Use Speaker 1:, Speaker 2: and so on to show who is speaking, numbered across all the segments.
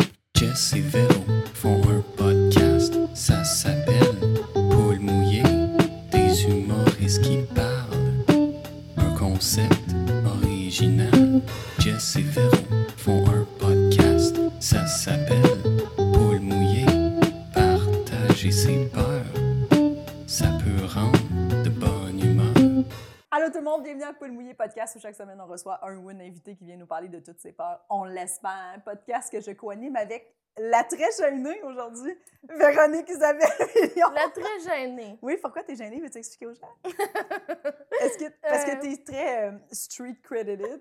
Speaker 1: et Véro font un podcast. Ça s'appelle Paul Mouillé, des humoristes qui parlent. Un concept original. Jess et Véro font un podcast. Ça s'appelle Paul Mouillé, partager ses peurs. Ça peut rendre de bonne humeur.
Speaker 2: Allô tout le monde, bienvenue à Poule Mouillé Podcast où chaque semaine on reçoit un ou une invité qui vient nous parler de toutes ses peurs. On l'espère. Un podcast que je co-anime avec la très gênée aujourd'hui, Véronique Isabelle Million.
Speaker 3: La très gênée.
Speaker 2: Oui, pourquoi t'es gênée? Veux-tu expliquer aux gens? Est-ce que, parce que t'es très euh, street credited.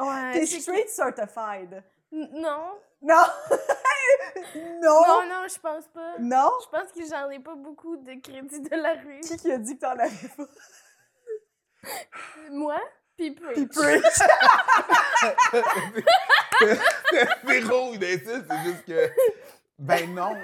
Speaker 3: Ouais.
Speaker 2: t'es
Speaker 3: c'est-
Speaker 2: street certified.
Speaker 3: N- Non.
Speaker 2: Non! non!
Speaker 3: Non, non, je pense pas.
Speaker 2: Oh! Non!
Speaker 3: Je pense que j'en ai pas beaucoup de crédit de la rue.
Speaker 2: Qui qui a dit que t'en avais pas?
Speaker 3: Moi, puis peu.
Speaker 2: Puis Preach!
Speaker 4: Véro, il insiste, c'est juste que. Ben non!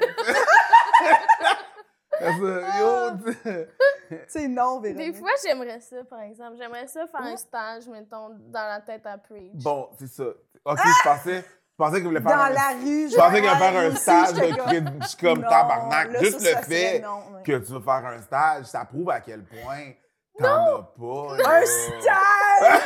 Speaker 4: Parce que, yo, tu-
Speaker 2: C'est non, Véronique.
Speaker 3: Des fois, j'aimerais ça, par exemple. J'aimerais ça faire un stage, mettons, dans la tête à Preach.
Speaker 4: Bon, c'est ça. Ok, je pensais, je pensais qu'il voulait faire.
Speaker 2: dans
Speaker 4: un-
Speaker 2: la rue.
Speaker 4: Je pensais qu'il allait faire un
Speaker 2: aussi,
Speaker 4: stage
Speaker 2: j'étais
Speaker 4: de
Speaker 2: comme-
Speaker 4: crédit. Je suis comme
Speaker 2: Non,
Speaker 4: tabarnak.
Speaker 2: là, ça,
Speaker 4: Juste
Speaker 2: ça
Speaker 4: le fait
Speaker 2: serait non, ouais.
Speaker 4: que tu veux faire un stage, ça prouve à quel point t'en as pas. là.
Speaker 2: Un stage!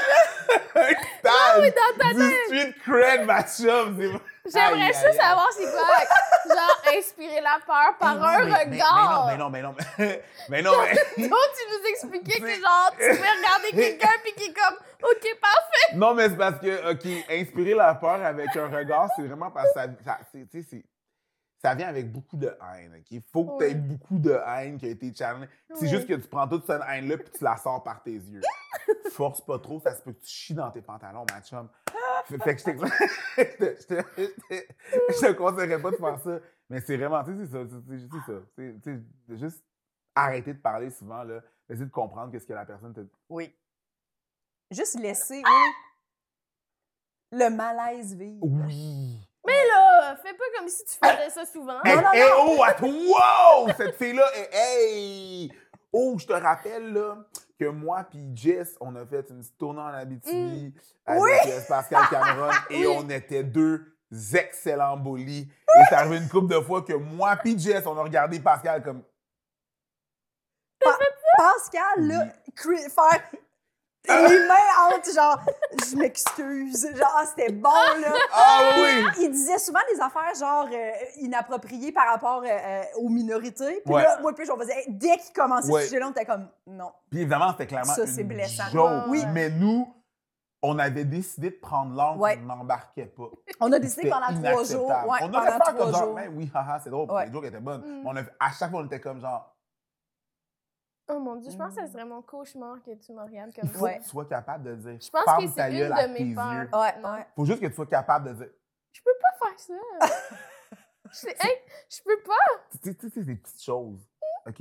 Speaker 4: Un stage!
Speaker 3: mais dans ta
Speaker 4: 18 cred, ma chum! c'est vrai.
Speaker 3: J'aimerais
Speaker 4: Aïe,
Speaker 3: ça
Speaker 4: aïe, aïe.
Speaker 3: savoir c'est quoi, genre, inspirer la peur par
Speaker 4: Eh,
Speaker 3: un
Speaker 4: non, mais- mais-
Speaker 3: regard.
Speaker 4: Mais non, mais non, mais non. Mais non, mais.
Speaker 3: Donc, tu nous expliquais que, genre, tu pouvais regarder quelqu'un puis qui est comme, OK, parfait.
Speaker 4: Non, mais c'est parce que, OK, inspirer la peur avec un regard, c'est vraiment parce que ça, ça, c'est- tu sais, c'est- ça vient avec beaucoup de haine. OK? Il faut que tu aies
Speaker 3: Oui.
Speaker 4: beaucoup de haine qui a été channelée. C'est
Speaker 3: Oui.
Speaker 4: juste que tu prends toute cette haine-là puis tu la sors par tes yeux. Force pas trop, ça se peut que tu chies dans tes pantalons, ma chum. Fait, fait que je t'ex- je te- je te- je te- je te conseillerais pas de faire ça. Mais c'est vraiment, tu sais, c'est ça. C'est c'est- c'est ça. C'est- tu sais, de juste arrêter de parler souvent, là. Essayer de comprendre qu'est-ce que la personne te
Speaker 2: Oui. Juste laisser oui, le malaise vivre.
Speaker 4: Oui!
Speaker 3: Mais là, fais pas comme si tu faisais ça souvent.
Speaker 4: Hey,
Speaker 2: Non, non,
Speaker 4: hey, oh, attends, wow! Cette fille-là, hey, hey! Oh, je te rappelle, là, que moi puis Jess, on a fait une petite tournée en Abitibi avec
Speaker 2: Mm. Oui!
Speaker 4: euh, Pascal Cameron et
Speaker 3: Oui.
Speaker 4: on était deux excellents bullies. Et c'est arrivé une couple de fois que moi puis Jess, on a regardé Pascal comme...
Speaker 2: Pascal, là, cri- faire
Speaker 4: Ah!
Speaker 2: les mains hautes, genre, je m'excuse. Genre, ah, c'était bon, là.
Speaker 4: Ah oui!
Speaker 2: Il disait souvent des affaires, genre, euh, inappropriées par rapport euh, euh, aux minorités. Puis
Speaker 4: Ouais.
Speaker 2: là, moi, puis je, on faisait, dès qu'il commençait
Speaker 4: Ouais.
Speaker 2: ce sujet-là, on était comme, non.
Speaker 4: Puis évidemment, c'était clairement
Speaker 2: Ça, c'est
Speaker 4: une
Speaker 2: blessant.
Speaker 4: joke.
Speaker 3: Oui.
Speaker 4: Mais nous, on avait décidé de prendre l'angle,
Speaker 2: Ouais.
Speaker 4: on n'embarquait pas.
Speaker 2: On a décidé
Speaker 4: C'était
Speaker 2: pendant trois jours.
Speaker 4: inacceptable.
Speaker 2: ouais,
Speaker 4: on
Speaker 2: pendant
Speaker 4: aurait fait comme
Speaker 2: trois
Speaker 4: genre,
Speaker 2: jours.
Speaker 4: mais oui, haha, c'est drôle,
Speaker 2: Ouais.
Speaker 4: les jokes étaient bonnes.
Speaker 3: Mm.
Speaker 4: Mais on a- à chaque fois, on était comme genre,
Speaker 3: Oh mon dieu, je pense que ça serait mon cauchemar que tu me regardes comme
Speaker 4: il faut
Speaker 3: ça.
Speaker 2: Mm, Ouais.
Speaker 4: que tu sois capable de dire,
Speaker 3: Je pense
Speaker 4: ferme
Speaker 3: que
Speaker 4: ta
Speaker 3: c'est une
Speaker 4: gueule à
Speaker 3: de
Speaker 4: tes
Speaker 3: mes peurs.
Speaker 4: yeux.
Speaker 2: Ouais,
Speaker 3: Non.
Speaker 2: ouais.
Speaker 4: faut juste que tu sois capable de dire,
Speaker 3: Je peux pas faire ça. Je sais, hey, je peux pas.
Speaker 4: tu sais, tu sais, c'est des petites choses, OK?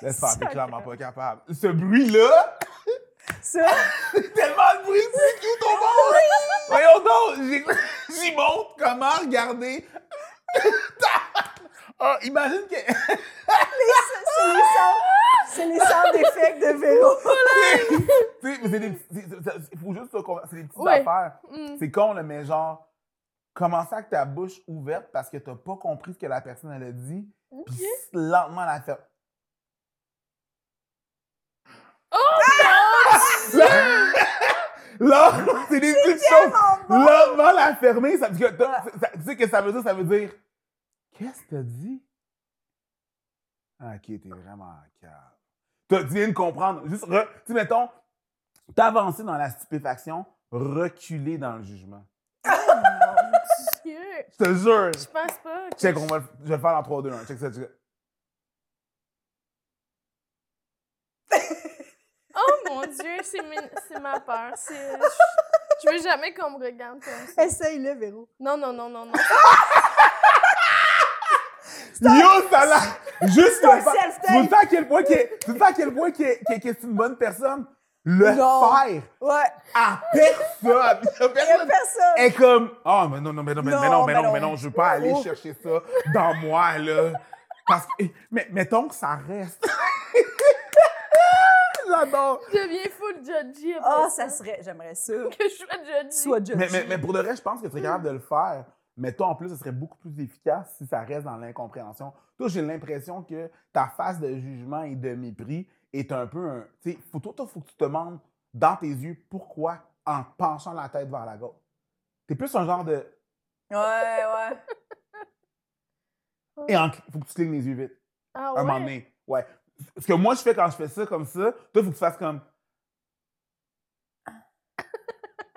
Speaker 4: Laisse faire, t'es clairement pas capable. Ce bruit-là,
Speaker 2: Ça,
Speaker 4: c'est tellement de bruit, c'est tout au monde! Voyons donc, j'ai- j'y montre comment regarder. Ah, imagine que...
Speaker 2: c'est les sounds- c'est les sounds d'effet de Véro.
Speaker 4: Tu sais, mais c'est des petits- c'est- c'est- c'est- faut juste se convaincre, c'est des petites
Speaker 3: Ouais.
Speaker 4: affaires.
Speaker 3: Mm.
Speaker 4: C'est con, là, mais genre, commencer avec ta bouche ouverte parce que t'as pas compris ce que la personne, elle a dit, puis lentement la faire. Oh! Là, c'est des petites choses.
Speaker 2: tellement
Speaker 4: Lentement la fermer, ça, parce que t'as- ça- tu sais que ça veut dire, ça veut dire, qu'est-ce que t'as dit? Ah, Ok, t'es vraiment calme. T'as- Tu viens de comprendre. Juste, re- tu sais, mettons, t'avancer dans la stupéfaction, reculer dans le jugement.
Speaker 2: Ah.
Speaker 3: Dieu,
Speaker 4: Je te jure.
Speaker 3: Je pense pas. que-
Speaker 4: Check, on va, le- je vais le faire en 3, 2, 1. Check ça, check ça.
Speaker 3: Oh mon dieu, c'est min- c'est ma peur. C'est- Je je veux jamais qu'on me regarde comme ça.
Speaker 2: Essaye-le, Véro.
Speaker 3: Non, non, non, non, non.
Speaker 4: Yo, ça là! Juste
Speaker 2: un
Speaker 4: le fa-
Speaker 2: self-tape.
Speaker 4: Tu veux faire à quel point qu'elle tu veux faire à quel point qu'elle- qu'elle- qu'elle est une bonne personne? Le
Speaker 2: Non.
Speaker 4: faire
Speaker 2: Ouais.
Speaker 4: à personne! Il y a
Speaker 2: Il y a
Speaker 4: personne
Speaker 2: personne.
Speaker 4: est comme Ah, mais non, non, mais non, mais,
Speaker 2: Non,
Speaker 4: mais non, mais
Speaker 2: mais
Speaker 4: non, mais
Speaker 2: non.
Speaker 4: non, je veux pas aller
Speaker 2: Oh.
Speaker 4: chercher ça dans moi, là. Parce que, eh, mais mettons que ça reste. J'adore.
Speaker 3: Je deviens full judgy après
Speaker 2: Ah, ça serait. J'aimerais ça.
Speaker 3: Que je sois judgy.
Speaker 2: Soit judgy.
Speaker 4: Mais, mais, mais pour de vrai, je pense que tu serais capable de le faire. Mais toi, en plus, ce serait beaucoup plus efficace si ça reste dans l'incompréhension. Toi, j'ai l'impression que ta phase de jugement et de mépris est un peu un. Tu sais, faut, toi, il faut que tu te demandes dans tes yeux pourquoi en penchant la tête vers la gauche. T'es plus un genre de.
Speaker 2: Ouais, ouais.
Speaker 4: Et en... faut que tu clignes les yeux vite.
Speaker 3: Ah
Speaker 4: un moment
Speaker 3: ouais?
Speaker 4: donné. Ouais. Ce que moi, je fais quand je fais ça comme ça, toi, il faut que tu fasses comme.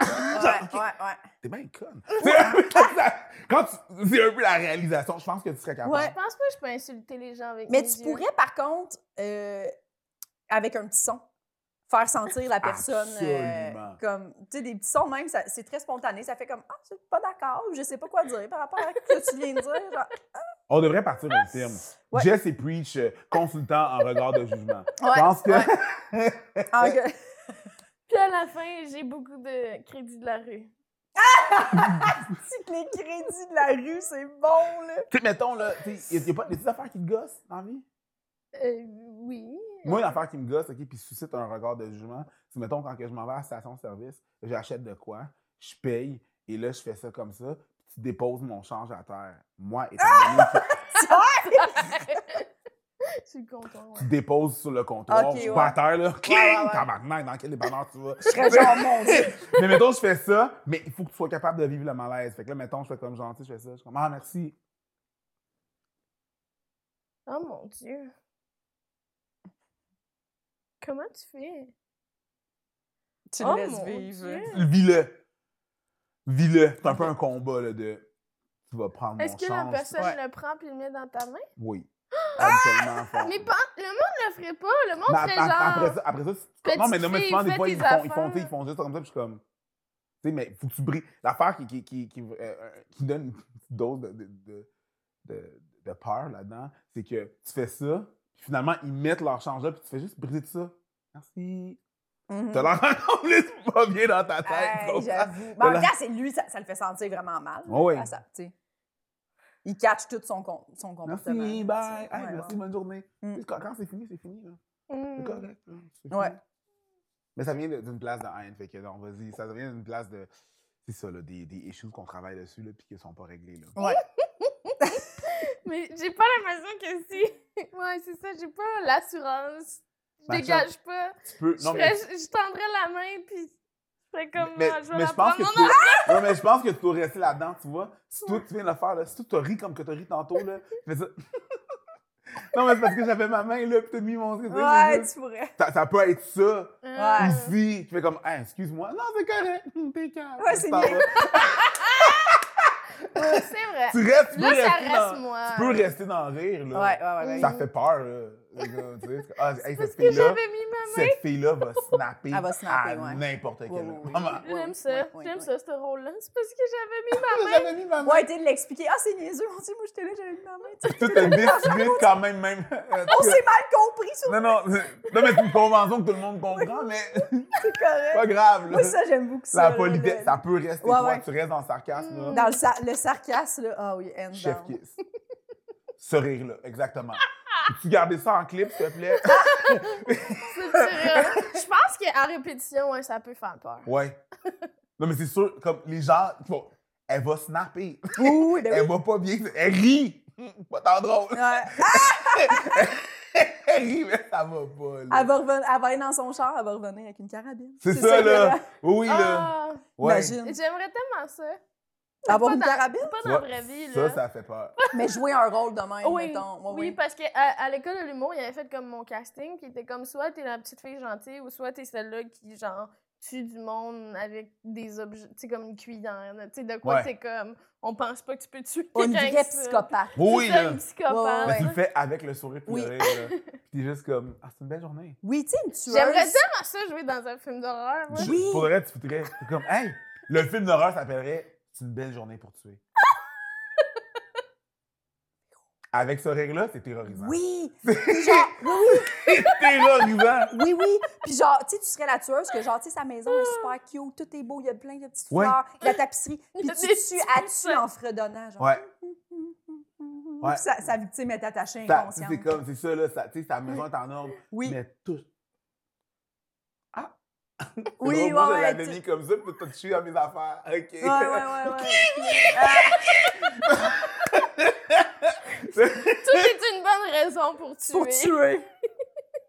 Speaker 2: Ouais, ouais, ouais.
Speaker 4: T'es bien conne. C'est un peu ça. quand tu- c'est un peu la réalisation, je pense que tu serais capable.
Speaker 2: Ouais.
Speaker 3: Je pense pas que je peux insulter les gens avec
Speaker 2: Mais
Speaker 3: mes
Speaker 2: tu
Speaker 3: yeux.
Speaker 2: pourrais, par contre, euh, avec un petit son, faire sentir la personne euh,
Speaker 4: Absolument.
Speaker 2: comme. Tu sais, des petits sons, même, ça- c'est très spontané. Ça fait comme Ah, je suis pas d'accord, ou je sais pas quoi dire par rapport à ce que tu viens de dire. genre.
Speaker 4: On devrait partir d'un film.
Speaker 2: Ouais.
Speaker 4: Jess et Preach, euh, consultant en regard de jugement. Je
Speaker 2: Ouais,
Speaker 4: pense que.
Speaker 2: ouais. En-
Speaker 3: Puis à la fin, j'ai beaucoup de crédits de la rue.
Speaker 2: Tu que les crédits de la rue, c'est bon, là.
Speaker 4: Tu sais, mettons, là, tu sais, y a, y a pas y a des affaires qui te gossent dans la vie?
Speaker 3: Euh, oui.
Speaker 4: Moi, une affaire qui me gosse, OK, puis suscite un regard de jugement, c'est mettons quand que je m'en vais à la station-service, j'achète de quoi, je paye, et là, je fais ça comme ça, puis tu déposes mon change à terre. Moi, étant donné
Speaker 2: Ah!
Speaker 4: que
Speaker 3: Je suis content.
Speaker 4: tu déposes sur le comptoir,
Speaker 2: Ok,
Speaker 4: je suis
Speaker 2: ouais.
Speaker 4: pas à terre, là, King,
Speaker 2: ouais, ouais.
Speaker 4: tabarnak, dans quel dépanneur tu vas?
Speaker 2: Je serais genre, mon Dieu.
Speaker 4: mais mettons, je fais ça, mais il faut que tu sois capable de vivre le malaise. Fait que là, mettons, je fais comme gentil, je fais ça, je suis comme, ah, merci.
Speaker 3: Oh mon dieu. Comment tu fais?
Speaker 2: Tu le
Speaker 3: Oh
Speaker 2: laisses
Speaker 3: mon
Speaker 2: vivre.
Speaker 3: Dieu.
Speaker 4: Vis-le. Vis-le. C'est un peu un combat, là, de. Tu vas prendre mon
Speaker 3: Est-ce que la
Speaker 4: change.
Speaker 3: personne
Speaker 2: Ouais.
Speaker 3: le prend puis le met dans ta main?
Speaker 4: Oui. Absolument. fort.
Speaker 3: Mais pas, le monde le ferait pas. Le monde
Speaker 4: Mais
Speaker 3: ferait
Speaker 4: ap- ap-
Speaker 3: genre.
Speaker 4: Ben, après ça, après ça tu- non,
Speaker 3: petite
Speaker 4: mais non, mais
Speaker 3: fille,
Speaker 4: souvent, des
Speaker 3: fais
Speaker 4: fois, ils
Speaker 3: tes
Speaker 4: font, ils, font,
Speaker 3: affaires.
Speaker 4: tu sais, ils font juste comme ça, puis je suis comme. Tu sais, mais faut que tu brilles. L'affaire qui, qui, qui, qui, euh, euh, qui donne une petite dose de, de, de, de- de peur là-dedans, c'est que tu fais ça, puis finalement, ils mettent leur change là, puis tu fais juste briser de ça. Merci.
Speaker 3: Mm.
Speaker 2: Mhm.
Speaker 4: T'as l'air encore plus pas bien dans ta tête.
Speaker 2: Hey,
Speaker 4: tu comprends? Oh
Speaker 2: J'avoue. Mais en
Speaker 4: la-
Speaker 2: même temps, c'est lui, ça, ça le fait sentir vraiment mal.
Speaker 4: Ouais, ouais.
Speaker 2: Ah, ça, tu sais. il catch tout son, com- son comportement.
Speaker 4: Merci, bye.
Speaker 2: Ouais,
Speaker 4: Hey,
Speaker 2: ouais.
Speaker 4: merci, bonne journée.
Speaker 2: Mm.
Speaker 4: Tu sais, Quand, quand c'est fini, c'est fini. là. C'est
Speaker 3: Hmm.
Speaker 4: correct. là. C'est
Speaker 2: Ouais.
Speaker 4: fini. Mais ça vient de- d'une place de haine. Fait que non, vas-y, ça vient d'une place de. C'est ça, là, des, des issues qu'on travaille dessus, là, puis qui ne sont pas réglées. Là.
Speaker 2: Ouais.
Speaker 3: Mais j'ai pas l'impression que si. Ouais, c'est ça, j'ai pas l'assurance. Je
Speaker 4: Ben, ça-
Speaker 3: dégage pas.
Speaker 4: Tu peux.
Speaker 3: Je,
Speaker 4: Non, mais.
Speaker 3: ferais- je tendrais la main puis je ferais comme.
Speaker 2: euh,
Speaker 4: mais-
Speaker 3: ah, je vais
Speaker 4: mais
Speaker 3: la
Speaker 4: je pense
Speaker 3: prendre.
Speaker 4: que
Speaker 3: Non,
Speaker 4: tu
Speaker 3: non,
Speaker 4: peux- Ouais, mais je pense que tu dois rester là-dedans, tu vois. Si toi, tu viens de le faire, là, si toi, tu as ri comme que tu as ri tantôt, là, fais ça. non, mais c'est parce que j'avais ma main, là, puis t'as mis mon. tu sais, c'est
Speaker 2: Ouais,
Speaker 4: juste-
Speaker 2: tu pourrais.
Speaker 4: ça, ça peut être ça.
Speaker 2: Ouais.
Speaker 3: Ah.
Speaker 4: Ici, tu fais comme, Hey, excuse-moi. Non, c'est correct. T'es calme.
Speaker 2: Ouais, c'est
Speaker 4: Tu t'en
Speaker 2: mieux.
Speaker 4: vas.
Speaker 3: Ouais, c'est vrai.
Speaker 4: Tu restes, tu
Speaker 3: Là,
Speaker 4: peux
Speaker 3: ça
Speaker 4: rester dans-
Speaker 3: reste moi.
Speaker 4: Tu peux rester dans le rire,
Speaker 2: Ouais,
Speaker 4: là.
Speaker 2: ouais, ouais. ouais.
Speaker 4: Ça fait peur, là. les gars, tu sais. Ah, hey,
Speaker 3: Parce
Speaker 4: cette
Speaker 3: que
Speaker 4: fille-là,
Speaker 3: j'avais mis ma.
Speaker 4: cette fille-là va snapper,
Speaker 2: Elle va snapper,
Speaker 4: à
Speaker 2: ouais.
Speaker 4: n'importe quel
Speaker 2: Ouais, ouais, Ah, ouais.
Speaker 4: moment.
Speaker 2: Ouais,
Speaker 3: J'aime
Speaker 2: ouais,
Speaker 3: ça.
Speaker 2: ouais,
Speaker 3: J'aime
Speaker 2: ouais.
Speaker 3: ça, ce rôle-là. C'est parce que j'avais mis ma.
Speaker 4: J'avais mis ma main.
Speaker 2: Ouais, tu sais, de l'expliquer. Ah, c'est niaiseux, mon Dieu, moi, j'étais là, j'avais mis ma main. tu sais.
Speaker 4: Tout est décidé quand même, même. euh,
Speaker 2: On
Speaker 4: que-
Speaker 2: s'est mal compris, sur
Speaker 4: Non, non, c'est- non, mais c'est une convention que tout le monde comprend, mais
Speaker 2: c'est correct.
Speaker 4: pas grave,
Speaker 2: Moi,
Speaker 4: là.
Speaker 2: ça, j'aime beaucoup ça.
Speaker 4: La
Speaker 2: là,
Speaker 4: politesse,
Speaker 2: le-
Speaker 4: ça peut rester.
Speaker 2: Ouais,
Speaker 4: toi,
Speaker 2: ouais.
Speaker 4: Tu restes dans le sarcasme, là.
Speaker 3: Mm.
Speaker 2: Dans le, sa- le sarcasme, là. Ah oui, end
Speaker 4: Chef
Speaker 2: down.
Speaker 4: kiss. Ce rire-là, exactement. tu garder ça en clip, s'il te plaît?
Speaker 3: C'est vrai. Je pense qu'à répétition, ouais, ça peut faire peur.
Speaker 4: Ouais. Non, mais c'est sûr, comme les gens, ils font, elle va snapper.
Speaker 2: Ouh, ben
Speaker 4: Elle
Speaker 2: oui.
Speaker 4: va pas bien. Elle rit. Pas tant drôle.
Speaker 2: Ouais.
Speaker 4: Elle rit, mais ça va pas, là.
Speaker 2: Elle va, reven- elle va aller dans son char, elle va revenir avec une carabine.
Speaker 4: C'est ça, là. Oui, là.
Speaker 3: Ah,
Speaker 4: Ouais.
Speaker 2: Imagine.
Speaker 3: J'aimerais tellement ça.
Speaker 2: Avoir
Speaker 3: Pas
Speaker 2: une
Speaker 3: dans-
Speaker 2: carabine,
Speaker 3: Pas
Speaker 4: Tu
Speaker 3: dans la
Speaker 4: vois,
Speaker 3: vraie vie, là.
Speaker 4: Ça, ça fait peur.
Speaker 2: mais jouer un rôle de même,
Speaker 3: Oui,
Speaker 2: mettons. Ouais,
Speaker 3: oui, parce que à, à l'école de l'humour, il avait fait comme mon casting, qui était comme soit t'es la petite fille gentille ou soit t'es celle-là qui genre tue du monde avec des objets, tu sais comme une cuillère, là, tu sais de quoi
Speaker 4: Ouais.
Speaker 3: t'es comme on pense pas que tu peux tuer
Speaker 2: Une
Speaker 3: quelqu'un.
Speaker 2: vraie
Speaker 3: avec ça.
Speaker 2: psychopathe.
Speaker 4: Oui,
Speaker 3: C'est ça,
Speaker 4: là.
Speaker 3: une psychopathe.
Speaker 2: Ouais,
Speaker 4: Mais
Speaker 2: ouais,
Speaker 4: tu le
Speaker 2: ouais.
Speaker 4: fais avec le sourire puis
Speaker 2: Oui.
Speaker 4: le rire, là. Puis t'es juste comme, ah, c'est une belle journée.
Speaker 2: Oui, tu sais, une tueuse.
Speaker 3: J'aimerais tellement ça jouer dans un film d'horreur. moi.
Speaker 4: Je-
Speaker 2: Oui.
Speaker 4: Pour le reste, tu voudrais, t'es comme, hey, le film d'horreur s'appellerait C'est une belle journée pour tuer. Avec ce rire-là, c'est terrorisant.
Speaker 2: Oui! Puis genre, oui, oui,
Speaker 4: C'est terrorisant!
Speaker 2: oui, oui. Puis genre, tu sais, tu serais la tueuse, que genre, tu sais, sa maison est super cute, tout est beau, il y a plein de petites
Speaker 4: Ouais.
Speaker 2: fleurs, il y a la tapisserie. Puis
Speaker 3: Ah. Il y a
Speaker 2: tu
Speaker 3: des
Speaker 2: tues
Speaker 3: petits
Speaker 2: à tu
Speaker 3: poussins.
Speaker 2: en fredonnant, genre.
Speaker 4: Ouais.
Speaker 2: Puis
Speaker 4: Ouais.
Speaker 2: Sa, sa victime est attachée
Speaker 4: Ça, tu sais,
Speaker 2: inconsciente.
Speaker 4: C'est comme, c'est ça, là, ça, tu sais, ta maison est en ordre,
Speaker 2: Oui,
Speaker 4: mais tout.
Speaker 2: Oui,
Speaker 4: Drôle,
Speaker 2: ouais,
Speaker 4: moi, je
Speaker 2: ouais,
Speaker 4: l'avais
Speaker 2: tu-
Speaker 4: mis comme ça, puis t'as touché à mes affaires. OK.
Speaker 2: Ouais, ouais, ouais, ouais. Ah,
Speaker 3: Tout est une bonne raison pour tuer.
Speaker 2: pour tuer.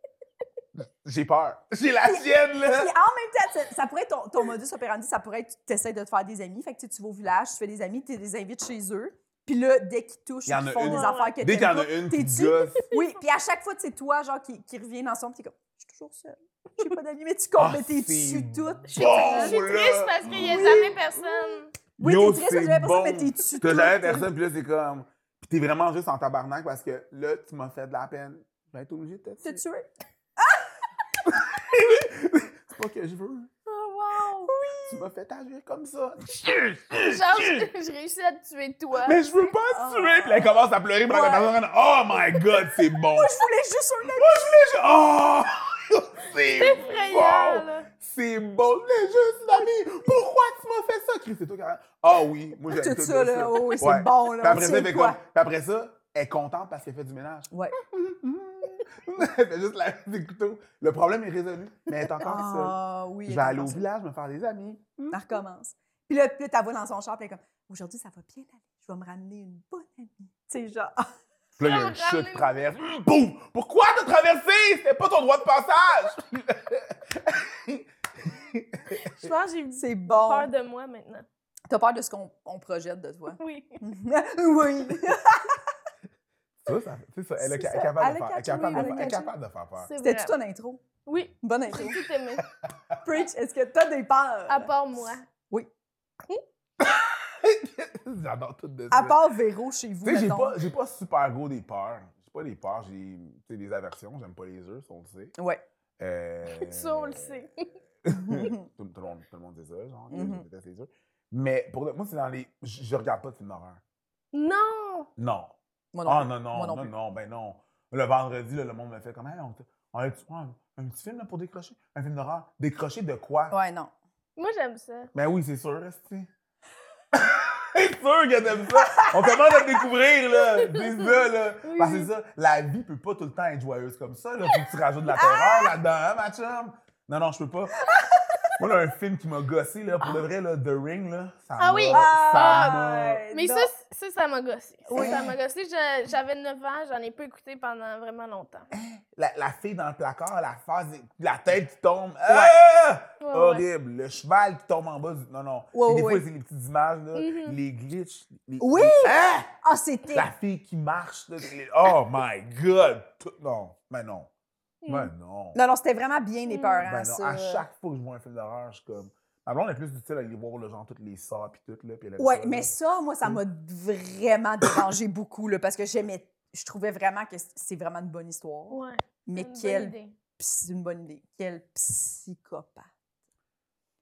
Speaker 4: J'ai peur. J'ai la sienne,
Speaker 2: Puis en
Speaker 4: là.
Speaker 2: même temps, ça- ça pourrait être ton, ton modus operandi, ça pourrait être tu essaies de te faire des amis. Fait que tu sais, tu vas au village, tu fais des amis, tu les invites chez eux. Puis là, dès qu'ils touchent,
Speaker 4: Il y en
Speaker 2: ils
Speaker 4: a
Speaker 2: font
Speaker 4: une.
Speaker 2: des affaires ah, que
Speaker 4: Dès qu'il y en a
Speaker 2: t'aimes
Speaker 4: une
Speaker 2: pas,
Speaker 4: qui ah,
Speaker 2: t'es-tu?
Speaker 4: gosse,
Speaker 2: Oui, puis à chaque fois, c'est toi, genre, qui, qui revient dans son, pis t'es comme, je suis toujours seule. J'ai pas d'amis, mais tu comptes,
Speaker 4: Ah,
Speaker 2: mais t'es
Speaker 4: c'est
Speaker 2: dessus toute.
Speaker 3: Je suis triste- je
Speaker 4: Oh,
Speaker 3: suis
Speaker 4: là.
Speaker 3: triste parce qu'il n'y a jamais personne.
Speaker 2: Oui,
Speaker 4: Yo,
Speaker 2: t'es triste,
Speaker 4: c'est
Speaker 2: j'avais pas ça,
Speaker 4: bon.
Speaker 2: mais t'es dessus
Speaker 4: T'as jamais
Speaker 2: toute.
Speaker 4: personne, puis là, c'est comme. Puis t'es vraiment juste en tabarnak parce que là, tu m'as fait de la peine. Je vais être obligé de te
Speaker 2: T'es
Speaker 4: tuer.
Speaker 2: tué.
Speaker 4: C'est pas que je veux.
Speaker 3: Oh, wow.
Speaker 4: Tu m'as fait agir comme ça.
Speaker 3: Genre, je, je réussis à te tuer toi.
Speaker 4: Mais je veux pas te tuer. Puis elle commence à pleurer. Puis la
Speaker 2: Oh. Ouais.
Speaker 4: personne, oh my god, c'est bon.
Speaker 2: Je voulais juste un ami.
Speaker 4: Oh! C'est
Speaker 3: Effrayant,
Speaker 4: bon!
Speaker 3: là.
Speaker 4: C'est bon! Je voulais juste l'ami! Pourquoi tu m'as fait ça? Chris, c'est toi qui a- Ah oui, moi j'aime
Speaker 2: Tout ça, là. Oh, oui, c'est
Speaker 4: Ouais.
Speaker 2: bon,
Speaker 4: Puis
Speaker 2: là.
Speaker 4: après
Speaker 2: on
Speaker 4: ça, elle
Speaker 2: sait
Speaker 4: fait
Speaker 2: quoi.
Speaker 4: comme- puis après ça, elle est contente parce qu'elle fait du ménage.
Speaker 2: Ouais.
Speaker 4: elle fait juste la des couteaux. Le problème est résolu, mais elle est encore seule.
Speaker 2: Ah, oui.
Speaker 4: Je
Speaker 2: elle
Speaker 4: vais aller au
Speaker 2: commence.
Speaker 4: village me faire des amis.
Speaker 2: Elle recommence. Puis là, puis là, t'as voix dans son char, puis elle est comme, aujourd'hui, ça va bien aller. Je vais me ramener une bonne amie. Tu sais, genre,
Speaker 4: Puis là, il y a une
Speaker 3: Ah,
Speaker 4: chute
Speaker 3: ramenez-moi.
Speaker 4: qui traverse. Boum! Pourquoi t'as traversé? C'était pas ton droit de passage!
Speaker 3: Je pense que j'ai
Speaker 2: c'est bon.
Speaker 3: peur de moi maintenant.
Speaker 2: T'as peur de ce qu'on on projette de toi.
Speaker 3: Oui.
Speaker 2: oui.
Speaker 4: Ça, ça- c'est ça. Elle
Speaker 2: C'est
Speaker 4: est ca-
Speaker 2: ça.
Speaker 4: capable
Speaker 2: Elle a
Speaker 4: de faire- elle est
Speaker 2: catché, oui,
Speaker 4: capable
Speaker 2: elle a
Speaker 4: de faire- elle est
Speaker 2: catché.
Speaker 4: capable de faire peur.
Speaker 3: C'est
Speaker 2: C'était
Speaker 3: vrai.
Speaker 2: tout un intro.
Speaker 3: Oui,
Speaker 2: Bonne
Speaker 3: j'ai
Speaker 2: intro.
Speaker 3: tout aimé.
Speaker 2: Preach, est-ce que t'as des peurs?
Speaker 3: À part moi.
Speaker 4: J'adore tout de
Speaker 2: À
Speaker 4: ça.
Speaker 2: part Véro chez vous,
Speaker 4: Tu sais, j'ai
Speaker 2: mettons.
Speaker 4: pas, j'ai pas super gros des peurs. J'ai pas des peurs, j'ai tu sais, des aversions. J'aime pas les œufs, ça, on le sait.
Speaker 2: Ouais.
Speaker 4: Euh...
Speaker 3: Ça, on le sait.
Speaker 4: tout, tout le monde, tout le monde dit ça, genre, que
Speaker 2: Mhm.
Speaker 4: je déteste les œufs. Mais pour le- moi, c'est dans les. Je, je regarde pas de films d'horreur.
Speaker 3: Non!
Speaker 4: Non.
Speaker 2: Moi non.
Speaker 4: Ah non, non,
Speaker 2: Moi non
Speaker 4: non,
Speaker 2: plus.
Speaker 4: non, ben non. Le vendredi, là, le monde me fait comme, hey, on, t- on a tu prends un, un petit film là, pour décrocher? Un film d'horreur? Décrocher de quoi?
Speaker 2: Ouais, non.
Speaker 3: Moi, j'aime ça.
Speaker 4: Ben oui, c'est sûr, esti. c'est sûr que t'aimes ça. On commence à te découvrir, là. C'est ça, là.
Speaker 3: Oui,
Speaker 4: Parce que
Speaker 3: oui.
Speaker 4: c'est ça, la vie peut pas tout le temps être joyeuse comme ça, là. Faut que tu rajoutes de la
Speaker 3: Ah!
Speaker 4: terreur là-dedans, hein, ma chum? Non, non, je peux pas. Moi, là, un film qui m'a gossé, là, pour le vrai, là, The Ring, là, ça
Speaker 3: Ah
Speaker 4: m'a-
Speaker 3: oui.
Speaker 4: Ça m'a...
Speaker 2: Ah, ouais,
Speaker 3: Mais
Speaker 2: non.
Speaker 3: ça, c- ça, ça m'a gossé. Ça,
Speaker 2: Oui.
Speaker 3: Ça m'a gossé. Je- J'avais 9 ans, j'en ai pas écouté pendant vraiment longtemps.
Speaker 4: La, la fille dans le placard, la face, la tête qui tombe. Ah!
Speaker 3: Ouais, ouais.
Speaker 4: Horrible. Le cheval qui tombe en bas du... Non, non.
Speaker 2: Ouais,
Speaker 4: Puis
Speaker 2: ouais,
Speaker 4: des fois,
Speaker 2: ouais.
Speaker 4: c'est les petites images, là,
Speaker 3: Mhm.
Speaker 4: les glitches. les-
Speaker 2: Oui!
Speaker 4: les- Ah!
Speaker 2: Ah, c'était.
Speaker 4: La fille qui marche. là, les- Oh my God! Tout- Non, mais non.
Speaker 3: Mm.
Speaker 4: Mais non.
Speaker 2: Hmm. Non, non, c'était vraiment bien
Speaker 3: Hmm.
Speaker 2: épeurant,
Speaker 4: Ben non.
Speaker 2: ça.
Speaker 4: À chaque fois que je vois un film d'horreur, je suis comme. Ma blonde est plus du style à aller voir le genre toutes les sorts puis tout là puis elle aime
Speaker 2: Ouais,
Speaker 4: ça, Hmm.
Speaker 2: mais
Speaker 4: là.
Speaker 2: ça, moi, ça m'a vraiment dérangé beaucoup, là, parce que j'aimais. Je trouvais vraiment que c'est vraiment une bonne histoire.
Speaker 3: Ouais.
Speaker 2: Mais
Speaker 3: une bonne
Speaker 2: quelle
Speaker 3: idée.
Speaker 2: c'est une bonne idée. Quel psychopathe.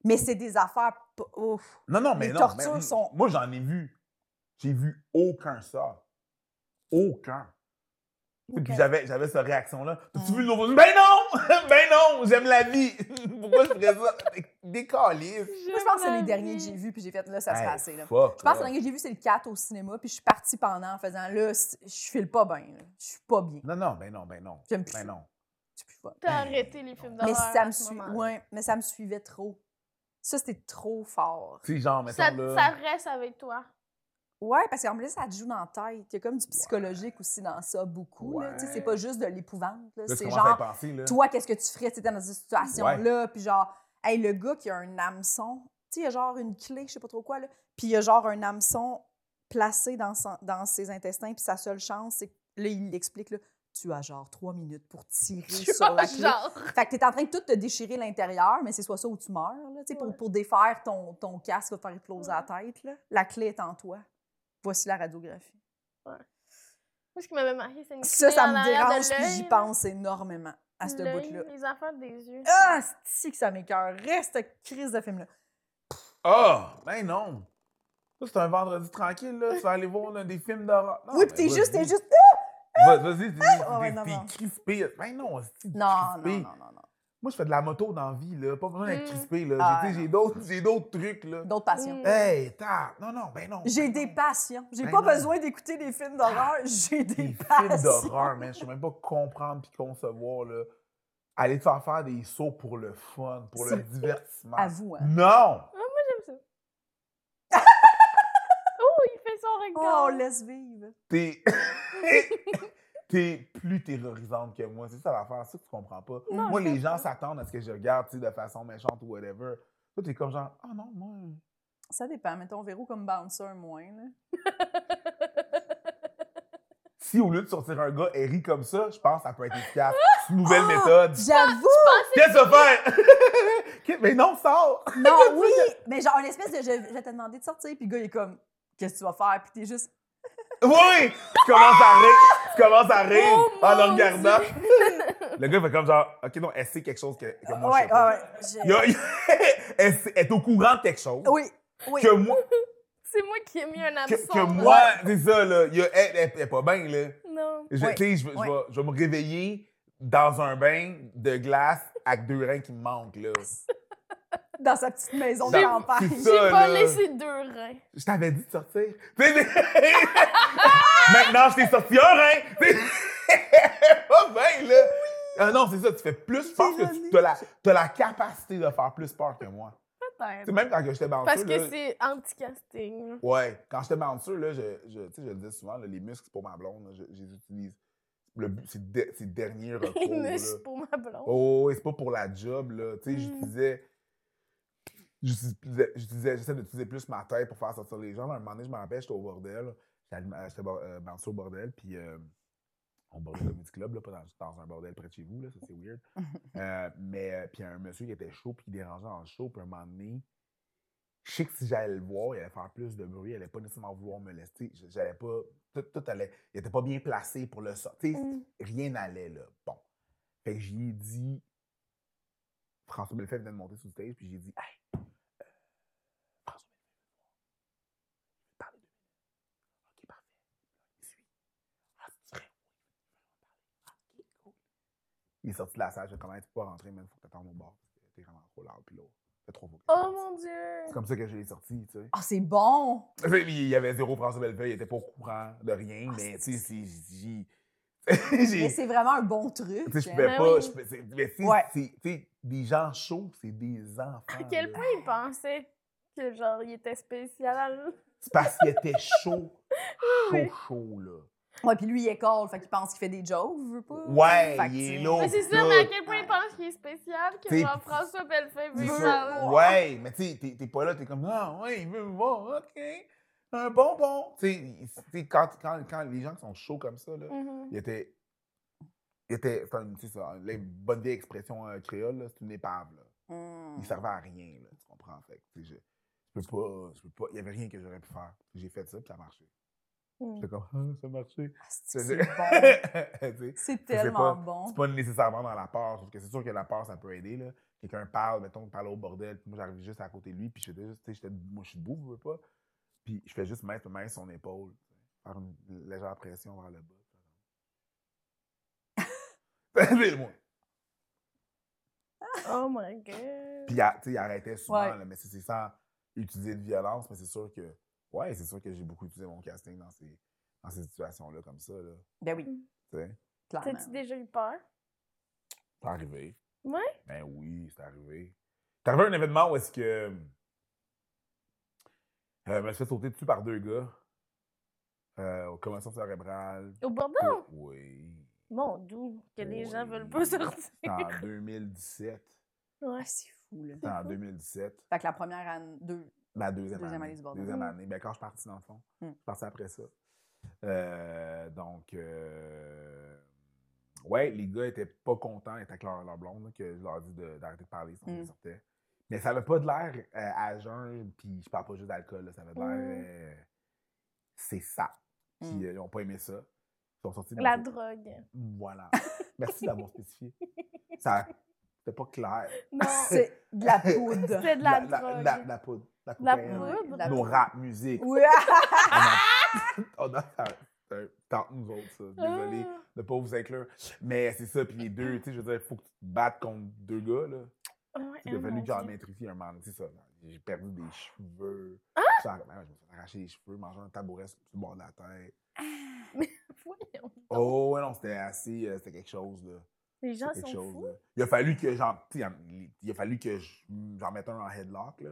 Speaker 2: Mais c'est des affaires. p- Ouf.
Speaker 4: Non non mais
Speaker 2: les
Speaker 4: non.
Speaker 2: tortures
Speaker 4: mais-
Speaker 2: sont-
Speaker 4: Moi j'en ai vu. J'ai vu aucun sort. Aucun. Puis j'avais j'avais cette réaction là. T'as-tu
Speaker 2: Mm.
Speaker 4: vu le nouveau film? Ben non, ben non, j'aime la vie. Pourquoi je ferais ça? Décalé.
Speaker 2: Moi, je pense que c'est les derniers que j'ai vus, puis j'ai fait là, ça se passait. Là. Je pense que le dernier que j'ai vu, c'est le 4 au cinéma, puis je suis partie pendant en faisant là, c- je file pas bien. là. Je suis pas bien.
Speaker 4: Non non ben non ben non.
Speaker 2: J'aime plus
Speaker 4: Ben
Speaker 2: ça.
Speaker 4: non.
Speaker 2: C'est plus fun.
Speaker 3: T'as arrêté les films
Speaker 2: Mais
Speaker 3: d'horreur.
Speaker 2: ça, me
Speaker 3: à ce
Speaker 2: sui-
Speaker 3: moment-là.
Speaker 2: ouais, mais ça me suivait trop. Ça, c'était trop fort.
Speaker 4: Tu sais genre mettons
Speaker 3: Ça,
Speaker 4: là.
Speaker 3: ça reste avec toi.
Speaker 2: Ouais, parce qu'en plus, ça te joue dans la tête. Il y a comme du psychologique aussi dans ça, beaucoup. là. Tu sais, C'est
Speaker 4: Ouais.
Speaker 2: pas juste de l'épouvante. là.
Speaker 4: Là, tu
Speaker 2: C'est
Speaker 4: commences à y
Speaker 2: genre,
Speaker 4: penser, là.
Speaker 2: toi, qu'est-ce que tu ferais tu sais, dans cette situation-là? Puis genre, hey, le gars qui a un hameçon, tu sais, il a genre une clé, je sais pas trop quoi, là, puis il a genre un hameçon placé dans, son- dans ses intestins, puis sa seule chance, c'est que là, il l'explique, là, tu as genre trois minutes pour tirer sur la clé.
Speaker 3: Genre.
Speaker 2: Fait que t'es en train de tout te déchirer l'intérieur, mais c'est soit ça ou tu meurs, là, tu sais, pour,
Speaker 3: Ouais.
Speaker 2: pour défaire ton, ton casque, va te faire exploser la tête, là. La clé est en toi. Voici la radiographie.
Speaker 3: Moi, ce qui m'avait marqué, c'est une
Speaker 2: Ça,
Speaker 3: clé
Speaker 2: ça
Speaker 3: en
Speaker 2: me
Speaker 3: arrière de
Speaker 2: dérange, puis
Speaker 3: l'œil,
Speaker 2: j'y
Speaker 3: là.
Speaker 2: pense énormément à ce
Speaker 3: L'œil,
Speaker 2: bout-là.
Speaker 3: Les affaires des yeux.
Speaker 2: Ah, si que ça m'écœure. Reste crise de film-là.
Speaker 4: Ah! Ben non! Ça, c'est un vendredi tranquille, là. Tu vas aller voir là, des films d'horreur. Non,
Speaker 2: oui, puis
Speaker 4: ben
Speaker 2: t'es juste, t'es
Speaker 4: vas-y.
Speaker 2: juste.
Speaker 4: Va- Vas-y, t'es-
Speaker 2: ouais,
Speaker 4: t'es-
Speaker 2: non, non.
Speaker 4: t'es crispé. Ben non, c'est
Speaker 2: Non, non,
Speaker 4: crispé.
Speaker 2: non, non, non.
Speaker 4: Moi, je fais de la moto dans la vie, là. Pas besoin d'être
Speaker 3: Mm.
Speaker 4: crispé, là.
Speaker 2: Ah,
Speaker 4: J'ai- tu
Speaker 2: non.
Speaker 4: sais, j'ai d'autres- J'ai d'autres trucs, là.
Speaker 2: D'autres passions.
Speaker 3: Mm.
Speaker 4: Hey, tard! Non, non, ben non.
Speaker 2: J'ai
Speaker 4: ben
Speaker 2: des
Speaker 4: non.
Speaker 2: passions. J'ai
Speaker 4: Ben
Speaker 2: pas
Speaker 4: non.
Speaker 2: besoin d'écouter des films d'horreur. J'ai
Speaker 4: Des
Speaker 2: des
Speaker 4: films
Speaker 2: passions.
Speaker 4: d'horreur, man. Je sais même pas comprendre puis concevoir, là. Aller te faire faire des sauts pour le fun, pour le
Speaker 2: C'est-
Speaker 4: divertissement.
Speaker 2: À vous,
Speaker 4: Mm.
Speaker 2: hein.
Speaker 4: Non!
Speaker 3: Ah, J'aime ça. oh, il fait son
Speaker 2: Oh,
Speaker 3: regard.
Speaker 2: laisse vivre.
Speaker 4: T'es. T'es plus terrorisante que moi. C'est ça l'affaire, c'est ça que tu comprends pas.
Speaker 3: Non,
Speaker 4: moi,
Speaker 3: je
Speaker 4: les
Speaker 3: comprends.
Speaker 4: gens s'attendent à ce que je regarde tu sais, de façon méchante ou whatever. Toi, t'es comme genre, ah non, moi.
Speaker 2: Ça dépend. Mettons Véro comme bouncer, moins. Là.
Speaker 4: Si au lieu de sortir un gars et rit comme ça, je pense que ça peut être efficace. C'est une
Speaker 2: Ah!
Speaker 4: nouvelle méthode.
Speaker 2: J'avoue!
Speaker 4: Qu'est-ce que ça fait? Mais non, sors!
Speaker 2: Non, oui! Mais genre, une espèce de je, je vais te demander de sortir, puis le gars, il est comme, qu'est-ce que tu vas faire? Puis t'es juste,
Speaker 4: Oui! Tu commences à rire! Tu commences à rire
Speaker 3: Oh,
Speaker 4: en le
Speaker 3: mon
Speaker 4: regardant. le gars fait comme genre, OK, non, elle sait quelque chose que, que moi, Ah, je sais
Speaker 2: ouais, ouais, je-
Speaker 4: pas. Il y a- il y a- elle, sait- elle est au courant de quelque chose.
Speaker 2: Oui, oui.
Speaker 4: Que moi,
Speaker 3: C'est moi qui ai mis un
Speaker 4: que,
Speaker 3: absent.
Speaker 4: que moi c'est ça, là. il y a- elle, elle- elle est pas bien, là.
Speaker 3: Non.
Speaker 4: Je,
Speaker 2: Ouais,
Speaker 4: tu sais, je, vais- je
Speaker 2: ouais.
Speaker 4: vais- je vais me réveiller dans un bain de glace avec deux reins qui me manquent, là.
Speaker 2: Dans sa petite maison de
Speaker 4: J'ai-
Speaker 2: campagne.
Speaker 4: Ça,
Speaker 3: Ah, J'ai pas
Speaker 4: là.
Speaker 3: laissé deux reins.
Speaker 4: Je t'avais dit de sortir. Tu sais, c'est- Maintenant, je t'ai sorti un rein. Tu sais, pas bien, là. Ah non, c'est ça, tu fais plus peur que tu as la, t'as la capacité de faire plus peur que moi. Tu sais, même quand que j'étais bouncer,
Speaker 3: Parce que
Speaker 4: là,
Speaker 3: c'est anti-casting.
Speaker 4: Ouais, quand j'étais bouncer, là, je, je, tu sais, je le dis souvent, là, les muscles pour ma blonde, là, je, je les utilise. Le but, c'est de- c'est le dernier recours.
Speaker 3: Les
Speaker 4: Oh, là.
Speaker 3: muscles pour ma blonde.
Speaker 4: Oh, ouais, c'est pas pour la job, là. Tu sais,
Speaker 3: Mm.
Speaker 4: j'utilisais. J'utilisais, j'utilisais- j'essaie d'utiliser plus ma tête pour faire sortir les gens. À un moment donné, je me rappelle, j'étais au bordel. J'allais m- J'étais bo- euh, bouncer au bordel, puis euh, au bordel Comedy Club, là, pas dans, dans un bordel près de chez vous, là, ça c'est weird. Euh, mais, euh, puis il y a un monsieur qui était chaud, puis il dérangeait en show, puis à un moment donné, je sais que si j'allais le voir, il allait faire plus de bruit, il allait pas nécessairement vouloir me laisser. J- J'allais pas. Tout, tout allait. Il était pas bien placé pour le sortir
Speaker 3: Mm.
Speaker 4: rien n'allait là. Bon. Fait que j'y ai dit. François Bellefeuille venait de monter sur le stage, puis j'ai dit Hey, euh, François Bellefeuille, parlez de Ok, parfait. Il suit. Ah, c'est vrai. Ah, ok, cool. Il est sorti de la salle, je comment tu peux pas rentrer, mais il faut que t'attendes au bord. parce que T'es vraiment trop lourd, puis là, t'es trop beau.
Speaker 3: Oh mon dieu!
Speaker 4: C'est comme ça que je l'ai sorti, tu sais.
Speaker 2: Ah, c'est bon!
Speaker 4: Tu sais, Il y avait zéro François Bellefeuille, il était pas au courant de rien,
Speaker 2: Ah,
Speaker 4: mais
Speaker 2: c'est-
Speaker 4: tu sais, c'est- j'ai. j'ai-
Speaker 2: Mais c'est vraiment un bon truc.
Speaker 4: tu sais, je
Speaker 2: hein.
Speaker 4: pouvais
Speaker 3: Ben
Speaker 4: pas.
Speaker 3: oui.
Speaker 4: je peux- c'est- mais tu sais,
Speaker 2: Ouais.
Speaker 4: c'est- tu sais, des gens chauds, c'est des enfants.
Speaker 3: À quel
Speaker 4: là.
Speaker 3: point il pensait que genre il était spécial?
Speaker 4: C'est parce qu'il était chaud.
Speaker 3: Oui.
Speaker 4: Chaud, chaud, là.
Speaker 2: Ouais, puis lui, il est cold, fait qu'il pense qu'il fait des jokes, je veux pas.
Speaker 4: Ouais,
Speaker 2: Fait que
Speaker 4: il est
Speaker 2: tu-
Speaker 4: lourd.
Speaker 3: Mais c'est ça,
Speaker 4: Oh, God.
Speaker 3: mais à quel point il pense qu'il est spécial que
Speaker 4: T'sais,
Speaker 3: genre François Bellefeuille
Speaker 4: C'est
Speaker 3: veut
Speaker 4: ça.
Speaker 3: savoir?
Speaker 4: Ouais, mais tu sais, t'es- t'es pas là, t'es comme, ah, ouais, il veut me voir, OK. Un bonbon. Tu sais, il- tu sais, quand, quand, quand les gens qui sont chauds comme ça, là,
Speaker 3: Mhm.
Speaker 4: il était. Il était. c'est un- tu sais, ça, la bonne vieille expression euh, créole, là, c'est une épave, là.
Speaker 2: Hmm.
Speaker 3: Mm.
Speaker 4: il servait à rien, là, tu comprends? Fait que, tu sais, je, je peux pas, je peux pas, il y avait rien que j'aurais pu faire. J'ai fait ça, puis ça a marché.
Speaker 3: Mm.
Speaker 4: J'étais comme, ah, ça a marché.
Speaker 2: Ah,
Speaker 4: Tu
Speaker 2: c'est-
Speaker 4: sais,
Speaker 2: C'est bon.
Speaker 4: tu sais,
Speaker 2: C'est
Speaker 4: sais
Speaker 2: tellement
Speaker 4: pas.
Speaker 2: bon.
Speaker 4: c'est pas nécessairement dans la part, parce que c'est sûr que la part, ça peut aider, là. Quelqu'un parle, mettons, il parle au bordel, puis moi, j'arrive juste à côté de lui, puis je fais juste, tu sais, j'étais- moi, je suis debout, je veux pas. Puis je fais juste mettre ma main sur son épaule, faire une légère pression vers le bas. Moi.
Speaker 3: Oh my god!
Speaker 4: Puis il a- tu sais, il arrêtait souvent,
Speaker 2: Ouais.
Speaker 4: là, mais c'est c'est sans utiliser de violence, mais c'est sûr que. Ouais, c'est sûr que j'ai beaucoup utilisé mon casting dans ces, dans ces situations-là, comme ça. Là.
Speaker 2: Ben oui,
Speaker 4: Tu sais,
Speaker 2: clairement.
Speaker 3: T'as-tu déjà eu peur?
Speaker 4: c'est arrivé.
Speaker 3: Ouais?
Speaker 4: Ben oui, c'est arrivé. C'est arrivé à un événement où est-ce que. euh, je me suis fait sauter dessus par deux gars. Euh, aux commotions cérébrales.
Speaker 3: Au bordel?
Speaker 4: Oui.
Speaker 3: Mon doux, que les gens
Speaker 4: Oui.
Speaker 3: veulent pas sortir.
Speaker 4: C'était en 2017.
Speaker 3: Ouais.
Speaker 2: Ah, c'est fou, là.
Speaker 4: C'était en 2017.
Speaker 2: Fait que la première année, deux.
Speaker 4: Ma deuxième,
Speaker 2: Deuxième
Speaker 4: année.
Speaker 2: année du bordel.
Speaker 4: Deuxième
Speaker 3: Mm.
Speaker 4: année. Ben, quand je suis parti, dans le fond.
Speaker 2: Mm.
Speaker 3: Hmm.
Speaker 4: Je suis parti après ça. Euh, donc, euh, ouais, les gars étaient pas contents, ils étaient avec leur, leur blonde, là, que je leur dis de- d'arrêter de, parler, sinon
Speaker 3: Hmm.
Speaker 2: Mm.
Speaker 4: ils sortaient. Mais ça avait pas de l'air euh, à jeun, puis je parle pas juste d'alcool, là, ça avait de l'air.
Speaker 3: Mm.
Speaker 4: euh, c'est ça. Puis
Speaker 2: Mm.
Speaker 4: euh, ils ont pas aimé ça. Ils sont sortis. ils
Speaker 3: Hmm.
Speaker 4: m'ont
Speaker 3: La
Speaker 4: dit,
Speaker 3: drogue.
Speaker 4: Voilà. Merci d'avoir spécifié. Ça, c'était pas clair.
Speaker 3: Non, c'est
Speaker 2: C'est de la poudre.
Speaker 3: de la,
Speaker 4: la,
Speaker 3: drogue.
Speaker 4: la, la poudre. La
Speaker 3: La
Speaker 4: cocaïne.
Speaker 3: poudre?
Speaker 2: La
Speaker 4: Nos
Speaker 2: poudre.
Speaker 4: rap musique.
Speaker 2: Ouais.
Speaker 4: On a- on a ça- ça- tant que nous autres, ça. Désolé
Speaker 3: Ah.
Speaker 4: de pas vous inclure. Mais c'est ça, puis les deux, tu sais, je veux dire, il faut que tu te battes contre deux gars, là.
Speaker 3: Ah ouais,
Speaker 4: Il a
Speaker 3: oh
Speaker 4: fallu
Speaker 3: mon
Speaker 4: que j'en
Speaker 3: Dieu. Ah!
Speaker 4: maîtrise un moment, donné, c'est ça. J'ai perdu des cheveux. Ça, ben ouais, je me suis arraché les cheveux, mangeant un tabouret sur le bord de la tête.
Speaker 3: Voyons. Ah!
Speaker 4: Oh, ouais, non, c'était assez, euh, c'était quelque chose, là.
Speaker 3: Les gens
Speaker 4: quelque
Speaker 3: Ah, sont
Speaker 4: chose,
Speaker 3: fous.
Speaker 4: là. Il a fallu que j'en, tu sais, il- il a fallu que je- j'en mette un en headlock, là,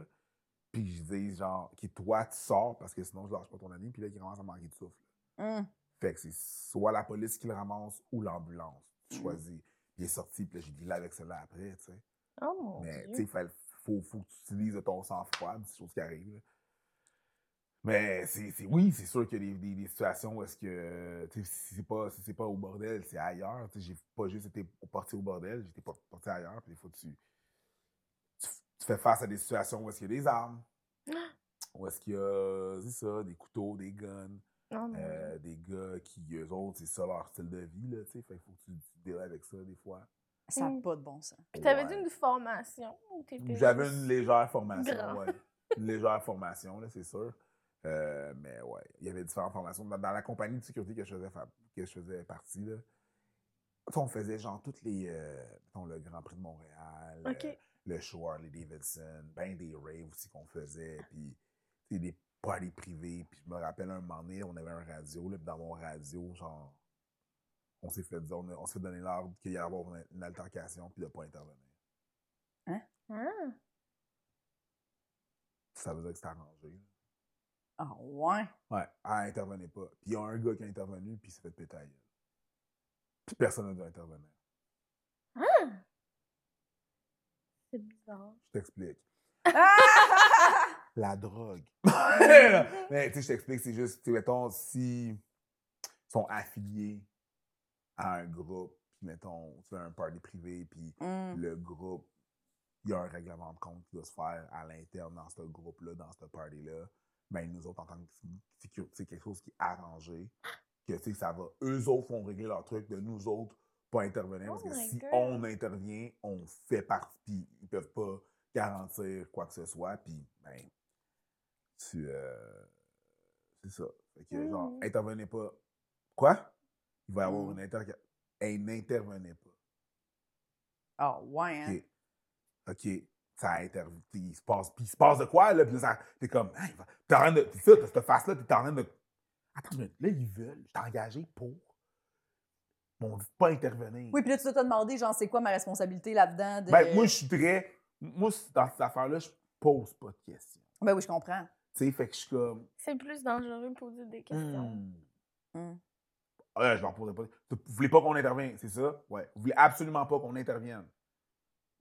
Speaker 4: puis que je dise, genre, qui toi, tu sors, parce que sinon, je lâche pas ton ami, puis là, il commence à manquer de souffle.
Speaker 2: Hum.
Speaker 4: Fait que c'est soit la police qui le ramasse ou l'ambulance.
Speaker 3: Mm.
Speaker 4: Tu choisis. Il est sorti, puis là, j'ai dit là avec cela après, tu sais.
Speaker 3: Oh mon
Speaker 4: Mais, tu
Speaker 3: dieu.
Speaker 4: sais, il faut, faut, faut que tu utilises ton sang-froid, c'est des choses qui arrivent. là. Mais c'est, c'est- oui, c'est sûr qu'il y a des, des- des situations où est-ce que, euh, tu sais, si c'est pas, si c'est pas au bordel, c'est ailleurs. Tu sais, j'ai pas juste été porté au bordel, j'étais pas porté ailleurs. Puis des fois, tu, tu, tu fais face à des situations où est-ce qu'il y a des armes,
Speaker 3: Ah!
Speaker 4: où est-ce qu'il y a, c'est ça, des couteaux, des guns.
Speaker 3: Oh mon dieu.
Speaker 4: Euh, des gars qui, eux autres, c'est ça leur style de vie, là, tu sais. Fait que faut que tu, tu deals avec ça, des fois.
Speaker 2: Ça n'a
Speaker 3: Hum.
Speaker 2: pas de bon sens.
Speaker 3: Puis t'avais
Speaker 4: Ouais.
Speaker 3: dit une formation ou t'étais
Speaker 4: euh, J'avais
Speaker 3: juste-
Speaker 4: une légère formation,
Speaker 3: Grand.
Speaker 4: ouais. Une légère formation, là, c'est sûr. Euh, mais ouais, il y avait différentes formations. Dans, dans la compagnie de sécurité que je faisais, fa- que je faisais partie, là, tu sais, on faisait genre toutes les. euh, mettons, le Grand Prix de Montréal,
Speaker 3: Ok.
Speaker 4: euh, le show Harley Davidson, ben des raves aussi qu'on faisait, puis tu sais, des parties privées. Puis je me rappelle un moment donné, on avait un radio, là, puis dans mon radio, genre, on s'est fait dire, on, a- on s'est fait donner l'ordre qu'il y allait avoir une, une altercation, puis de pas intervenir.
Speaker 3: Ah.
Speaker 4: Ça veut dire que c'était arrangé. là.
Speaker 2: Ah ouais.
Speaker 4: Ouais, elle intervenait pas. Puis il y a un gars qui a intervenu, puis il s'est fait péter à la gueule. Puis personne n'a dû intervenir.
Speaker 3: Ah. C'est bizarre.
Speaker 4: Je t'explique.
Speaker 2: Ah!
Speaker 4: La drogue. Mais tu sais, je t'explique, c'est juste, tu sais, mettons, si ils sont affiliés à un groupe, puis mettons, tu fais un party privé, puis
Speaker 3: Mm.
Speaker 2: Hum.
Speaker 4: le groupe, il y a un règlement de compte qui doit se faire à l'interne dans ce groupe-là, dans ce party-là. Ben, nous autres, en tant que sécurité, c'est quelque chose qui est arrangé, que tu sais, ça va. Eux autres vont régler leur truc, de nous autres, pas intervenir, parce
Speaker 3: Oh
Speaker 4: que
Speaker 3: my
Speaker 4: si
Speaker 3: God.
Speaker 4: on intervient, on fait partie, puis ils peuvent pas garantir quoi que ce soit, puis ben, tu. euh, c'est ça. Fait que, genre,
Speaker 3: Mhm.
Speaker 4: intervenez pas. Quoi? Il va y avoir
Speaker 3: Mm.
Speaker 2: Mhm.
Speaker 4: une inter... Hey, n'intervenez pas.
Speaker 2: Ah ouais, hein.
Speaker 4: OK. OK. Ça a intervenu. Il se passe, puis il se passe de quoi, là? Puis là, ça- t'es comme, hey, va- t'es en train de. Puis ça, t'as cette face-là, t'es en train de. Attends une minute, là, ils veulent. Je t'ai engagé pour. Mais on dit de pas intervenir.
Speaker 2: Oui, puis là, tu dois te demander, genre, c'est quoi ma responsabilité là-dedans? De...
Speaker 4: Ben, moi, je suis très. Moi, c'est- dans cette affaire-là, je pose pas de questions.
Speaker 2: Ben oui, je comprends.
Speaker 4: Tu sais, fait que je suis comme.
Speaker 3: C'est plus dangereux de poser des questions.
Speaker 4: Hmm.
Speaker 2: Hmm.
Speaker 4: Ah, là, je leur poserai pas. Vous voulez pas qu'on intervienne, c'est ça? Ouais. Vous voulez absolument pas qu'on intervienne.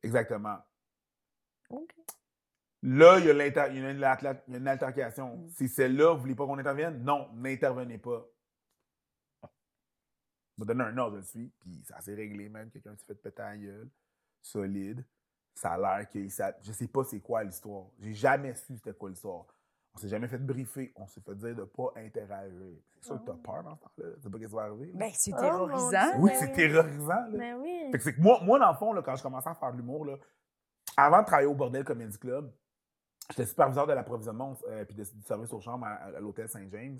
Speaker 4: Exactement. Mmh.
Speaker 3: Ok.
Speaker 4: Là, il y a l'inter- il y a une, atla- il y a une altercation.
Speaker 2: Mm.
Speaker 4: C'est celle-là, vous voulez pas qu'on intervienne? Non, n'intervenez pas. Je me donne un ordre, je le suis, puis ça s'est réglé même. Quelqu'un s'est fait péter à la gueule. Solide. Ça a l'air qu'il s'a- Je sais pas c'est quoi l'histoire. J'ai jamais su c'était quoi l'histoire. On s'est jamais fait briefer. On s'est fait dire de pas interagir. C'est sûr que t'as
Speaker 3: Oh.
Speaker 4: peur dans ce temps-là. Tu sais pas ce qui va arriver. là.
Speaker 2: Ben, c'est
Speaker 3: Oh,
Speaker 2: terrorisant.
Speaker 3: mon
Speaker 4: oui,
Speaker 3: ben
Speaker 4: c'est
Speaker 3: oui.
Speaker 4: terrorisant. Là.
Speaker 3: Mais Ben oui.
Speaker 4: Fait que c'est que moi, moi, dans le fond, là, quand je commençais à faire de l'humour, là, avant de travailler au Bordel Comedy Club, j'étais superviseur de l'approvisionnement et puis de- du service aux chambres à, à l'hôtel Saint-James.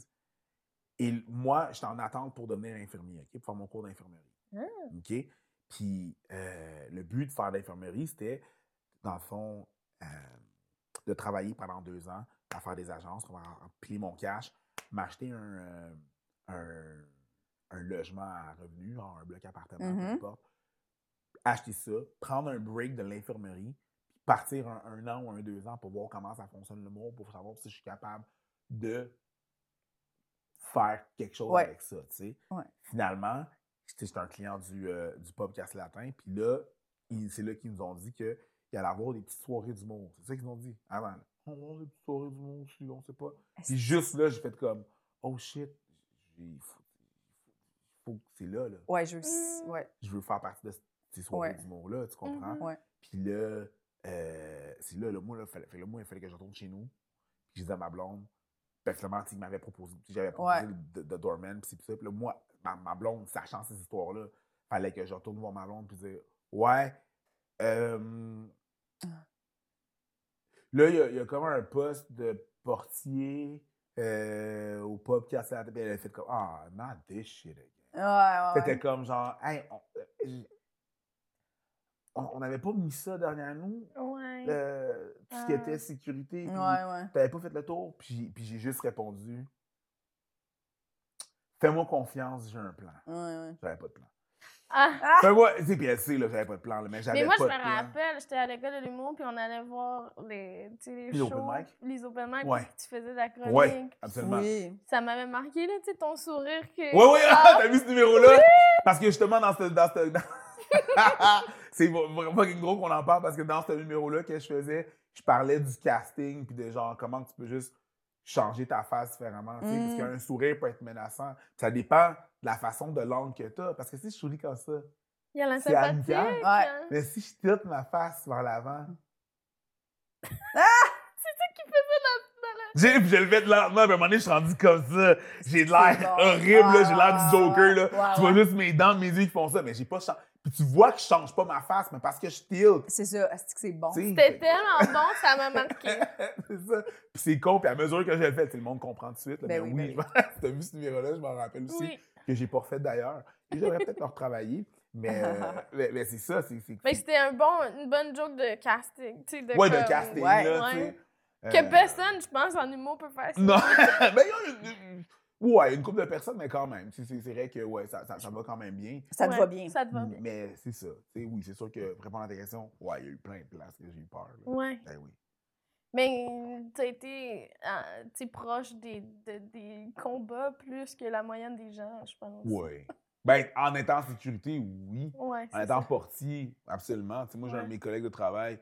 Speaker 4: Et l- moi, j'étais en attente pour devenir infirmier, OK, pour faire mon cours d'infirmerie.
Speaker 3: Ah.
Speaker 4: OK? Puis euh, le but de faire de l'infirmerie, c'était, dans le fond, euh, de travailler pendant deux ans à faire des agences, pour en- empiler mon cash, m'acheter un, euh, un, un logement à revenus, genre un bloc appartement, peu
Speaker 2: Mhm.
Speaker 4: importe, acheter ça, prendre un break de l'infirmerie, puis partir un, un an ou un deux ans pour voir comment ça fonctionne le monde, pour savoir si je suis capable de faire quelque chose
Speaker 2: Ouais.
Speaker 4: avec ça, tu sais.
Speaker 2: Ouais.
Speaker 4: Finalement, j'étais j'étais un client du, euh, du podcast latin, puis là, ils- c'est là qu'ils nous ont dit que il allait avoir des petites soirées du monde. C'est ça qu'ils ont dit avant. là. On va avoir des petites soirées du monde, si on sait pas. Puis juste là, j'ai fait comme Oh shit, il faut, il faut que c'est là, là.
Speaker 2: Ouais, je sais.
Speaker 3: Hmm.
Speaker 2: Ouais.
Speaker 4: Je veux faire partie de ces soirées
Speaker 2: Ouais.
Speaker 4: du monde-là, tu comprends?
Speaker 3: Mhm.
Speaker 2: Ouais.
Speaker 4: Puis là, euh, c'est là, le moi, là, fallait, fait que là, moi, il fallait que je retourne chez nous. Puis je disais à ma blonde, ben finalement, tu sais, il m'avait proposé, puis j'avais proposé
Speaker 2: Ouais.
Speaker 4: de, de Doorman, puis c'est ça. Puis là, moi, ma, ma blonde, sachant ces histoires-là, fallait que je retourne voir ma blonde, puis dire, ouais, euh, là, il y, a- il y a comme un poste de portier euh, au pub qui a Puis elle a fait comme, ah, not this shit again.
Speaker 2: Ouais, ouais,
Speaker 4: C'était
Speaker 2: ouais.
Speaker 4: comme genre, hey, on- euh, j- on on n'avait pas mis ça derrière nous,
Speaker 3: Ouais.
Speaker 4: euh, tout ce qui
Speaker 3: Ah.
Speaker 4: était sécurité.
Speaker 2: Ouais,
Speaker 4: puis
Speaker 2: ouais.
Speaker 4: T'avais pas fait le tour, puis, puis j'ai juste répondu, fais-moi confiance, j'ai un plan.
Speaker 2: Ouais, ouais.
Speaker 4: J'avais pas de plan.
Speaker 3: Ah.
Speaker 4: Fait que moi, tu sais, puis elle sait, là, j'avais pas de plan, là, mais j'avais
Speaker 3: Mais moi,
Speaker 4: pas
Speaker 3: je
Speaker 4: de
Speaker 3: me
Speaker 4: plan.
Speaker 3: rappelle, j'étais à l'école de l'humour, puis on allait voir les, tu sais, les,
Speaker 4: Les
Speaker 3: shows,
Speaker 4: open mic.
Speaker 3: les open mic,
Speaker 4: Ouais.
Speaker 3: puis tu faisais de la chronique.
Speaker 4: Ouais, absolument. Oui,
Speaker 2: Oui.
Speaker 3: Ça m'avait marqué, là, tu sais, ton sourire que...
Speaker 4: oui, ah,
Speaker 3: Ah,
Speaker 4: t'as vu ce numéro-là? Parce que justement, dans ce. Dans ce dans- C'est vraiment fucking gros qu'on en parle parce que dans ce numéro-là que je faisais, je parlais du casting puis de genre comment tu peux juste changer ta face différemment. tu sais, Parce
Speaker 2: Mm.
Speaker 4: qu'un sourire peut être menaçant. Ça dépend de la façon de langue que t'as. Parce que si je souris comme ça,
Speaker 3: Il y a la
Speaker 4: C'est amical.
Speaker 3: sympathique.
Speaker 4: Ouais.
Speaker 3: hein.
Speaker 4: mais si je tilte ma face vers l'avant,
Speaker 2: Ah!
Speaker 4: J'ai, puis je le fais de lentement, puis à un moment donné, je suis rendu comme ça. J'ai de l'air
Speaker 2: C'est bon.
Speaker 4: horrible, là, j'ai l'air
Speaker 2: Ah,
Speaker 4: du Joker. Là.
Speaker 2: ouais,
Speaker 4: tu vois
Speaker 2: ouais.
Speaker 4: juste mes dents, mes yeux qui font ça, mais j'ai pas changé. Puis tu vois que je change pas ma face, mais parce que je tilt.
Speaker 2: C'est ça. Est-ce que c'est bon?
Speaker 4: tu sais.
Speaker 3: C'était tellement bon, ça m'a marqué.
Speaker 4: c'est ça. Puis c'est con, puis à mesure que je le fais, tout le monde comprend tout de suite. là,
Speaker 2: Ben oui,
Speaker 4: mais oui,
Speaker 2: ben
Speaker 4: je m'en- t'as vu ce numéro-là, je m'en rappelle aussi,
Speaker 3: Oui.
Speaker 4: que j'ai pas refait d'ailleurs. Et j'aimerais peut-être le retravailler, mais, euh, mais, mais c'est ça. C'est, c'est-
Speaker 3: Mais c'était un bon, une bonne joke de casting, tu sais, de
Speaker 4: ouais,
Speaker 3: comme-
Speaker 4: de casting,
Speaker 2: Ouais.
Speaker 4: là, tu
Speaker 3: Ouais.
Speaker 4: sais.
Speaker 3: Que
Speaker 4: Euh,
Speaker 3: personne, je pense, en humour peut faire ça.
Speaker 4: Non, ben, il y a une, ouais, une couple de personnes, mais quand même. Tu sais, C'est c'est vrai que ouais, ça, ça, ça va quand même bien.
Speaker 2: Ça te
Speaker 3: Ouais,
Speaker 2: va bien.
Speaker 3: Ça te va bien.
Speaker 4: Mais c'est ça. Tu sais, oui, c'est sûr que pour répondre à ta question, ouais, il y a eu plein de places que j'ai eu peur. là.
Speaker 3: Ouais.
Speaker 4: Ben oui.
Speaker 3: Mais t'as été euh, tu sais, proche des, de- des combats plus que la moyenne des gens, je pense.
Speaker 4: Ouais. Ben, en étant en sécurité, oui.
Speaker 3: Ouais,
Speaker 4: En
Speaker 3: c'est
Speaker 4: étant
Speaker 3: ça.
Speaker 4: portier, absolument. Tu sais, moi, j'ai un de
Speaker 3: Ouais.
Speaker 4: mes collègues de travail,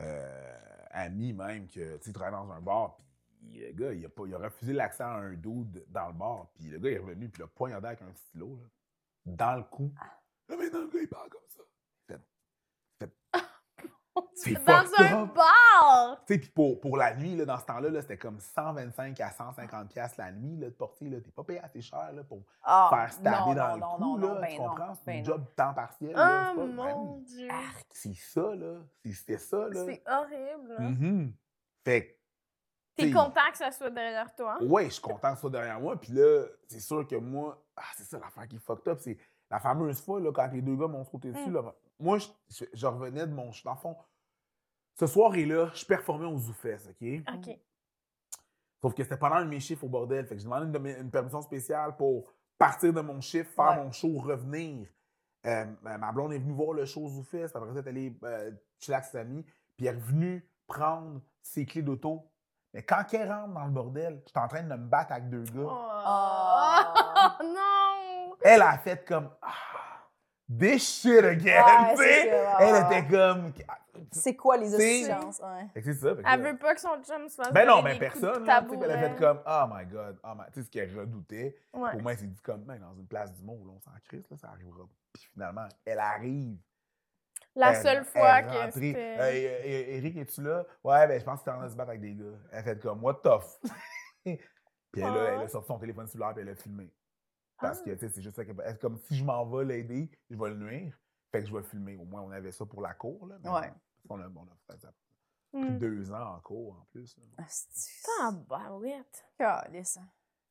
Speaker 4: euh, amis même, que tu sais, il travaille dans un bar, puis le gars, il a, pas, il a refusé l'accès à un dude dans le bar, puis le gars est revenu, puis il a poignardé avec un stylo, là, dans le cou.
Speaker 2: Ah.
Speaker 4: Là, maintenant, le gars, il parle comme ça. C'est
Speaker 3: Dans
Speaker 4: fucked
Speaker 3: un
Speaker 4: up.
Speaker 3: bar!
Speaker 4: Tu sais, puis pour, pour la nuit, là, dans ce temps-là, là, c'était comme 125 à 150 piastres la nuit, là, de portier, là. T'es pas payé assez cher, là, pour
Speaker 2: Ah,
Speaker 4: faire stabber
Speaker 2: non,
Speaker 4: dans
Speaker 2: non,
Speaker 4: le
Speaker 2: non,
Speaker 4: cou,
Speaker 2: non,
Speaker 4: là,
Speaker 2: non, ben
Speaker 4: tu
Speaker 2: non,
Speaker 4: comprends? C'est
Speaker 2: ben
Speaker 4: un
Speaker 2: non.
Speaker 4: job temps partiel, là,
Speaker 3: Ah,
Speaker 4: c'est pas- ben
Speaker 3: mon
Speaker 4: oui.
Speaker 3: Dieu!
Speaker 4: C'est ça, là. C'est- C'était ça, là.
Speaker 3: C'est horrible. là.
Speaker 4: Mhm. Fait
Speaker 3: T'es
Speaker 4: t'sais-
Speaker 3: content que ça soit derrière toi?
Speaker 4: que, ouais, je suis content que ce soit derrière moi. Puis là, c'est sûr que moi, ah, c'est ça l'affaire qui est fucked up. C'est la fameuse fois, là, quand les deux gars m'ont sauté dessus,
Speaker 3: Mm.
Speaker 4: là, moi, je, je- je revenais de mon. Dans le fond, ce soir-là, je performais au Zoufest, OK?
Speaker 3: OK.
Speaker 4: Sauf que c'était pendant un de mes chiffres au bordel. Fait que j'ai demandé une, de mes- une permission spéciale pour partir de mon chiffre, faire
Speaker 2: Ouais.
Speaker 4: mon show, revenir. Euh, ma ma blonde est venue voir le show Zoufest, puis après ça, elle est allée euh, chiller avec ses amis, puis elle est revenue prendre ses clés d'auto. Mais quand elle rentre dans le bordel, j'étais en train de me battre avec deux gars.
Speaker 3: Oh,
Speaker 2: Ah.
Speaker 3: non!
Speaker 4: Elle a fait comme Ah, This shit again!
Speaker 2: Ouais,
Speaker 4: tu
Speaker 2: c'est
Speaker 4: sais.
Speaker 2: ça, ouais,
Speaker 4: elle
Speaker 2: ouais,
Speaker 4: était comme.
Speaker 2: C'est quoi les
Speaker 4: T'sais-
Speaker 2: exigences? Ouais.
Speaker 4: Fait que c'est ça. fait que
Speaker 3: Elle
Speaker 4: là-
Speaker 3: veut pas que son chum se fasse
Speaker 4: Ben non,
Speaker 3: donner
Speaker 4: ben
Speaker 3: des coups de
Speaker 4: personne. là, tu sais, puis elle a fait
Speaker 3: tabouret.
Speaker 4: comme Oh my god, oh my- tu sais ce qu'elle redoutait.
Speaker 3: Ouais.
Speaker 4: Pour moi, elle s'est dit comme, ben, dans une place du monde, là, on s'en crisse, là, ça arrivera. Puis finalement, elle arrive.
Speaker 3: La
Speaker 4: Elle-
Speaker 3: seule
Speaker 4: elle
Speaker 3: fois
Speaker 4: est
Speaker 3: que
Speaker 4: rentrée.
Speaker 3: c'était-
Speaker 4: Euh, Eh, eh, Eric, es-tu là? Ouais, ben, je pense que t'es en train de se battre avec des gars. Elle fait comme, what the f? Puis elle, a-
Speaker 3: Ah.
Speaker 4: elle a sorti son téléphone cellulaire puis elle a filmé. Parce que, tu sais, c'est juste ça qu'elle elle- comme si je m'en vais l'aider, je vais le nuire. Fait que je vais le filmer. Au moins, on avait ça pour la cour, là. mais
Speaker 2: Ouais.
Speaker 4: On a, on a fait ça pris
Speaker 3: Hmm.
Speaker 4: deux ans en cours, en plus. là.
Speaker 3: Ah, bah oui.
Speaker 2: Calisse.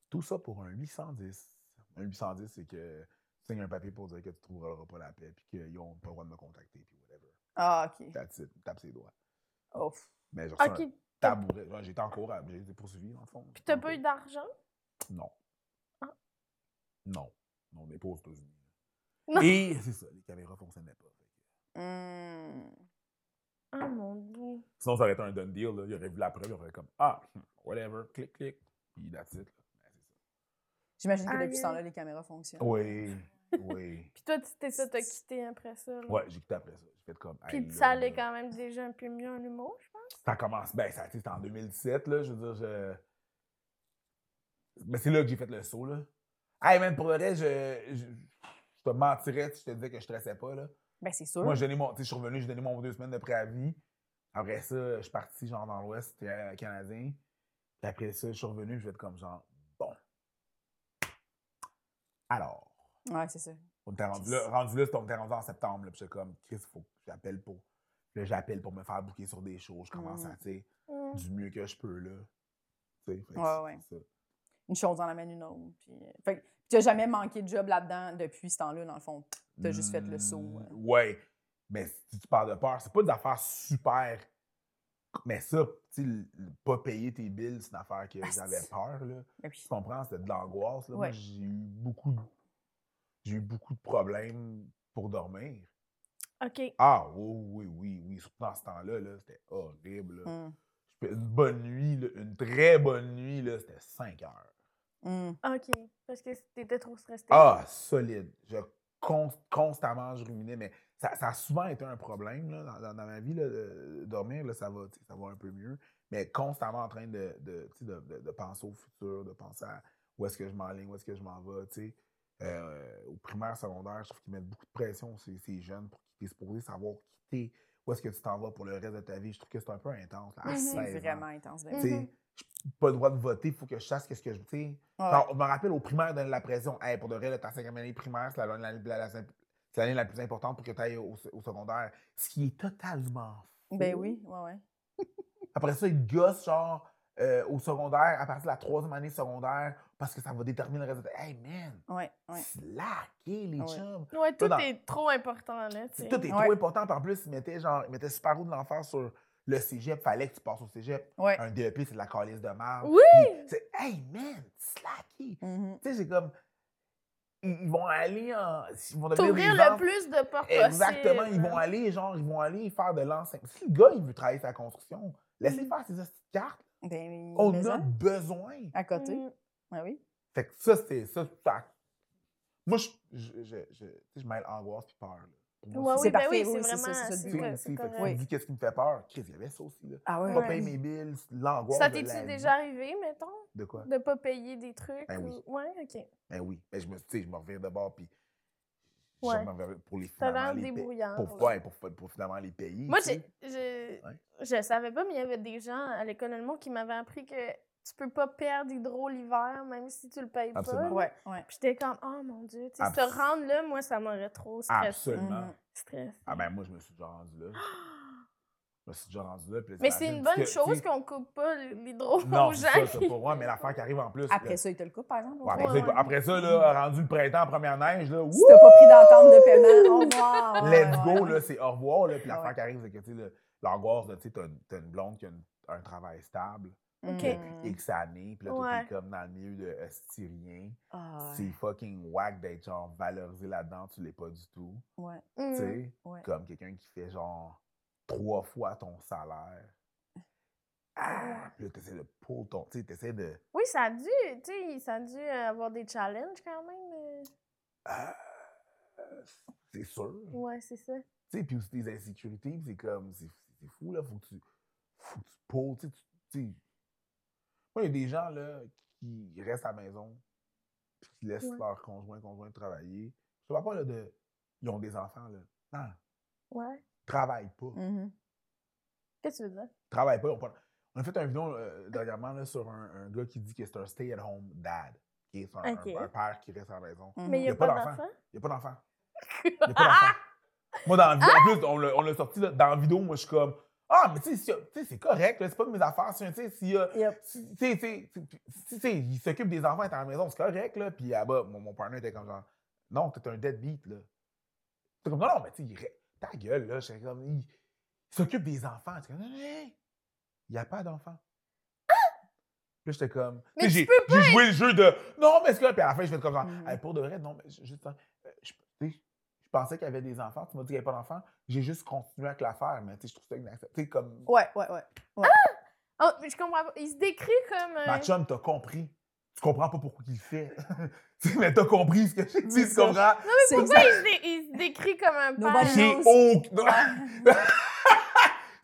Speaker 4: Tout ça pour un 810. Un 810, c'est que tu signes un papier pour dire que tu trouveras pas la paix, puis qu'ils n'ont pas le droit de me contacter, puis whatever.
Speaker 2: Ah, OK.
Speaker 4: That's it. Tape ses doigts.
Speaker 2: Oh.
Speaker 4: Mais j'ai reçu
Speaker 3: OK.
Speaker 4: un tabouret. Ouais, J'étais en cours, à- j'ai été poursuivi, dans le fond.
Speaker 3: Puis t'as pas eu d'argent?
Speaker 4: Non.
Speaker 3: Ah.
Speaker 4: Non. Non, on n'est pas aux États-Unis.
Speaker 3: Non.
Speaker 4: Et c'est ça, les caméras fonctionnaient pas.
Speaker 2: Hmm.
Speaker 3: Ah, mon Dieu.
Speaker 4: Sinon, ça aurait été un done deal. Là. Il aurait vu la preuve, il aurait comme Ah, hmm, whatever, clic, clic. Puis that's it. là. Ben, c'est
Speaker 2: J'imagine que
Speaker 3: Aïe,
Speaker 2: depuis ce
Speaker 3: aïe.
Speaker 2: temps-là, les caméras fonctionnent.
Speaker 4: ça. Oui, oui.
Speaker 3: Puis toi, tu t'es ça, t'as quitté après ça. là.
Speaker 4: Ouais, j'ai quitté après ça. J'ai fait comme.
Speaker 3: Puis
Speaker 4: Hey,
Speaker 3: ça
Speaker 4: là,
Speaker 3: allait
Speaker 4: là.
Speaker 3: quand même déjà un peu mieux en humour. je pense.
Speaker 4: Ça commence. Ben, ça, tu sais, c'était en 2017, là. Je veux dire, je. Ben, c'est là que j'ai fait le saut, là. Hey, man, pour le reste, je, je, je te mentirais si je te disais que je stressais pas, là.
Speaker 2: Ben, c'est sûr.
Speaker 4: Moi, j'ai donné mon. Tu sais, je suis revenu, j'ai donné mon deux semaines de préavis. Après ça, je suis parti, genre, dans l'Ouest euh, canadien. Puis après ça, je suis revenu, je vais être comme, genre, bon. Alors.
Speaker 2: Ouais, c'est ça.
Speaker 4: On était rendu là, rendu là, c'était- on était rendu en septembre, là, puis j'étais comme, Chris, faut que j'appelle pour. Là, j'appelle pour me faire bouquer sur des choses. Je commence
Speaker 2: Mm.
Speaker 4: à, tu sais,
Speaker 3: Mm.
Speaker 4: du mieux que je peux, là. Tu sais, fait que
Speaker 2: Ouais,
Speaker 4: c'est-
Speaker 2: ouais.
Speaker 4: c'est ça.
Speaker 2: Une chose en amène une autre. Puis, euh, fait que tu n'as jamais manqué de job là-dedans depuis ce temps-là, dans le fond. T'as juste fait le saut,
Speaker 4: Mm,
Speaker 2: ouais.
Speaker 4: Ouais. Mais si tu parles de peur, c'est pas des affaires super. Mais ça, tu sais, le- le pas payer tes bills, c'est une affaire que
Speaker 2: Ah,
Speaker 4: j'avais
Speaker 2: c'est-
Speaker 4: peur, là.
Speaker 2: Ben oui.
Speaker 4: Tu comprends, c'était de l'angoisse, là. Moi,
Speaker 2: Ouais.
Speaker 4: j'ai eu beaucoup de- j'ai eu beaucoup de problèmes pour dormir.
Speaker 3: OK.
Speaker 4: Ah, oui, oui, oui, oui. Surtout dans ce temps-là, là, c'était horrible. là.
Speaker 2: Mm.
Speaker 4: Je fais Une bonne nuit, là, une très bonne nuit, là, c'était 5 heures.
Speaker 2: Mm.
Speaker 3: OK. Parce que t'étais trop stressée.
Speaker 4: Ah, solide. Je con- constamment, je ruminais, mais ça, ça a souvent été un problème là, dans, dans- dans ma vie. là, de dormir, là, ça, va, tu sais, ça va un peu mieux. Mais constamment en train de, de, tu sais, de- de- de penser au futur, de penser à où est-ce que je m'enligne, où est-ce que je m'en vais. tu sais. Euh, au primaire, secondaire, je trouve qu'ils mettent beaucoup de pression sur ces jeunes pour qu'ils soient supposés savoir quitter, où est-ce que tu t'en vas pour le reste de ta vie. Je trouve que c'est un peu intense. là, à
Speaker 3: Mhm.
Speaker 2: Ah, C'est
Speaker 4: 16 ans.
Speaker 2: Mm-hmm. vraiment intense. ben
Speaker 4: Tu
Speaker 2: oui.
Speaker 4: sais,
Speaker 3: Mhm.
Speaker 4: j'ai pas le droit de voter, il faut que je sache qu'est-ce que je. tu sais,
Speaker 2: Ouais.
Speaker 4: Genre, on me rappelle au primaire, donne la pression. Hey, pour de vrai, là, ta cinquième année primaire, c'est la- la- la- la- c'est l'année la plus importante pour que tu ailles au, au secondaire. Ce qui est totalement faux.
Speaker 2: Ben oui, ouais, ouais.
Speaker 4: Après ça, ils gossent, genre, euh, au secondaire, à partir de la troisième année secondaire, parce que ça va déterminer le résultat. Hey, man,
Speaker 2: Ouais, ouais. Ah
Speaker 4: slacké, les
Speaker 2: Ouais.
Speaker 4: chums.
Speaker 3: Ouais, tout
Speaker 4: Dans-
Speaker 3: est trop important, là. tu
Speaker 4: C'est-
Speaker 3: sais.
Speaker 4: Tout est
Speaker 2: Ouais.
Speaker 4: trop important. Puis en plus, ils mettaient, genre, ils mettaient super haut de l'enfer sur le cégep. Fallait que tu passes au cégep.
Speaker 2: Ouais.
Speaker 4: Un DEP, c'est de la calice de marde.
Speaker 3: Oui!
Speaker 4: Puis c'est, hey, man, slacké.
Speaker 2: Mhm.
Speaker 4: Tu sais, c'est comme. Ils ils vont aller en. Ils vont devenir
Speaker 3: T'ouvrir
Speaker 4: des
Speaker 3: le
Speaker 4: ventes.
Speaker 3: plus de portes possible.
Speaker 4: Exactement. Ils vont aller, genre, ils vont aller faire de l'enseignement. Si le gars, il veut travailler sa construction,
Speaker 3: Mm.
Speaker 4: laissez faire ces petites cartes.
Speaker 2: Ben oui,
Speaker 4: On
Speaker 2: mais
Speaker 4: a
Speaker 2: ça,
Speaker 4: besoin.
Speaker 2: À côté.
Speaker 3: Mm.
Speaker 2: Ah oui.
Speaker 4: Fait que ça, c'est. Ça, ça- Moi, je, je, je, je, tu sais, je mêle angoisse puis peur. là. Pour moi,
Speaker 3: Ouais,
Speaker 2: C'est
Speaker 3: oui, ben
Speaker 2: parfait,
Speaker 3: oui,
Speaker 2: oui, c'est
Speaker 3: c'est
Speaker 2: ça, c'est
Speaker 3: vraiment.
Speaker 2: ça le
Speaker 3: c'est
Speaker 4: c'est-
Speaker 2: but.
Speaker 3: correct,
Speaker 4: tu sais,
Speaker 3: c'est
Speaker 4: fait que
Speaker 3: correct.
Speaker 4: tu me dis qu'est-ce qui me fait peur. Chris, il y avait ça aussi. Là.
Speaker 2: Ah ouais.
Speaker 4: Pas
Speaker 3: Ouais.
Speaker 4: payer mes billes, l'angoisse.
Speaker 3: Ça
Speaker 4: de
Speaker 3: t'es-tu
Speaker 4: la vie.
Speaker 3: déjà arrivé, mettons,
Speaker 4: De quoi?
Speaker 3: de pas payer des trucs?
Speaker 4: Ben oui.
Speaker 3: ou- Ouais, OK.
Speaker 4: Ben oui. Mais je me, tu sais, je me reviens de bord puis. je
Speaker 3: Ouais.
Speaker 4: me reviens pour les
Speaker 3: T'as
Speaker 4: finalement,
Speaker 3: l'air
Speaker 4: les pa-
Speaker 3: débrouillard.
Speaker 4: pour,
Speaker 3: là.
Speaker 4: ouais, pour, fa- pour finalement les payer.
Speaker 3: Moi,
Speaker 4: Mm, tu
Speaker 3: j'ai-
Speaker 4: sais.
Speaker 3: je,
Speaker 4: Ouais.
Speaker 3: je savais pas, mais il y avait des gens à l'école de Monde qui m'avaient appris que tu peux pas perdre d'hydro l'hiver, même si tu le payes
Speaker 4: Absolument.
Speaker 3: pas. là.
Speaker 2: Ouais, ouais.
Speaker 3: Puis J'étais comme, oh mon Dieu, tu sais,
Speaker 4: Abs-
Speaker 3: se rendre là, moi, ça m'aurait trop stressé.
Speaker 4: Absolument.
Speaker 2: Mhm.
Speaker 3: stressé.
Speaker 4: Ah ben moi, je me suis déjà rendu là. Je me suis déjà rendu là. puis là,
Speaker 3: Mais c'est une
Speaker 4: t'imagines,
Speaker 3: bonne
Speaker 4: parce que,
Speaker 3: chose
Speaker 4: tu sais,
Speaker 3: qu'on coupe pas l'hydro
Speaker 4: Non,
Speaker 3: aux
Speaker 4: c'est
Speaker 3: gens.
Speaker 4: ça, c'est pour moi, mais l'affaire qui arrive en plus.
Speaker 2: Après
Speaker 4: là-
Speaker 2: ça, il te le coupe, par exemple. au
Speaker 4: Ouais, après,
Speaker 2: cours.
Speaker 3: ouais,
Speaker 4: ça,
Speaker 3: ouais. Mm.
Speaker 4: après ça, là, rendu le printemps, première neige, là,
Speaker 2: Si t'as
Speaker 4: wouh!
Speaker 2: pas pris d'entente de paiement, au revoir. ouais,
Speaker 4: Let's
Speaker 2: ouais.
Speaker 4: go, là, c'est au revoir. Là, puis l'affaire
Speaker 2: Ouais.
Speaker 4: qui arrive, c'est que, tu sais, le- l'angoisse, là, tu sais, t'as une- t'as une blonde qui a une- un travail stable
Speaker 2: Mm.
Speaker 3: Ok.
Speaker 4: depuis X années, puis là, toi,
Speaker 3: Ouais.
Speaker 4: t'es comme dans le milieu de Estirien.
Speaker 2: Ah,
Speaker 4: C'est fucking whack d'être, genre, valorisé là-dedans, tu l'es pas du tout.
Speaker 2: ouais.
Speaker 3: Mhm.
Speaker 4: tu sais,
Speaker 2: ouais.
Speaker 4: comme quelqu'un qui fait genre trois fois ton salaire. Ah, puis là, t'essaies de pull ton. Tu sais, t'essaies de.
Speaker 3: Oui, ça a dû, tu sais, ça a dû euh, avoir des challenges quand même. euh.
Speaker 4: Ah, c'est sûr.
Speaker 3: Ouais, c'est ça.
Speaker 4: Tu sais, puis aussi des insécurités, puis c'est comme. C'est c'est fou, là. Faut que tu. Faut que tu pulls, Tu sais, tu- tu sais. Moi, il y a des gens, là, qui restent à la maison, puis qui laissent
Speaker 3: Ouais.
Speaker 4: leur conjoint, conjointe travailler. Je te parle pas, là, de. Ils ont des enfants, là. Non,
Speaker 3: Ouais.
Speaker 4: travaille pas.
Speaker 2: Mhm.
Speaker 3: Qu'est-ce que tu veux dire?
Speaker 4: travaille pas, ils ont pas- On a fait un vidéo euh, dernièrement là, sur un, un gars qui dit que c'est un stay-at-home dad. qui est un, un-
Speaker 3: Ok.
Speaker 4: un père qui reste à la maison.
Speaker 2: Mhm.
Speaker 3: Mais il n'y a,
Speaker 4: Y a
Speaker 3: pas,
Speaker 4: pas
Speaker 3: d'enfant.
Speaker 4: Il n'y a pas d'enfant. Il a pas d'enfant. moi, dans la vidéo, en plus, on l'a- on l'a sorti là, dans la vidéo, moi, je suis comme Ah, mais tu sais, s'il y a- tu sais, c'est correct, là, c'est pas de mes affaires. Si, tu sais, s'il y a-
Speaker 2: Yep.
Speaker 4: si- tu sais, tu sais, tu- tu sais, il s'occupe des enfants, il est à la maison, c'est correct, là. Puis là-bas, mon, mon partenaire était comme genre Non, t'es un deadbeat, là. T'es comme Non, non, mais tu sais, il re- ta gueule, là. J'étais comme Il, il s'occupe des enfants. J'étais comme Non, non, non, il n'y a pas d'enfant. Puis là, j'étais comme.
Speaker 3: Mais
Speaker 4: tu sais,
Speaker 3: tu
Speaker 4: j'ai, j'ai joué le jeu de. Non, mais c'est que. Puis à la fin, je fais comme genre.
Speaker 2: Mm.
Speaker 4: Hey, pour de vrai, non, mais ju- juste. hein, euh, Je, tu sais, je pensais qu'il y avait des enfants. Tu m'as dit qu'il n'y avait pas d'enfants. J'ai juste continué avec l'affaire, mais tu sais, je trouve ça inacceptable. Tu sais, comme.
Speaker 2: Ouais, ouais, ouais.
Speaker 3: Oh, mais je comprends pas. Il se décrit comme. euh,
Speaker 4: Ma chum, t'as compris. Tu comprends pas pourquoi il le fait. tu sais, mais t'as compris ce que j'ai dit, tu
Speaker 2: ça.
Speaker 4: comprends?
Speaker 2: C'est
Speaker 3: Pourquoi il se, dé- il se décrit comme un
Speaker 2: Nobody
Speaker 3: père?
Speaker 2: knows.
Speaker 3: Il
Speaker 4: J'ai
Speaker 2: non,
Speaker 4: aucun.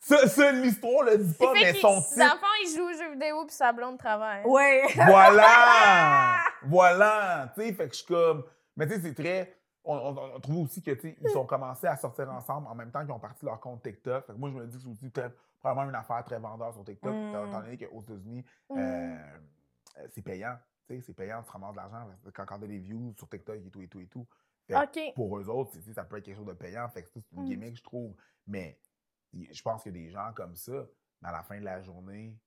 Speaker 4: Ça, ça, l'histoire le dit pas,
Speaker 3: fait
Speaker 4: mais
Speaker 3: qu'il-
Speaker 4: son
Speaker 3: ses
Speaker 4: titre.
Speaker 3: enfants, ils jouent aux jeux vidéo puis sa blonde travaille.
Speaker 2: Ouais.
Speaker 4: Voilà! voilà! Tu sais, fait que je suis comme. Mais tu sais, c'est très. On, on, on trouve aussi que, tu sais, ils ont commencé à sortir ensemble en même temps qu'ils ont parti leur compte TikTok. Fait que moi, je me dis que c'est aussi très- probablement une affaire très vendeur sur TikTok,
Speaker 2: Mm.
Speaker 4: étant étant donné qu'aux États-Unis,
Speaker 3: Mm.
Speaker 4: euh, euh, c'est payant. Tu sais, c'est payant, tu ramasses de l'argent. fait que Quand, quand t'as des views sur TikTok et tout et tout et tout. Euh,
Speaker 3: OK.
Speaker 4: Pour eux autres, tu sais, ça peut être quelque chose de payant. Fait que ça, c'est une
Speaker 3: Mm.
Speaker 4: gimmick, je trouve. Mais y- je pense que des gens comme ça, à la fin de la journée,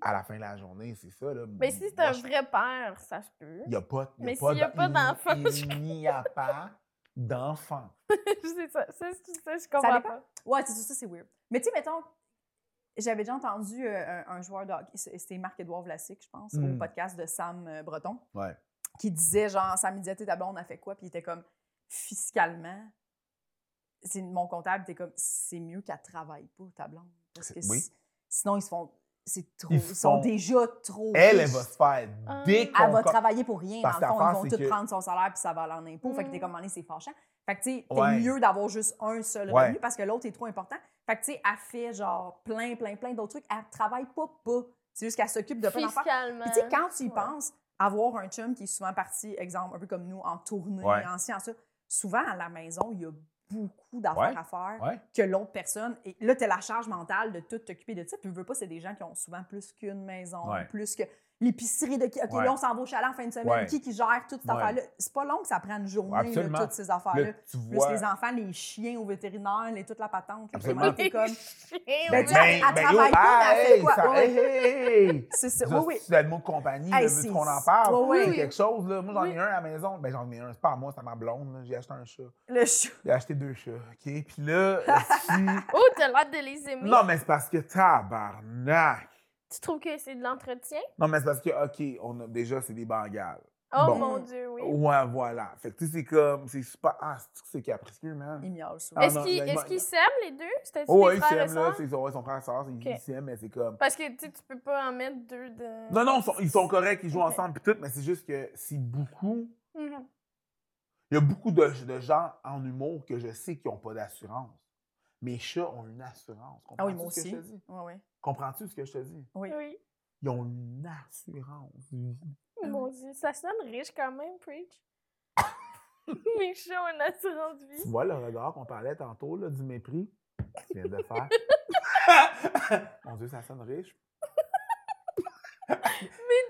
Speaker 4: à la fin de la journée, c'est ça, là.
Speaker 3: Mais si c'est un vrai père, ça se peut.
Speaker 4: Il n'y a pas, y a
Speaker 3: Mais
Speaker 4: pas
Speaker 3: s'il y a
Speaker 4: d'en-
Speaker 3: pas
Speaker 4: il-
Speaker 3: d'enfant, je-
Speaker 4: Il n'y a pas d'enfant.
Speaker 3: c'est ça. Ça, c'est- ça, je comprends
Speaker 2: dépend.
Speaker 3: pas.
Speaker 2: Ouais, c'est ça, ça, c'est weird. Mais tu sais, mettons, j'avais déjà entendu euh, un, un joueur de hockey, c'est- c'était Marc-Édouard Vlasic, je pense, au
Speaker 4: Mm.
Speaker 2: podcast de Sam euh, Breton.
Speaker 4: Ouais.
Speaker 2: qui disait genre Sam, il disait, t'es ta blonde, on a fait quoi? Puis il était comme, fiscalement, c'est mon comptable était comme, c'est mieux qu'elle travaille pas, ta blonde. Parce que
Speaker 4: C'est- oui.
Speaker 2: si- sinon, ils se font, c'est trop,
Speaker 4: Ils
Speaker 2: ils,
Speaker 4: se
Speaker 2: sont
Speaker 4: font-
Speaker 2: déjà trop.
Speaker 4: Elle, elle
Speaker 2: riches.
Speaker 4: va se faire
Speaker 3: Ah.
Speaker 2: Elle va
Speaker 4: déconcer.
Speaker 2: travailler pour rien.
Speaker 4: Parce
Speaker 2: dans le fond,
Speaker 4: que
Speaker 2: ils
Speaker 4: l'affaire,
Speaker 2: vont
Speaker 4: c'est
Speaker 2: tout
Speaker 4: que-
Speaker 2: prendre son salaire puis ça va aller en impôts. Fait que t'es
Speaker 3: Mm.
Speaker 2: comme, Mané, c'est fâchant. Fait que, tu sais, t'es
Speaker 4: Ouais.
Speaker 2: mieux d'avoir juste un seul
Speaker 4: Ouais.
Speaker 2: revenu parce que l'autre est trop important. Fait que, tu sais, elle fait genre plein, plein, plein d'autres trucs. Elle travaille pas, pas. C'est juste qu'elle s'occupe de plein d'affaires.
Speaker 3: Fiscalement.
Speaker 2: Puis tu
Speaker 4: Euh,
Speaker 2: sais, quand tu y
Speaker 3: Ouais.
Speaker 2: penses, avoir un chum qui est souvent parti, exemple, un peu comme nous, en tournée,
Speaker 4: Ouais.
Speaker 2: en science, ça, souvent à la maison, il y a beaucoup d'affaires
Speaker 4: Ouais.
Speaker 2: à faire
Speaker 4: Ouais.
Speaker 2: que l'autre personne. Et là, tu as la charge mentale de tout t'occuper de ça. Puis, veux pas, c'est des gens qui ont souvent plus qu'une maison,
Speaker 4: Ouais.
Speaker 2: plus que l'épicerie de qui. OK,
Speaker 4: Ouais.
Speaker 2: là, on s'en va au chalet en fin de semaine.
Speaker 4: Ouais.
Speaker 2: Qui qui gère toute cette
Speaker 4: Ouais.
Speaker 2: affaire-là? C'est pas long que ça prend une journée, là,
Speaker 4: Absolument.
Speaker 2: toutes ces affaires-là.
Speaker 4: Là, tu
Speaker 2: Plus
Speaker 4: vois.
Speaker 2: les enfants, les chiens au vétérinaire, les, toute la patente. là,
Speaker 4: Absolument.
Speaker 2: vraiment, t'es comme.
Speaker 3: Chier,
Speaker 2: Ben,
Speaker 3: ouais.
Speaker 2: tu sais, elle travaille pas, mais elle fait
Speaker 4: hey,
Speaker 2: quoi?
Speaker 4: ça-
Speaker 2: Ouais,
Speaker 4: hey, hey, hey.
Speaker 2: C'est ça.
Speaker 4: Ça,
Speaker 2: Oui, oui.
Speaker 4: C'est l'animal de compagnie, là,
Speaker 2: Hey,
Speaker 4: veux-tu
Speaker 2: c'est-
Speaker 4: qu'on en parle?
Speaker 2: Ouais,
Speaker 4: C'est
Speaker 2: ouais.
Speaker 4: quelque chose, là. Moi, j'en ai
Speaker 3: Oui.
Speaker 4: un à la maison. Ben, j'en ai un. C'est pas à moi, c'est à ma blonde. là. J'ai acheté un chat.
Speaker 2: Le chou.
Speaker 4: J'ai acheté deux chats, OK? Puis là, si-
Speaker 3: Oh, t'as l'air de les aimer.
Speaker 4: Non, mais c'est parce que tabarnak!
Speaker 3: Tu trouves que c'est de l'entretien?
Speaker 4: Non, mais c'est parce que, OK, on a, déjà, c'est des bengales.
Speaker 3: Oh
Speaker 4: Bon.
Speaker 3: mon Dieu, oui.
Speaker 4: Ouais, voilà. Fait que, tu sais, c'est comme, c'est super. Ah, c'est- c'est capricieux, man.
Speaker 2: Il miaule souvent.
Speaker 4: Ah,
Speaker 3: Est-ce
Speaker 4: non,
Speaker 3: qu'ils
Speaker 4: ben,
Speaker 3: est-ce
Speaker 4: ben,
Speaker 3: qu'ils
Speaker 4: non.
Speaker 3: s'aiment les deux? C'était-tu
Speaker 4: Oh,
Speaker 3: des
Speaker 4: ouais, ils
Speaker 3: frères et
Speaker 4: s'aiment, là.
Speaker 3: sœurs?
Speaker 4: C'est ouais, son frère et sœur, ils ils s'aiment, mais c'est comme.
Speaker 3: Parce que tu sais, tu peux pas en mettre deux de.
Speaker 4: Non, non, ils sont, ils sont corrects, ils jouent
Speaker 3: Ok.
Speaker 4: ensemble, puis tout, mais c'est juste que c'est beaucoup.
Speaker 3: Mhm.
Speaker 4: Il y a beaucoup de, de gens en humour que je sais qui n'ont pas d'assurance. Mes chats ont une assurance.
Speaker 2: Ah oui,
Speaker 4: Comprends-tu
Speaker 2: moi
Speaker 4: ce que
Speaker 2: aussi.
Speaker 4: je te dis?
Speaker 2: Ouais, ouais.
Speaker 4: Comprends-tu ce que je te dis?
Speaker 2: Oui.
Speaker 3: Oui.
Speaker 4: Ils ont une assurance. Ah.
Speaker 3: Mon Dieu, ça sonne riche quand même, Preach. Mes chats ont une assurance
Speaker 4: Tu
Speaker 3: vie.
Speaker 4: vois le regard qu'on parlait tantôt là, du mépris que tu viens de faire? Mon Dieu, ça sonne riche.
Speaker 3: Mais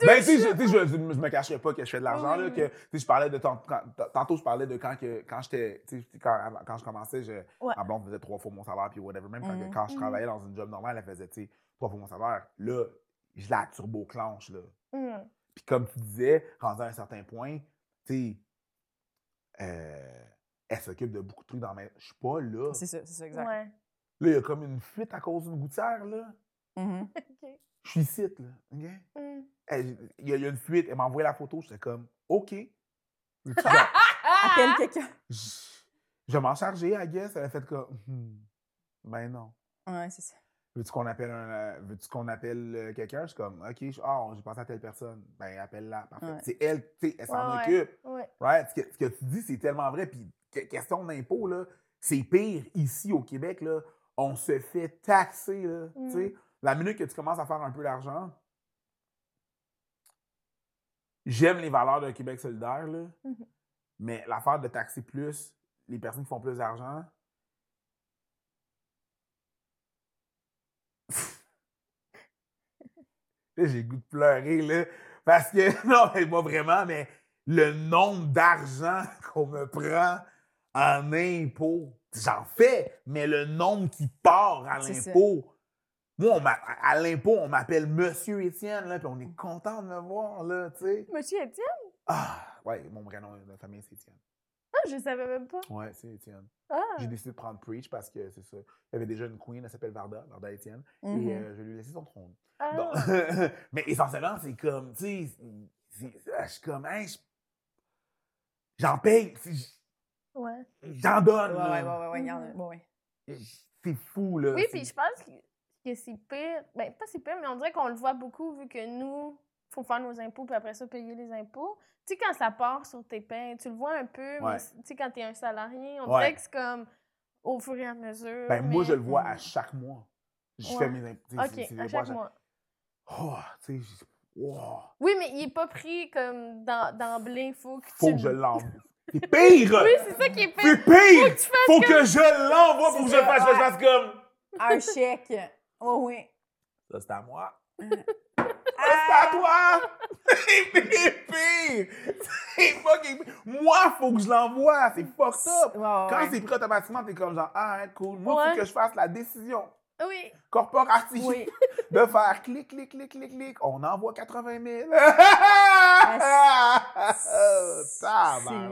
Speaker 3: deux
Speaker 4: Ben, tu sais, je, tu sais, je, je me cacherais pas que je fais de l'argent.
Speaker 3: Oui,
Speaker 4: là,
Speaker 3: oui,
Speaker 4: que, tu sais, je parlais de tant- quand- t- tantôt, je parlais de quand, que, quand j'étais, tu sais, quand, avant- quand je commençais, je, ma blonde faisait trois fois mon salaire, puis whatever. Même quand,
Speaker 2: Mhm.
Speaker 4: quand je
Speaker 3: Mhm.
Speaker 4: travaillais dans une job normale, elle faisait, tu sais, trois fois mon salaire. Là, je la turbo-clenche, là.
Speaker 3: Mhm.
Speaker 4: Puis comme tu disais, rendu à un certain point, tu sais, euh, elle s'occupe de beaucoup de trucs dans ma... Je suis pas là.
Speaker 2: C'est ça, c'est ça, exact.
Speaker 3: Ouais.
Speaker 4: Là, il y a comme une fuite à cause d'une gouttière, là.
Speaker 2: Mhm.
Speaker 3: OK.
Speaker 4: Je suis ici, là. OK?
Speaker 3: Mhm.
Speaker 4: Elle- Il y, a- il y a une fuite. Elle m'a envoyé la photo. J'étais comme, OK. Je-
Speaker 3: Ah!
Speaker 2: Appelle quelqu'un.
Speaker 4: Je vais m'en charger, I guess. Elle a fait comme, Hmm, ben non.
Speaker 2: Ouais, c'est ça.
Speaker 4: Veux-tu qu'on appelle, un, euh, veux-tu qu'on appelle euh, quelqu'un? Je suis comme, OK, je, ah, j'ai pensé à telle personne. Ben, appelle-la. Parfait.
Speaker 2: Ouais.
Speaker 4: C'est elle, tu sais, elle s'en
Speaker 3: Ouais,
Speaker 4: occupe.
Speaker 3: Ouais.
Speaker 4: Right? Ce, que, ce que tu dis, c'est tellement vrai. Puis, que- question d'impôt, là, c'est pire ici au Québec. Là, on se fait taxer. Là, tu
Speaker 3: Mm.
Speaker 4: sais. La minute que tu commences à faire un peu d'argent, j'aime les valeurs de Québec solidaire, là,
Speaker 3: Mhm.
Speaker 4: mais l'affaire de taxer plus les personnes qui font plus d'argent. Là, j'ai le goût de pleurer, là. Parce que, non, mais moi, vraiment, mais le nombre d'argent qu'on me prend en impôts, j'en fais, mais le nombre qui part à
Speaker 2: C'est ça.
Speaker 4: l'impôt. Moi, on m'a- à à l'impôt, on m'appelle Monsieur Étienne, là, puis on est content de me voir, là, tu sais.
Speaker 3: Monsieur Étienne?
Speaker 4: Ah, ouais, mon vrai nom de famille, c'est Étienne.
Speaker 3: Ah, je savais même pas.
Speaker 4: Ouais, c'est Étienne.
Speaker 3: Ah.
Speaker 4: J'ai décidé de prendre Preach parce que c'est ça. Il y avait déjà une queen, elle s'appelle Varda, Varda Étienne,
Speaker 2: Mhm.
Speaker 4: et euh, je lui ai laissé son trône.
Speaker 3: Mm-hmm. ah.
Speaker 4: Donc, mais essentiellement, c'est comme, tu sais, c'est- c'est- je suis comme, Hey, je- j'en paye, tu sais,
Speaker 3: Ouais.
Speaker 4: j'en donne.
Speaker 2: Ouais,
Speaker 4: là.
Speaker 2: ouais, ouais, ouais, ouais, regarde,
Speaker 3: Mhm.
Speaker 2: ouais, ouais.
Speaker 4: C'est fou, là.
Speaker 3: Oui,
Speaker 4: c'est-
Speaker 3: puis je pense que, que c'est pire. Ben, pas c'est pire, mais on dirait qu'on le voit beaucoup vu que nous, faut faire nos impôts puis après ça, payer les impôts. Tu sais, quand ça part sur tes paies, tu le vois un peu,
Speaker 4: Ouais.
Speaker 3: mais c- tu sais, quand t'es un salarié, on
Speaker 4: Ouais.
Speaker 3: dirait que c'est comme au fur et à mesure.
Speaker 4: Ben, moi,
Speaker 3: mais- mm.
Speaker 4: je le vois à
Speaker 2: Mhm.
Speaker 4: chaque mois. Je
Speaker 3: Ouais.
Speaker 4: fais mes impôts. tu sais, c'est-
Speaker 3: OK,
Speaker 4: c'est
Speaker 3: à
Speaker 4: des
Speaker 3: chaque
Speaker 4: fois,
Speaker 3: mois.
Speaker 4: Oh, tu sais, je- oh,
Speaker 3: Oui, mais il est pas pris comme dans- d'emblée. Faut que
Speaker 4: faut
Speaker 3: tu...
Speaker 4: que je l'envoie. C'est pire!
Speaker 3: Oui, c'est ça qui est pire.
Speaker 4: C'est
Speaker 3: tu
Speaker 4: pire!
Speaker 3: fasses
Speaker 4: Faut que je l'envoie pour que je
Speaker 2: C'est
Speaker 4: le
Speaker 2: ça,
Speaker 4: fasse, que je
Speaker 2: ouais.
Speaker 4: fasse comme.
Speaker 2: Un chèque. Oh, oui.
Speaker 4: Ça, c'est à moi. C'est
Speaker 2: Ah!
Speaker 4: à toi! C'est pire! C'est fucking pire! Moi, faut que je l'envoie! C'est fucked up!
Speaker 2: Ah, Ouais, ouais,
Speaker 4: Quand
Speaker 2: ouais.
Speaker 4: c'est pris automatiquement, t'es comme genre, ah, hein, cool. Moi, faut
Speaker 3: Ouais.
Speaker 4: que je fasse la décision
Speaker 3: Oui.
Speaker 4: corporative
Speaker 2: Oui.
Speaker 4: de faire clic, clic, clic, clic, clic. On envoie 80 000.
Speaker 2: C'est lourd,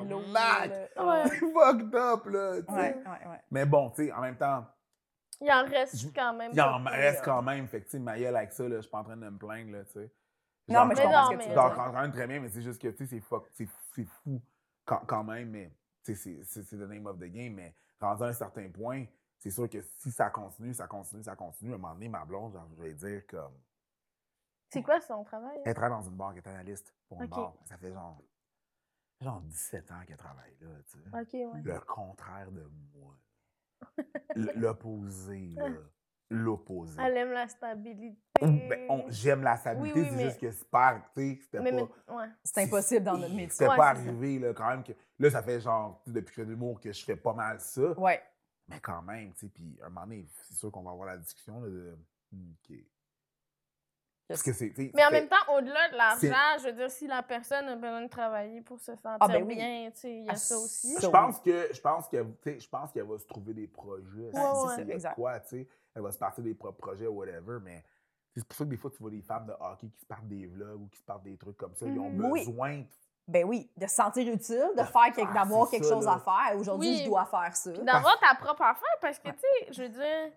Speaker 4: Tabarnak!
Speaker 2: là.
Speaker 3: Ouais.
Speaker 4: C'est fucked up, là, tu sais.
Speaker 2: Ouais, ouais, ouais.
Speaker 4: Mais bon, tu sais, en même temps,
Speaker 3: Il en reste
Speaker 4: Je-
Speaker 3: quand même.
Speaker 4: il en
Speaker 3: pas pire.
Speaker 4: reste quand même. Fait que, tu sais, ma gueule avec ça, là, je suis pas en train de me plaindre, là, tu sais.
Speaker 2: Non, mais je
Speaker 3: Mais
Speaker 2: comprends
Speaker 3: non,
Speaker 2: ce que tu
Speaker 3: mais-
Speaker 2: veux
Speaker 4: Genre,
Speaker 2: dire.
Speaker 4: quand quand même très bien, mais c'est juste que, tu sais, c'est fuck- c'est- c'est fou quand, quand même, mais, tu sais, c'est- c'est c'est le name of the game, mais rendu à un certain point, c'est sûr que si ça continue, ça continue, ça continue, à un moment donné, ma blonde, genre, je vais dire comme,
Speaker 3: C'est quoi son travail?
Speaker 4: elle travaille dans une banque, elle est analyste pour une
Speaker 3: Ok.
Speaker 4: banque. Ça fait genre, genre 17 ans qu'elle travaille là, tu sais.
Speaker 3: Ok, ouais.
Speaker 4: Le contraire de moi. L- L'opposé, là. L'opposé.
Speaker 3: Elle aime la stabilité.
Speaker 4: Ou- ben, on- J'aime la stabilité,
Speaker 3: euh, oui,
Speaker 4: c'est
Speaker 3: mais-
Speaker 4: juste que c'est pas, tu sais, c'était
Speaker 3: Mais,
Speaker 4: pas...
Speaker 3: mais- ouais.
Speaker 2: C'est impossible dans notre métier.
Speaker 4: C'était
Speaker 3: Ouais,
Speaker 4: pas
Speaker 3: c'est ça.
Speaker 4: arrivé, là, quand même. Que, là, ça fait genre, tu sais, depuis que j'ai de l'humour, que je fais pas mal ça.
Speaker 2: Ouais.
Speaker 4: Mais quand même, tu sais, puis à un moment donné, c'est sûr qu'on va avoir la discussion là, de. hmm, OK. Parce que c'est. tu sais,
Speaker 3: mais en
Speaker 4: c'était-
Speaker 3: même temps, au-delà de
Speaker 4: c'est-
Speaker 3: l'argent, je veux dire, si la personne a besoin de travailler pour se sentir
Speaker 2: ben oui.
Speaker 3: bien, tu sais, il y a
Speaker 2: Ah,
Speaker 3: ça aussi.
Speaker 2: ça,
Speaker 4: Je pense que je pense que tu sais, je pense qu'elle va se trouver des projets. si
Speaker 3: ouais,
Speaker 4: c'est
Speaker 2: exact.
Speaker 4: quoi, tu sais, elle va se partir des propres projets whatever, mais c'est pour ça que des fois tu vois des femmes de hockey qui se partent des vlogs ou qui se partent des trucs comme ça, ils ont
Speaker 3: Mhm.
Speaker 2: Oui.
Speaker 4: besoin de
Speaker 2: Ben oui, de se sentir utile, de faire quelque-
Speaker 4: Ah,
Speaker 2: d'avoir
Speaker 4: c'est
Speaker 2: quelque
Speaker 4: ça,
Speaker 2: chose
Speaker 4: là.
Speaker 2: à faire. Aujourd'hui,
Speaker 3: Oui.
Speaker 2: je dois faire ça.
Speaker 3: Puis d'avoir ta propre affaire, parce que, tu sais, je veux dire,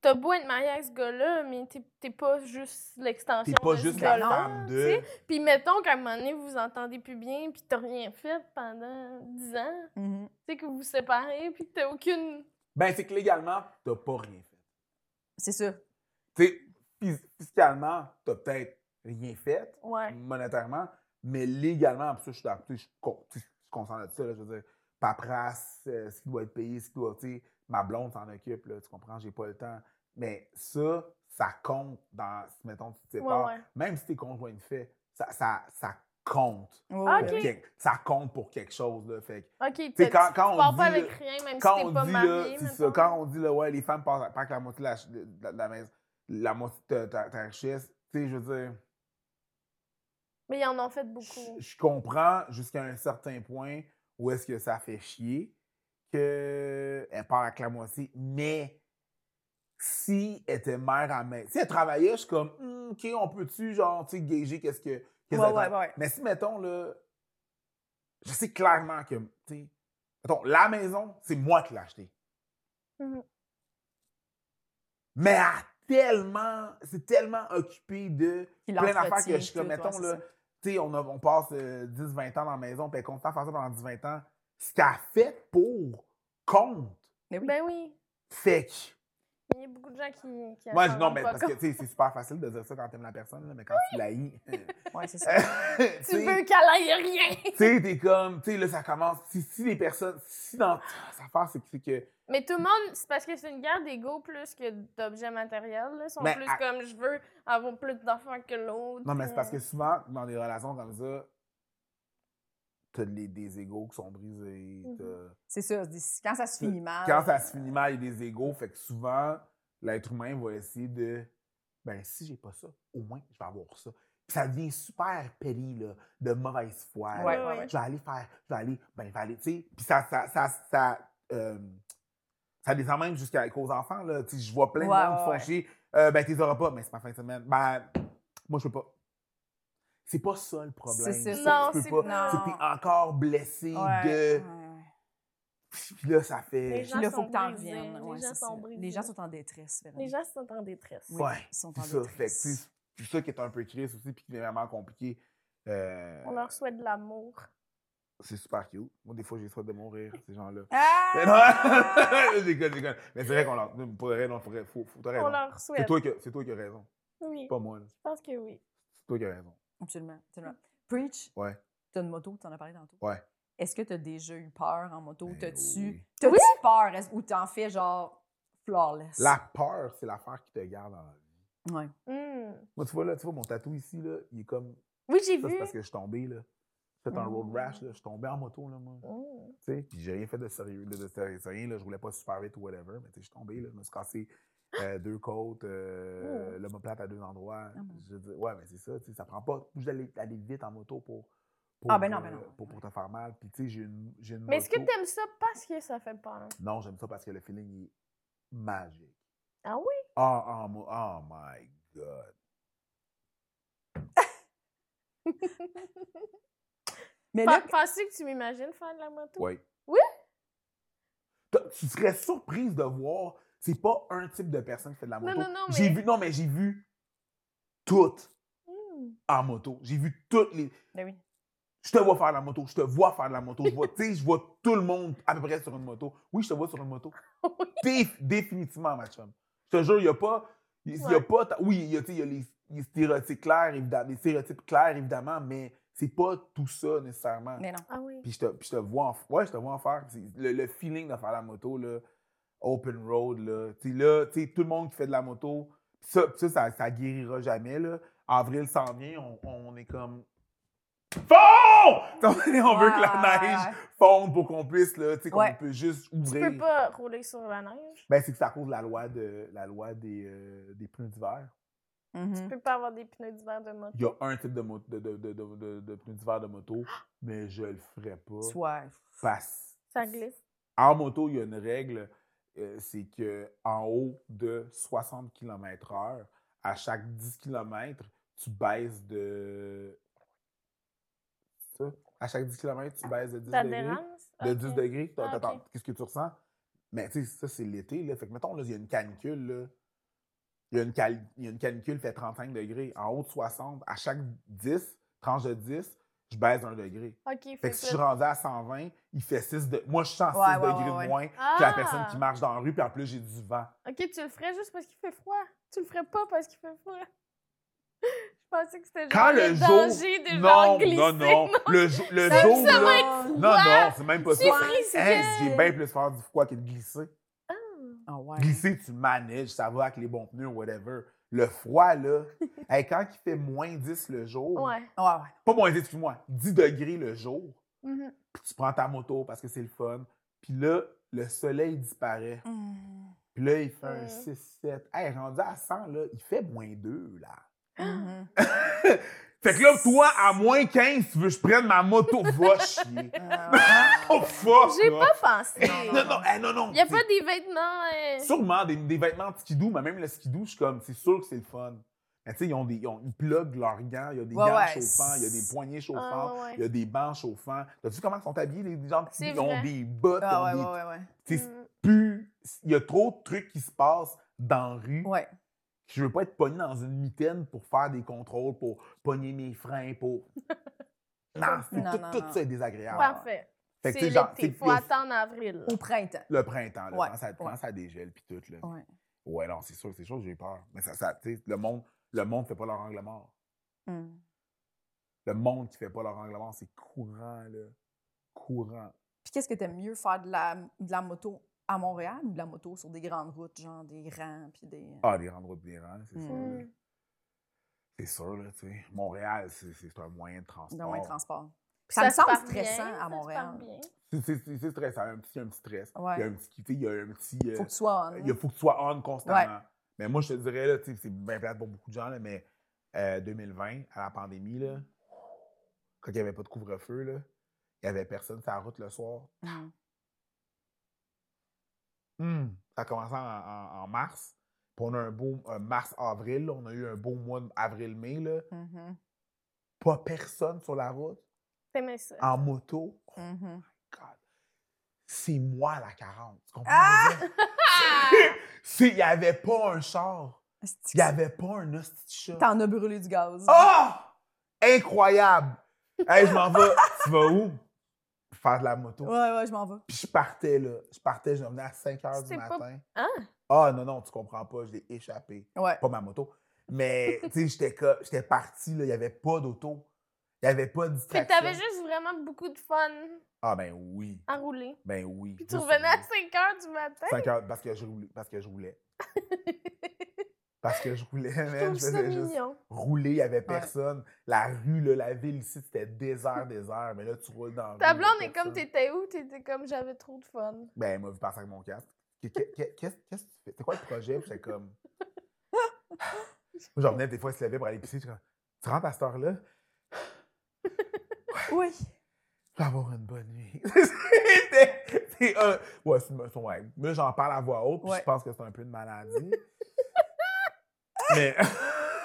Speaker 3: t'as beau être marié avec ce gars-là, mais t'es- t'es pas juste l'extension
Speaker 4: t'es pas
Speaker 3: de
Speaker 4: juste
Speaker 3: ce
Speaker 4: la
Speaker 3: gars-là.
Speaker 4: femme
Speaker 3: tu
Speaker 4: de
Speaker 3: sais. Puis mettons qu'à un moment donné, vous vous entendez plus bien, puis t'as rien fait pendant 10 ans,
Speaker 2: Mhm.
Speaker 3: tu sais, que vous vous séparez, puis que t'as aucune...
Speaker 4: ben c'est que légalement, t'as pas rien fait.
Speaker 2: C'est ça.
Speaker 4: Tu sais, phys- fiscalement, t'as peut-être rien fait
Speaker 3: Ouais.
Speaker 4: monétairement, mais légalement, puis ça, je suis d'accord, tu sais, je suis con- tu sais, je suis conscient de ça, là, je veux dire, paperasse, euh, ce qui doit être payé, ce qui doit, tu sais, ma blonde s'en occupe, là, tu comprends, j'ai pas le temps. Mais ça, ça compte dans, si, mettons, tu te
Speaker 3: Ouais,
Speaker 4: sépares,
Speaker 3: ouais.
Speaker 4: même si t'es conjoint de fait, ça, ça, ça compte.
Speaker 2: Ouais,
Speaker 3: Ah,
Speaker 2: ouais.
Speaker 3: ok.
Speaker 4: pour quelque- ça compte pour quelque chose, là, fait que
Speaker 3: OK, t'as-
Speaker 4: sais,
Speaker 3: tu
Speaker 4: quand- quand on
Speaker 3: pars pas
Speaker 4: dit,
Speaker 3: avec
Speaker 4: là,
Speaker 3: rien, même
Speaker 4: quand
Speaker 3: si
Speaker 4: on
Speaker 3: t'es pas
Speaker 4: dit, là,
Speaker 3: marié.
Speaker 4: c'est ça,
Speaker 3: mettons.
Speaker 4: quand on dit, là, ouais, les femmes passent, partent la moitié de la, ch- de, de- de la maison, la moitié de ta, ta- ta richesse, tu sais, je veux dire,
Speaker 3: Mais ils en ont fait beaucoup.
Speaker 4: je- je comprends jusqu'à un certain point où est-ce que ça fait chier qu'elle part avec la moitié, mais si elle était mère à main, si elle travaillait, je suis comme, Hmm, OK, on peut-tu, genre, tu sais, gager qu'est-ce que. qu'est-ce
Speaker 2: Ouais,
Speaker 4: qu'elle
Speaker 2: ouais,
Speaker 4: tra-
Speaker 2: ouais.
Speaker 4: Mais si, mettons, là, je sais clairement que, tu sais, mettons, la maison, c'est moi qui l'ai achetée.
Speaker 2: Mm-hmm.
Speaker 3: Mhm.
Speaker 4: Mais elle a tellement, c'est tellement occupé de
Speaker 2: Puis
Speaker 4: plein d'affaires
Speaker 2: l'entretien,
Speaker 4: que je suis comme,
Speaker 2: tout,
Speaker 4: mettons,
Speaker 2: ouais,
Speaker 4: là, tu sais, on, a- on passe 10-20 ans dans la maison, puis elle compte faire ça pendant 10-20 ans. Ce qu'elle a fait pour compte.
Speaker 3: Ben oui.
Speaker 4: Fait que.
Speaker 3: Il y a beaucoup de gens qui. qui
Speaker 4: Moi,
Speaker 3: s'en
Speaker 4: je- non,
Speaker 3: rendent
Speaker 4: mais
Speaker 3: pas
Speaker 4: parce que,
Speaker 3: compte.
Speaker 4: tu sais, c'est super facile de dire ça quand t'aimes la personne, là, mais quand tu la hais.
Speaker 2: c'est ça. Ouais, c'est ça.
Speaker 3: Tu
Speaker 4: tu
Speaker 3: veux qu'elle aille rien.
Speaker 4: Tu sais, t'es comme, tu sais, là, ça commence. Si, si les personnes, si dans. ah, Ça affaire, c'est que. c'est que-
Speaker 3: Mais tout le monde, c'est parce que c'est une guerre d'ego plus que d'objets matériels. là. Ils sont
Speaker 4: Mais
Speaker 3: plus
Speaker 4: à-
Speaker 3: comme je veux avoir plus d'enfants que l'autre.
Speaker 4: Non, mais c'est parce que souvent, dans des relations comme ça, t'as les- des égaux qui sont brisés.
Speaker 3: Mhm.
Speaker 4: t'as-
Speaker 2: C'est ça. c'est- Quand ça se finit mal.
Speaker 4: Quand ça se finit mal, il y a des égaux. Fait que souvent, l'être humain va essayer de. Ben, si j'ai pas ça, au moins, je vais avoir ça. Puis ça devient super péri, là, de mauvaise foi.
Speaker 2: Ouais,
Speaker 4: là.
Speaker 3: Ouais,
Speaker 2: ouais,
Speaker 3: ouais.
Speaker 2: ouais.
Speaker 4: je vais aller faire, je vais aller, ben, je vais aller, tu sais. Puis ça, ça, ça, ça, euh, ça descend même jusqu'à aux enfants, là. Tu sais, je vois plein
Speaker 2: Ouais,
Speaker 4: de monde qui font
Speaker 2: ouais, ouais.
Speaker 4: chier. Euh, ben, tu les auras pas, mais c'est ma fin de semaine. Ben, moi, je peux pas. C'est pas ça le problème.
Speaker 2: C'est ça,
Speaker 4: que
Speaker 3: Non,
Speaker 4: tu
Speaker 3: c'est-
Speaker 4: peux pas.
Speaker 2: non.
Speaker 4: C'est que t'es encore blessé
Speaker 2: Ouais,
Speaker 4: de.
Speaker 2: ouais, ouais.
Speaker 4: Puis là, ça fait.
Speaker 3: Les gens
Speaker 2: Puis là,
Speaker 3: sont
Speaker 2: faut que t'en
Speaker 3: brisés,
Speaker 2: reviennes.
Speaker 3: les
Speaker 2: Ouais,
Speaker 3: gens
Speaker 2: c'est
Speaker 3: sont
Speaker 2: ça.
Speaker 3: brisés.
Speaker 2: Les gens sont en détresse,
Speaker 3: Les
Speaker 2: Véronique.
Speaker 3: gens sont en détresse.
Speaker 2: Oui,
Speaker 4: Ouais,
Speaker 2: Ils sont
Speaker 4: C'est
Speaker 2: en
Speaker 4: ça. Fait que,
Speaker 2: détresse.
Speaker 4: tu sais, c'est ça qui est un peu triste aussi, puis qui est vraiment compliqué. Euh,
Speaker 3: On leur souhaite de l'amour.
Speaker 4: C'est super cute. Moi, des fois, j'ai soif de mourir, ces gens-là. Mais
Speaker 2: Ah!
Speaker 4: non! déconne, déconne. Mais c'est vrai qu'on leur. Pour vrai, non, pour vrai, faut, faut, t'as
Speaker 3: On
Speaker 4: raison.
Speaker 3: leur
Speaker 4: C'est
Speaker 3: souhaite.
Speaker 4: toi, qui as- c'est toi qui as raison.
Speaker 3: Oui,
Speaker 4: C'est pas moi, là.
Speaker 3: je pense que oui.
Speaker 4: C'est toi qui as raison.
Speaker 2: Absolument, absolument. Preach,
Speaker 4: Ouais.
Speaker 2: t'as une moto, t'en as parlé tantôt.
Speaker 4: Ouais.
Speaker 2: Est-ce que t'as déjà eu peur en moto?
Speaker 4: Ben
Speaker 2: T'as-tu
Speaker 4: oui.
Speaker 2: t'as-tu
Speaker 3: Oui.
Speaker 2: peur? Est-ce- Ou t'en fais genre flawless?
Speaker 4: La peur, c'est l'affaire qui te garde en vie.
Speaker 2: Ouais.
Speaker 3: Hmm.
Speaker 4: Moi, tu vois, là, tu vois, mon tatou ici, là, il est comme.
Speaker 3: Oui, j'ai
Speaker 4: Ça, c'est
Speaker 3: vu. Ah.
Speaker 4: parce que je suis tombé, là. J'ai fait un road
Speaker 2: Mm.
Speaker 4: rash, là. Je suis tombé en moto, là, moi.
Speaker 3: Hmm.
Speaker 4: Tu sais, puis j'ai rien fait de sérieux, de, de sérieux, rien, là. Je roulais pas super vite ou whatever, mais tu sais, je suis tombé, là. Je me suis cassé euh, deux côtes, euh, l'homoplate à deux endroits.
Speaker 2: Ah, mon
Speaker 4: Je veux dire, ouais, mais c'est ça, tu sais, ça prend pas. Vous allez aller vite en moto pour. pour,
Speaker 2: Ah, ben non, ben
Speaker 4: euh,
Speaker 2: non.
Speaker 4: Pour, pour te faire mal. Puis, tu sais, j'ai une, j'ai une
Speaker 3: Mais est-ce que
Speaker 4: moto-
Speaker 3: t'aimes ça parce que ça fait peur?
Speaker 4: Non, j'aime ça parce que le feeling est magique.
Speaker 3: Ah oui?
Speaker 4: Ah, ah, mo- oh my God.
Speaker 2: Mais
Speaker 3: Pe-
Speaker 2: là,
Speaker 3: Penses-tu que tu m'imagines faire de la moto?
Speaker 4: Oui.
Speaker 3: Oui?
Speaker 4: T'as- Tu serais surprise de voir, c'est pas un type de personne qui fait de la
Speaker 3: Non,
Speaker 4: moto.
Speaker 3: non, non,
Speaker 4: J'ai
Speaker 3: mais-
Speaker 4: vu, non, mais j'ai vu toutes.
Speaker 3: Hmm.
Speaker 4: en moto. J'ai vu toutes les.
Speaker 2: Ben oui.
Speaker 4: Je te vois faire de la moto, je te vois faire de la moto, je vois, tu sais, je vois tout le monde à peu près sur une moto. Oui, je te vois sur une moto. Dé- définitivement, ma chum. Je te jure, il n'y a pas. Il y a
Speaker 3: Ouais.
Speaker 4: pas. ta- Oui, il y a, tu sais, il y a les, les stéréotypes clairs, évidemment, les stéréotypes clairs, évidemment, mais c'est pas tout ça nécessairement.
Speaker 2: Mais non.
Speaker 3: Ah oui.
Speaker 4: Puis je te, puis je te vois en, f- ouais, je te vois en faire. C'est- Le, le feeling de faire la moto, là, open road, là. Tu sais, là, tu sais, tout le monde qui fait de la moto, ça, ça, ça, ça guérira jamais, là. Avril s'en vient, on, on est comme... Fond! on veut que la
Speaker 2: Ouais,
Speaker 4: neige
Speaker 2: ouais, ouais.
Speaker 4: fonde pour qu'on puisse, là, tu sais, qu'on
Speaker 2: Ouais.
Speaker 4: peut juste
Speaker 3: Tu
Speaker 4: ouvrir.
Speaker 3: peux pas rouler sur la neige.
Speaker 4: Ben, c'est que ça cause la loi, de, la loi des, euh, des pneus d'hiver.
Speaker 2: Mhm.
Speaker 4: Hmm.
Speaker 3: Tu peux pas avoir des pneus d'hiver de moto.
Speaker 4: Il y a un type de, mo- de, de, de, de, de- de pneus d'hiver de moto, mais je le ferai pas.
Speaker 2: Soit.
Speaker 3: Ah,
Speaker 4: Parce
Speaker 3: Ça glisse.
Speaker 4: En moto, il y a une règle, euh, c'est que en haut de 60 km/h, à chaque 10 km, tu baisses de. Ça? À chaque 10 km, tu baisses de 10
Speaker 3: Ça
Speaker 4: degrés.
Speaker 3: dérange?
Speaker 4: De 10
Speaker 3: Ok.
Speaker 4: degrés, t'as-
Speaker 3: Ah,
Speaker 4: t'as-
Speaker 3: ok.
Speaker 4: qu'est-ce que tu ressens? Mais tu sais, ça, c'est l'été. Là. Fait que mettons, là, il y a une canicule. Là. Il, y a une cal- il y a une canicule, fait 35 degrés. En haut de 60, à chaque 10, tranche de 10, je baisse un degré.
Speaker 3: Ok,
Speaker 4: Fait que si je suis rendu à 120, il fait 6 de. Moi, je suis en 6
Speaker 2: Ouais, ouais,
Speaker 4: degrés
Speaker 2: ouais, ouais.
Speaker 4: de moins
Speaker 3: ah,
Speaker 4: que la personne qui marche dans la rue, puis en plus, j'ai du vent.
Speaker 3: Ok, tu le ferais juste parce qu'il fait froid. Tu le ferais pas parce qu'il fait froid. je pensais que c'était genre
Speaker 4: Quand le jour-
Speaker 3: danger de genre glisser.
Speaker 4: non, non. Le, jo- le
Speaker 2: Ça-
Speaker 4: jour,
Speaker 2: ça
Speaker 4: là.
Speaker 2: va être
Speaker 4: Non,
Speaker 2: fou.
Speaker 4: non, c'est même pas
Speaker 3: Tu
Speaker 4: ça.
Speaker 3: frises,
Speaker 4: Hey,
Speaker 3: gueule.
Speaker 4: j'ai bien plus peur du froid que de glisser.
Speaker 2: Ah ouais.
Speaker 4: Glisser, tu manages, ça va avec les bons pneus, whatever. Le froid, là, hey, quand il fait moins 10 le jour,
Speaker 3: Ouais.
Speaker 2: Ouais, Ah, ouais.
Speaker 4: pas moins 10, excuse-moi, 10 degrés le jour,
Speaker 3: Mhm.
Speaker 4: puis tu prends ta moto parce que c'est le fun, puis là, le soleil disparaît.
Speaker 2: Mhm.
Speaker 4: Puis là, il fait un
Speaker 3: Mm.
Speaker 4: 6-7. Hey, rendu à 100, là, il fait moins 2, là.
Speaker 2: Mhm.
Speaker 4: Fait que là, toi, à moins 15, tu veux que je prenne ma moto, va chier.
Speaker 2: Ah,
Speaker 4: Oh, fuck,
Speaker 3: J'ai
Speaker 4: là.
Speaker 3: pas pensé.
Speaker 2: Non,
Speaker 4: Non, non, hey, non, non.
Speaker 3: Il y a
Speaker 4: c'est
Speaker 3: pas des vêtements. euh,
Speaker 4: Sûrement des, des vêtements de skidoo, mais même le skidoo, je suis comme, c'est sûr que c'est le fun. Mais tu sais, ils, ont des- ils, ont- ils pluguent leurs gants, il y a des
Speaker 2: Ouais,
Speaker 4: gants
Speaker 2: ouais.
Speaker 4: chauffants, il y a des poignets
Speaker 3: Ah,
Speaker 4: chauffants,
Speaker 3: ouais, ouais.
Speaker 4: il y a des bancs chauffants. T'as-tu comment ils sont habillés, les gens de
Speaker 3: C'est
Speaker 4: skidoo? Ils ont
Speaker 3: vrai.
Speaker 4: des bottes,
Speaker 2: Ah
Speaker 4: ils
Speaker 2: ouais,
Speaker 4: ont des...
Speaker 2: ouais, ouais, ouais.
Speaker 4: tu sais,
Speaker 3: Mm.
Speaker 4: plus... Il y a trop de trucs qui se passent dans la rue.
Speaker 2: Ouais.
Speaker 4: Je veux pas être pogné dans une mitaine pour faire des contrôles, pour pogner mes freins, pour. non, c'est
Speaker 2: Non,
Speaker 4: tout,
Speaker 2: non,
Speaker 4: tout
Speaker 2: non.
Speaker 4: ça est désagréable.
Speaker 3: Parfait. C'est
Speaker 4: Fait que, tu sais, genre,
Speaker 3: l'été.
Speaker 4: c'est
Speaker 3: Faut
Speaker 4: le-
Speaker 3: attendre avril.
Speaker 2: Au printemps.
Speaker 4: Le printemps, là,
Speaker 2: Ouais,
Speaker 4: quand, ça, quand
Speaker 2: ouais.
Speaker 4: ça dégèle, puis tout. Là.
Speaker 2: Ouais.
Speaker 4: Ouais, non, c'est sûr, que c'est sûr, que j'ai peur. Mais ça, ça tu sais, le monde, le monde fait pas leur angle mort.
Speaker 2: Mhm.
Speaker 4: Le monde qui fait pas leur angle mort, c'est courant, là. Courant.
Speaker 2: Puis qu'est-ce que t'aimes mieux faire de la, de la moto à Montréal ou de la moto sur des grandes routes, genre des rangs puis des. euh,
Speaker 4: Ah, les rendre des rangs, c'est
Speaker 2: Mm.
Speaker 4: sûr. là.
Speaker 3: Mm.
Speaker 4: C'est sûr, là, tu sais. Montréal, c'est c'est un moyen de transport.
Speaker 2: Dans moins de transport.
Speaker 3: Puis
Speaker 2: Ça, me
Speaker 3: se
Speaker 2: semble
Speaker 3: parle
Speaker 2: stressant
Speaker 3: bien,
Speaker 2: à
Speaker 3: ça se
Speaker 2: Montréal.
Speaker 3: parle bien.
Speaker 4: C'est- C'est c'est- c'est stressant, il y a un petit, un petit stress. Il y a
Speaker 2: Ouais.
Speaker 4: un petit, tu sais, il y a un petit. euh,
Speaker 2: Faut que tu sois en. hein.
Speaker 4: Il faut que tu sois on constamment. Mais moi, je te dirais, là, tu sais, c'est bien plate pour beaucoup de gens, là, mais euh, 2020, à la pandémie, là, quand il n'y avait pas de couvre-feu, là, il n'y avait personne sur la route le soir.
Speaker 2: Mhm.
Speaker 4: Hum, Ça a commencé en, en- en mars. Puis on a un beau un mars-avril. là, On a eu un beau mois d'avril-mai. là.
Speaker 2: Mhm.
Speaker 4: Pas personne sur la route.
Speaker 3: T'aimais ça.
Speaker 4: En moto. Oh
Speaker 2: Mhm.
Speaker 4: God. C'est moi la 40. Tu comprends?
Speaker 2: Ah!
Speaker 4: ce que je veux dire? C'est- Il n'y avait pas un char.
Speaker 2: Asti
Speaker 4: Il n'y avait pas un hostie de chat.
Speaker 2: que T'en as brûlé du gaz.
Speaker 4: Ah! Incroyable! Hey, je m'en vais. tu vas où? Faire de la moto.
Speaker 2: Ouais, ouais, je m'en vais.
Speaker 4: Puis je partais, là. Je partais, je venais à 5 h du
Speaker 3: C'était pas-
Speaker 4: matin.
Speaker 3: Ah!
Speaker 4: Ah, non, non, tu comprends pas, je l'ai échappé.
Speaker 2: Ouais.
Speaker 4: Pas ma moto. Mais, tu sais, j'étais co- j'étais parti, là. Il n'y avait pas d'auto. Il n'y avait pas de
Speaker 3: Fait que
Speaker 4: distraction.
Speaker 3: t'avais juste vraiment beaucoup de fun
Speaker 4: Ah, ben oui.
Speaker 3: à rouler.
Speaker 4: Ben oui.
Speaker 3: Puis tu revenais à 5 heures du matin.
Speaker 4: 5 heures parce que je roulais. Parce que je roulais. Parce que je roulais, man,
Speaker 3: Je trouve
Speaker 4: je
Speaker 3: ça
Speaker 4: faisais juste-
Speaker 3: mignon.
Speaker 4: rouler, il n'y avait personne. La rue, là, la ville ici, c'était désert, désert. Mais là, tu roules dans
Speaker 3: Ta
Speaker 4: la rue, il y a
Speaker 3: blonde est comme
Speaker 4: personne.
Speaker 3: t'étais où? T'étais comme j'avais trop de fun.
Speaker 4: Ben, elle m'a vu passer avec mon casque. Qu'est- qu'est- qu'est- Qu'est-ce qu'est-ce que tu fais? C'est quoi le projet? Puis j'étais comme. Moi, j'en venais des fois, elle se levait pour aller pisser. j'étais comme, Tu rentres à cette heure-là?
Speaker 2: Oui.
Speaker 4: Je vais avoir une bonne nuit. C'était- c'est un. Ouais, c'est une- c'est- ouais. Là, j'en parle à voix haute, puis
Speaker 2: Ouais.
Speaker 4: je pense que c'est un peu une maladie. Mais.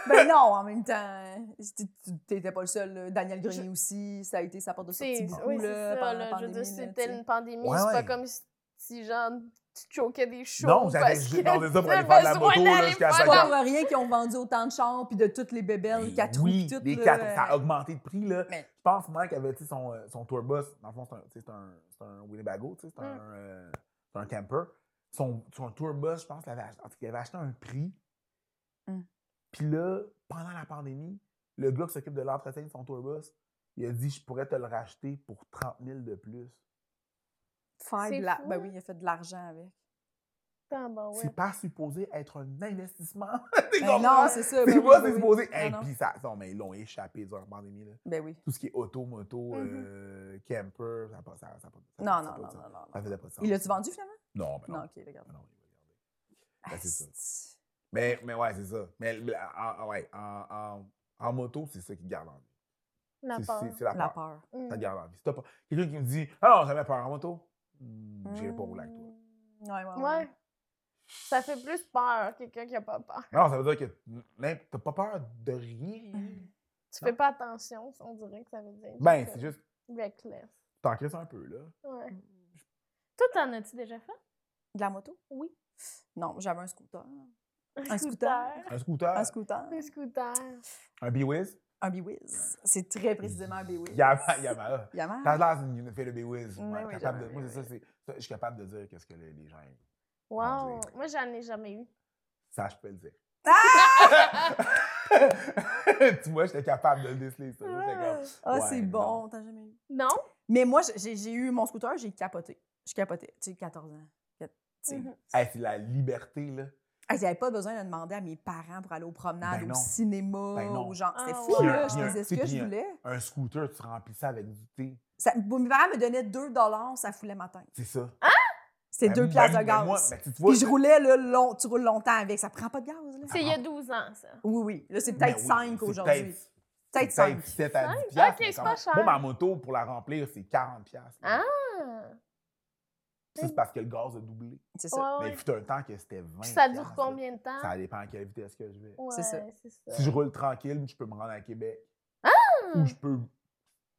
Speaker 2: Ben non, en même temps, c'était- tu- t'étais pas le seul. là. Daniel Grenier aussi, ça a été sa porte de sortie
Speaker 3: C'est
Speaker 2: beaucoup
Speaker 3: oui, c'est
Speaker 2: là,
Speaker 3: ça,
Speaker 2: pendant la
Speaker 3: là. Je veux
Speaker 2: pandémie.
Speaker 3: dire,
Speaker 2: là,
Speaker 3: c'était
Speaker 2: tu sais.
Speaker 3: une pandémie.
Speaker 4: Ouais,
Speaker 3: c'est
Speaker 4: ouais.
Speaker 3: pas comme si, si, genre, tu choquais des shows.
Speaker 4: Non, j'avais
Speaker 3: parce
Speaker 4: juste.
Speaker 3: que
Speaker 4: Non, c'est ça, pour
Speaker 3: t'as
Speaker 4: aller faire de la
Speaker 3: besoin
Speaker 4: moto, là,
Speaker 3: d'aller
Speaker 4: jusqu'à
Speaker 3: faire
Speaker 2: C'est
Speaker 3: de la
Speaker 4: 50.
Speaker 2: pas pour rien qu'ils ont vendu autant de chars puis de toutes les bébelles, quatre roues,
Speaker 4: Ben oui,
Speaker 2: puis tout,
Speaker 4: les
Speaker 2: là,
Speaker 4: quatre,
Speaker 2: euh,
Speaker 4: ça a augmenté de prix. Là.
Speaker 2: Mais-
Speaker 4: Je pense même qu'il avait tu sais, son, euh, son tour bus. Dans le fond, c'est un, tu sais, c'est un, c'est un Winnebago, tu sais, c'est un,
Speaker 3: Mm.
Speaker 4: euh, c'est un camper. Son, son tour bus, je pense qu'il avait, ach- en tout cas, il avait acheté un prix.
Speaker 2: Mm.
Speaker 4: Puis là, pendant la pandémie, le gars qui s'occupe de l'entretien de son tour bus, il a dit Je pourrais te le racheter pour 30 000 de plus.
Speaker 2: faire
Speaker 3: C'est
Speaker 2: de la-
Speaker 3: fou,
Speaker 2: Ben
Speaker 3: hein?
Speaker 2: oui, il a fait de l'argent avec.
Speaker 3: Ah, ben ouais.
Speaker 4: C'est pas supposé être un investissement. T'es
Speaker 2: Ben
Speaker 4: comprends?
Speaker 2: non, c'est ça. ben
Speaker 4: C'est
Speaker 2: oui,
Speaker 4: pas
Speaker 2: ben oui.
Speaker 4: supposé. Hey,
Speaker 2: Non, non.
Speaker 4: puis ça. Non, mais ils l'ont échappé durant la pandémie. Là.
Speaker 2: Ben oui.
Speaker 4: tout ce qui est auto, moto,
Speaker 3: Mhm.
Speaker 4: euh, camper, ça n'a pas ça, ça, a pas- ça,
Speaker 2: Mmh Non,
Speaker 4: ça a
Speaker 2: non,
Speaker 4: pas
Speaker 2: non,
Speaker 4: de sens.
Speaker 2: non, non,
Speaker 4: Ça
Speaker 2: non.
Speaker 4: faisait pas de sens.
Speaker 2: Il l'a-tu vendu finalement?
Speaker 4: Non, mais non.
Speaker 2: Non, ok, regarde.
Speaker 4: Ben non, il va garder. Ben, c'est ça.
Speaker 2: Asti.
Speaker 4: Mais, mais ouais, c'est ça. Mais mais, en, en- ah, ouais, en, en- en moto, c'est ça qui te garde en vie.
Speaker 3: La
Speaker 4: C'est-
Speaker 3: peur.
Speaker 4: C'est c'est la
Speaker 2: La
Speaker 4: peur.
Speaker 2: peur.
Speaker 3: Mm.
Speaker 4: Ça te garde en vie. Si t'as pas- Quelqu'un qui me dit Ah non, jamais peur en moto, je j'irai pas rouler avec toi.
Speaker 2: Mm. Ouais, ouais, ouais.
Speaker 3: Ouais. Ça fait plus peur que quelqu'un qui a pas peur.
Speaker 4: Non, ça veut dire que même- t'as pas peur de rien.
Speaker 2: Mmh.
Speaker 3: Tu
Speaker 4: Non.
Speaker 3: fais pas attention, on dirait que ça veut dire.
Speaker 4: Ben,
Speaker 3: que
Speaker 4: c'est juste,
Speaker 3: Reckless.
Speaker 4: t'en crées un peu, là.
Speaker 3: Ouais.
Speaker 4: Mmh.
Speaker 3: Toi, t'en as-tu déjà fait?
Speaker 2: De la moto?
Speaker 3: Oui.
Speaker 2: Non, j'avais un scooter. Un
Speaker 4: Un scooter,
Speaker 2: Un scooter.
Speaker 3: Un scooter.
Speaker 4: un B-Wiz,
Speaker 2: Un B-Wiz. C'est très précisément un B-Wiz.
Speaker 4: Yamaha. Yamaha.
Speaker 2: Yamaha.
Speaker 4: T'as l'air d'une fille de B-Wiz.
Speaker 2: Oui,
Speaker 4: moi,
Speaker 2: oui,
Speaker 4: capable de-
Speaker 2: j'avais
Speaker 4: moi,
Speaker 2: un
Speaker 4: c'est ça, c'est- ça, Je suis capable de dire qu'est-ce que les, les gens aiment.
Speaker 3: Wow.
Speaker 4: dirait.
Speaker 3: Moi, j'en ai jamais eu.
Speaker 4: Ça, je peux le dire.
Speaker 2: Ah!
Speaker 4: tu vois, j'étais capable de le déceler, ça. Moi, j'étais comme,
Speaker 2: Ah,
Speaker 4: Ouais,
Speaker 2: c'est
Speaker 4: non.
Speaker 2: bon, t'as jamais eu.
Speaker 3: Non?
Speaker 2: Mais moi, j'ai j'ai eu mon scooter, j'ai capoté. Je capotais. Tu sais, 14 ans. Quat- tu sais.
Speaker 3: Mhm.
Speaker 4: Hey, c'est la liberté, là.
Speaker 2: Hey, J'avais pas besoin de demander à mes parents pour aller aux promenades,
Speaker 4: Ben
Speaker 2: au
Speaker 4: non.
Speaker 2: cinéma,
Speaker 4: Ben non.
Speaker 2: au genre. C'était
Speaker 3: Ah
Speaker 2: fou,
Speaker 3: ouais.
Speaker 2: là. Je
Speaker 3: Puis un-
Speaker 2: faisais ce
Speaker 4: puis
Speaker 2: que je
Speaker 4: un-
Speaker 2: voulais.
Speaker 4: Un scooter, tu remplis ça avec du thé.
Speaker 2: Ça- mes parents me donnaient 2 ça foulait ma tête.
Speaker 4: C'est ça.
Speaker 2: C'était
Speaker 4: Ben,
Speaker 2: 2
Speaker 4: moi,
Speaker 2: Ah, piastres de
Speaker 4: ben,
Speaker 2: gaz.
Speaker 4: moi, ben, tu te vois,
Speaker 2: Puis je roulais, là, long, tu roules longtemps avec. Ça prend pas de gaz, là.
Speaker 3: C'est il y a 12 ans, ça.
Speaker 2: Oui, oui. Là, c'est
Speaker 4: ben
Speaker 2: peut-être
Speaker 4: oui,
Speaker 2: 5
Speaker 4: c'est
Speaker 2: aujourd'hui.
Speaker 4: peut-être-
Speaker 2: Peut-être
Speaker 4: c'est
Speaker 2: 5.
Speaker 4: 7 à 10
Speaker 3: Cinq?
Speaker 4: piastres,
Speaker 3: Ok,
Speaker 4: mais
Speaker 3: c'est
Speaker 4: quand
Speaker 3: pas
Speaker 4: même.
Speaker 3: cher.
Speaker 4: Moi, ma moto, pour la remplir, c'est 40 piastres. là.
Speaker 3: Ah!
Speaker 4: Ça, c'est parce que le gaz a doublé.
Speaker 2: C'est ça.
Speaker 3: Ouais,
Speaker 4: Mais
Speaker 3: ouais.
Speaker 4: il fut un temps que c'était 20
Speaker 3: Ah, Puis ça dure
Speaker 4: piastres, là.
Speaker 3: combien de temps?
Speaker 4: Ça dépend à quelle vitesse que je vais.
Speaker 3: Ouais, Ah!
Speaker 2: C'est
Speaker 3: c'est
Speaker 2: ça.
Speaker 3: ça.
Speaker 4: Si je roule tranquille, je peux me rendre à Québec. Ou je peux.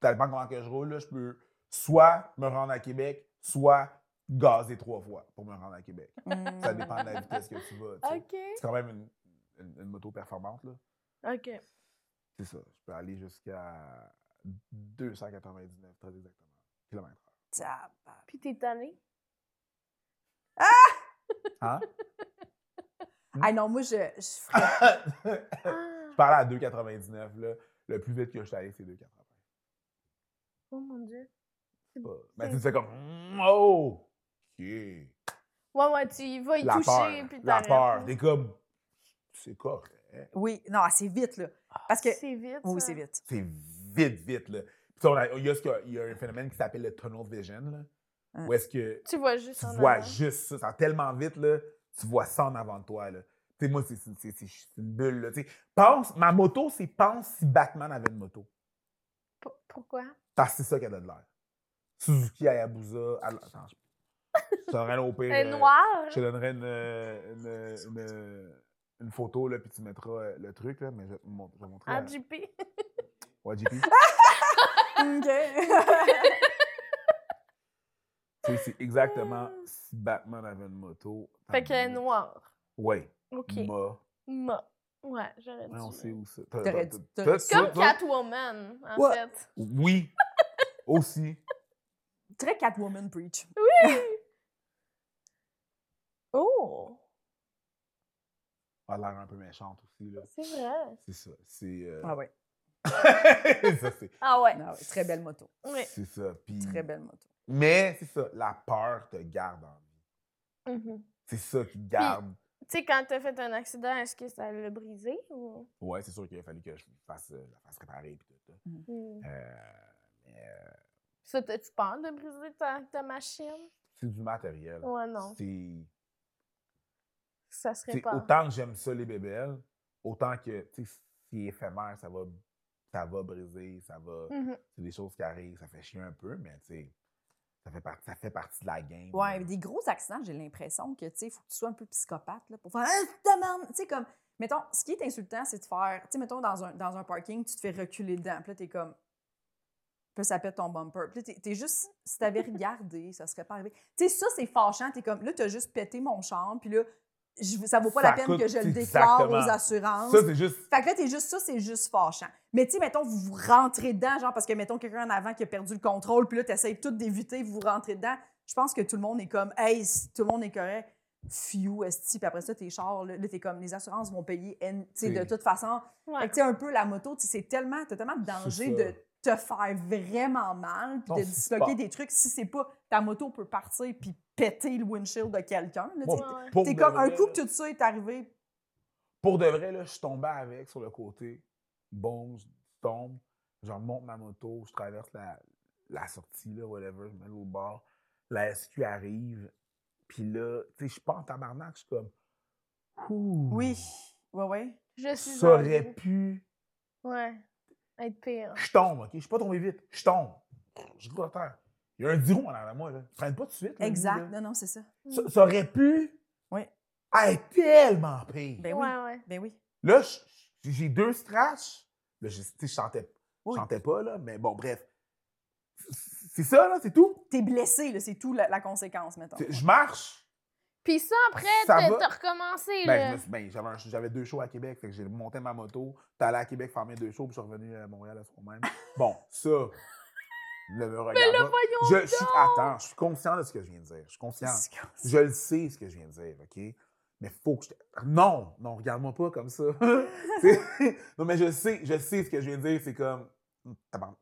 Speaker 4: Ça dépend comment que je roule, là, je peux soit me rendre à Québec, soit gazer trois fois pour me rendre à Québec.
Speaker 2: Mm.
Speaker 4: Ça dépend de la vitesse que tu vas. tu sais.
Speaker 3: OK.
Speaker 4: C'est quand même une, une- une moto performante, là.
Speaker 3: OK.
Speaker 4: C'est ça. Je peux aller jusqu'à 299, très exactement, kilomètres.
Speaker 2: Tabarnak.
Speaker 3: Puis t'es tanné?
Speaker 4: Hein?
Speaker 2: Ah non, moi, je, je ferais-
Speaker 4: je
Speaker 3: Ah!
Speaker 4: parlais à 299, là. Le plus vite que je suis allé, c'est 280.
Speaker 3: Oh mon Dieu.
Speaker 4: Pas- Mais tu te fais comme. Mm, Oh! Yeah!
Speaker 3: Ouais, ouais, tu y vas y
Speaker 4: la
Speaker 3: toucher,
Speaker 4: peur,
Speaker 3: puis
Speaker 4: la
Speaker 3: t'arrêtes.
Speaker 4: peur. T'es comme, c'est correct.
Speaker 2: Oui, non, ah, c'est vite, là. Parce que.
Speaker 3: Ah, C'est vite,
Speaker 2: Oui,
Speaker 3: ça.
Speaker 2: c'est vite.
Speaker 4: C'est vite, vite, là. Puis on a- il y, a ce que- il y a un phénomène qui s'appelle le tunnel vision, là,
Speaker 2: Hein.
Speaker 4: où est-ce que
Speaker 3: Tu vois juste
Speaker 4: tu
Speaker 3: en
Speaker 4: vois
Speaker 3: avant.
Speaker 4: juste ça, ça va tellement vite, là, tu vois ça en avant de toi, là. Tu sais, moi, c'est c'est- c'est- c'est- c'est une bulle, là. tu sais. Pense, ma moto, c'est pense si Batman avait une moto.
Speaker 3: P- Pourquoi?
Speaker 4: Parce que c'est ça qu'elle a de l'air. Suzuki, Hayabusa, Al- attends, je je donnerais au pire,
Speaker 3: Elle
Speaker 4: euh,
Speaker 3: est noire.
Speaker 4: Je te donnerais une, euh, une, une- une photo, là, puis tu mettras euh, le truc, là, mais je vais te mon- je vais montrer. à-
Speaker 3: En JP.
Speaker 4: Ouais, JP.
Speaker 2: OK.
Speaker 4: Tu sais, c'est exactement si Batman avait une moto.
Speaker 3: Fait qu'elle est
Speaker 4: noire.
Speaker 3: noire.
Speaker 4: Ouais.
Speaker 3: OK.
Speaker 4: Ma.
Speaker 3: Ma. Ouais, j'aurais dû.
Speaker 4: Ouais, on sait où ça.
Speaker 2: T'aurais dû-
Speaker 4: t'as-
Speaker 2: t'aurais-
Speaker 4: t'as-
Speaker 3: Comme
Speaker 4: t'as-
Speaker 3: Catwoman, en
Speaker 2: Ouais.
Speaker 3: fait.
Speaker 4: Oui. Aussi.
Speaker 2: Très Catwoman Preach.
Speaker 3: Oh!
Speaker 4: Elle a l'air un peu méchante aussi, là.
Speaker 3: C'est vrai.
Speaker 4: C'est ça. C'est. euh,
Speaker 2: Ah ouais.
Speaker 4: ça, c'est.
Speaker 3: Ah ouais.
Speaker 2: Ah ouais, Très belle moto.
Speaker 3: Oui.
Speaker 4: C'est ça. Puis-
Speaker 2: Très belle moto.
Speaker 4: Mais c'est ça. La peur te garde en vie.
Speaker 3: Mhm.
Speaker 4: C'est ça qui te garde.
Speaker 3: Tu sais, quand t'as fait un accident, est-ce que ça l'a brisé ou.
Speaker 4: Ouais, c'est sûr qu'il a fallu que je fasse, euh, la fasse réparer. Puis tout, là.
Speaker 3: Mm.
Speaker 4: Euh, mais, euh,
Speaker 3: Ça, t'as-tu peur de briser ta, ta machine?
Speaker 4: c'est du matériel.
Speaker 2: Oh,
Speaker 3: Ouais, non.
Speaker 4: C'est.
Speaker 3: Ça serait
Speaker 4: T'sais,
Speaker 3: pas.
Speaker 4: autant que j'aime ça les bébelles, autant que tu sais, c'est éphémère, ça va, ça va briser, ça va.
Speaker 3: Mhm.
Speaker 2: Mm.
Speaker 4: C'est des choses qui arrivent, ça fait chier un peu, mais tu sais, ça fait partie, ça fait partie de la game.
Speaker 2: Ouais,
Speaker 4: là.
Speaker 2: des gros accidents, j'ai l'impression que, tu sais, il faut que tu sois un peu psychopathe, là, pour faire Ah, demande! Tu sais, comme, mettons, ce qui est insultant, c'est de faire, tu sais, mettons, dans un, dans un parking, tu te fais reculer dedans, puis là, t'es comme, Puis ça pète ton bumper. Puis là, t'es- t'es juste, si t'avais regardé, ça serait pas arrivé. Tu sais, ça, c'est fâchant. T'es comme, là, t'as juste pété mon champ, puis là, je, ça vaut pas
Speaker 4: Ça
Speaker 2: la peine
Speaker 4: coûte-
Speaker 2: que je le
Speaker 4: c'est
Speaker 2: déclare
Speaker 4: exactement.
Speaker 2: aux assurances.
Speaker 4: Ça, c'est juste.
Speaker 2: Fait que là, t'es juste ça, c'est juste fâchant. Mais tu sais, mettons, vous vous rentrez dedans, genre parce que, mettons, quelqu'un en avant qui a perdu le contrôle, puis là, t'essayes tout d'éviter, vous vous rentrez dedans. Je pense que tout le monde est comme, hey, si tout le monde est correct, fiou, esti. Puis après ça, tes chars, là, là, t'es comme, les assurances vont payer, N- tu sais, de
Speaker 4: Oui.
Speaker 2: toute façon.
Speaker 3: Ouais.
Speaker 2: Fait que tu sais, un peu la moto, tu sais, c'est tellement, t'as tellement de
Speaker 4: C'est
Speaker 2: danger
Speaker 4: ça.
Speaker 2: de te faire vraiment mal,
Speaker 4: Ton
Speaker 2: puis de disloquer
Speaker 4: support.
Speaker 2: des trucs. Si c'est pas, ta moto peut partir, puis péter le windshield de quelqu'un. là, tu sais.
Speaker 4: Moi,
Speaker 3: Ouais.
Speaker 4: pour
Speaker 2: T'es
Speaker 4: de
Speaker 2: comme, un
Speaker 4: vrai,
Speaker 2: coup
Speaker 4: là,
Speaker 2: que tout ça est arrivé,
Speaker 4: Pour de vrai, là, je suis tombé avec sur le côté. Bon, je tombe. Je remonte ma moto. Je traverse la, la sortie, là, whatever. Je me mets au bord. La SQ arrive. Puis là, tu sais, je suis pas en tabarnak. Je suis comme. Ouh,
Speaker 2: oui, ouais, ouais.
Speaker 3: Je suis.
Speaker 4: Ça aurait
Speaker 3: enlevée.
Speaker 4: pu.
Speaker 3: Ouais. Être pire.
Speaker 4: Je tombe, OK? Je suis pas tombé vite. Je tombe. Je roule à terre. Il y a un dirou en arrière de moi, là. Tu freines pas tout de suite. là, lui,
Speaker 2: Exact.
Speaker 4: là.
Speaker 2: Non, non, c'est ça.
Speaker 4: Ça, ça aurait pu
Speaker 2: Oui.
Speaker 4: être tellement pire.
Speaker 2: Ben oui.
Speaker 3: ouais, ouais.
Speaker 2: Ben oui.
Speaker 4: Là, je- je- j'ai deux scratchs. Là, je, tu sais, je chantais, je
Speaker 2: Oui.
Speaker 4: chantais pas, là, mais bon, bref. C'est ça, là, c'est tout.
Speaker 2: T'es blessé, là, c'est tout la, la conséquence, mettons.
Speaker 4: C'est- Je marche.
Speaker 3: Puis ça, après,
Speaker 4: Ça
Speaker 3: t'as
Speaker 4: va?
Speaker 3: t'as recommencé,
Speaker 4: Ben, je
Speaker 3: là.
Speaker 4: me suis- ben, j'avais un- j'avais deux shows à Québec, fait que j'ai monté ma moto, t'es allé à Québec faire mes deux shows, puis je suis revenu à Montréal à ce moment-même. bon, ça, ne me regarde
Speaker 3: Mais là,
Speaker 4: pas.
Speaker 3: voyons.
Speaker 4: ah, Je, je suis, attends, je suis conscient de ce que je viens de dire. Je suis conscient.
Speaker 2: C'est-
Speaker 4: Je le sais, ce que je viens de dire, OK? Mais faut que je... te- Non! Non, regarde-moi pas comme ça. C'est- non, mais je sais, je sais ce que je viens de dire. C'est comme... hum, Tabarn-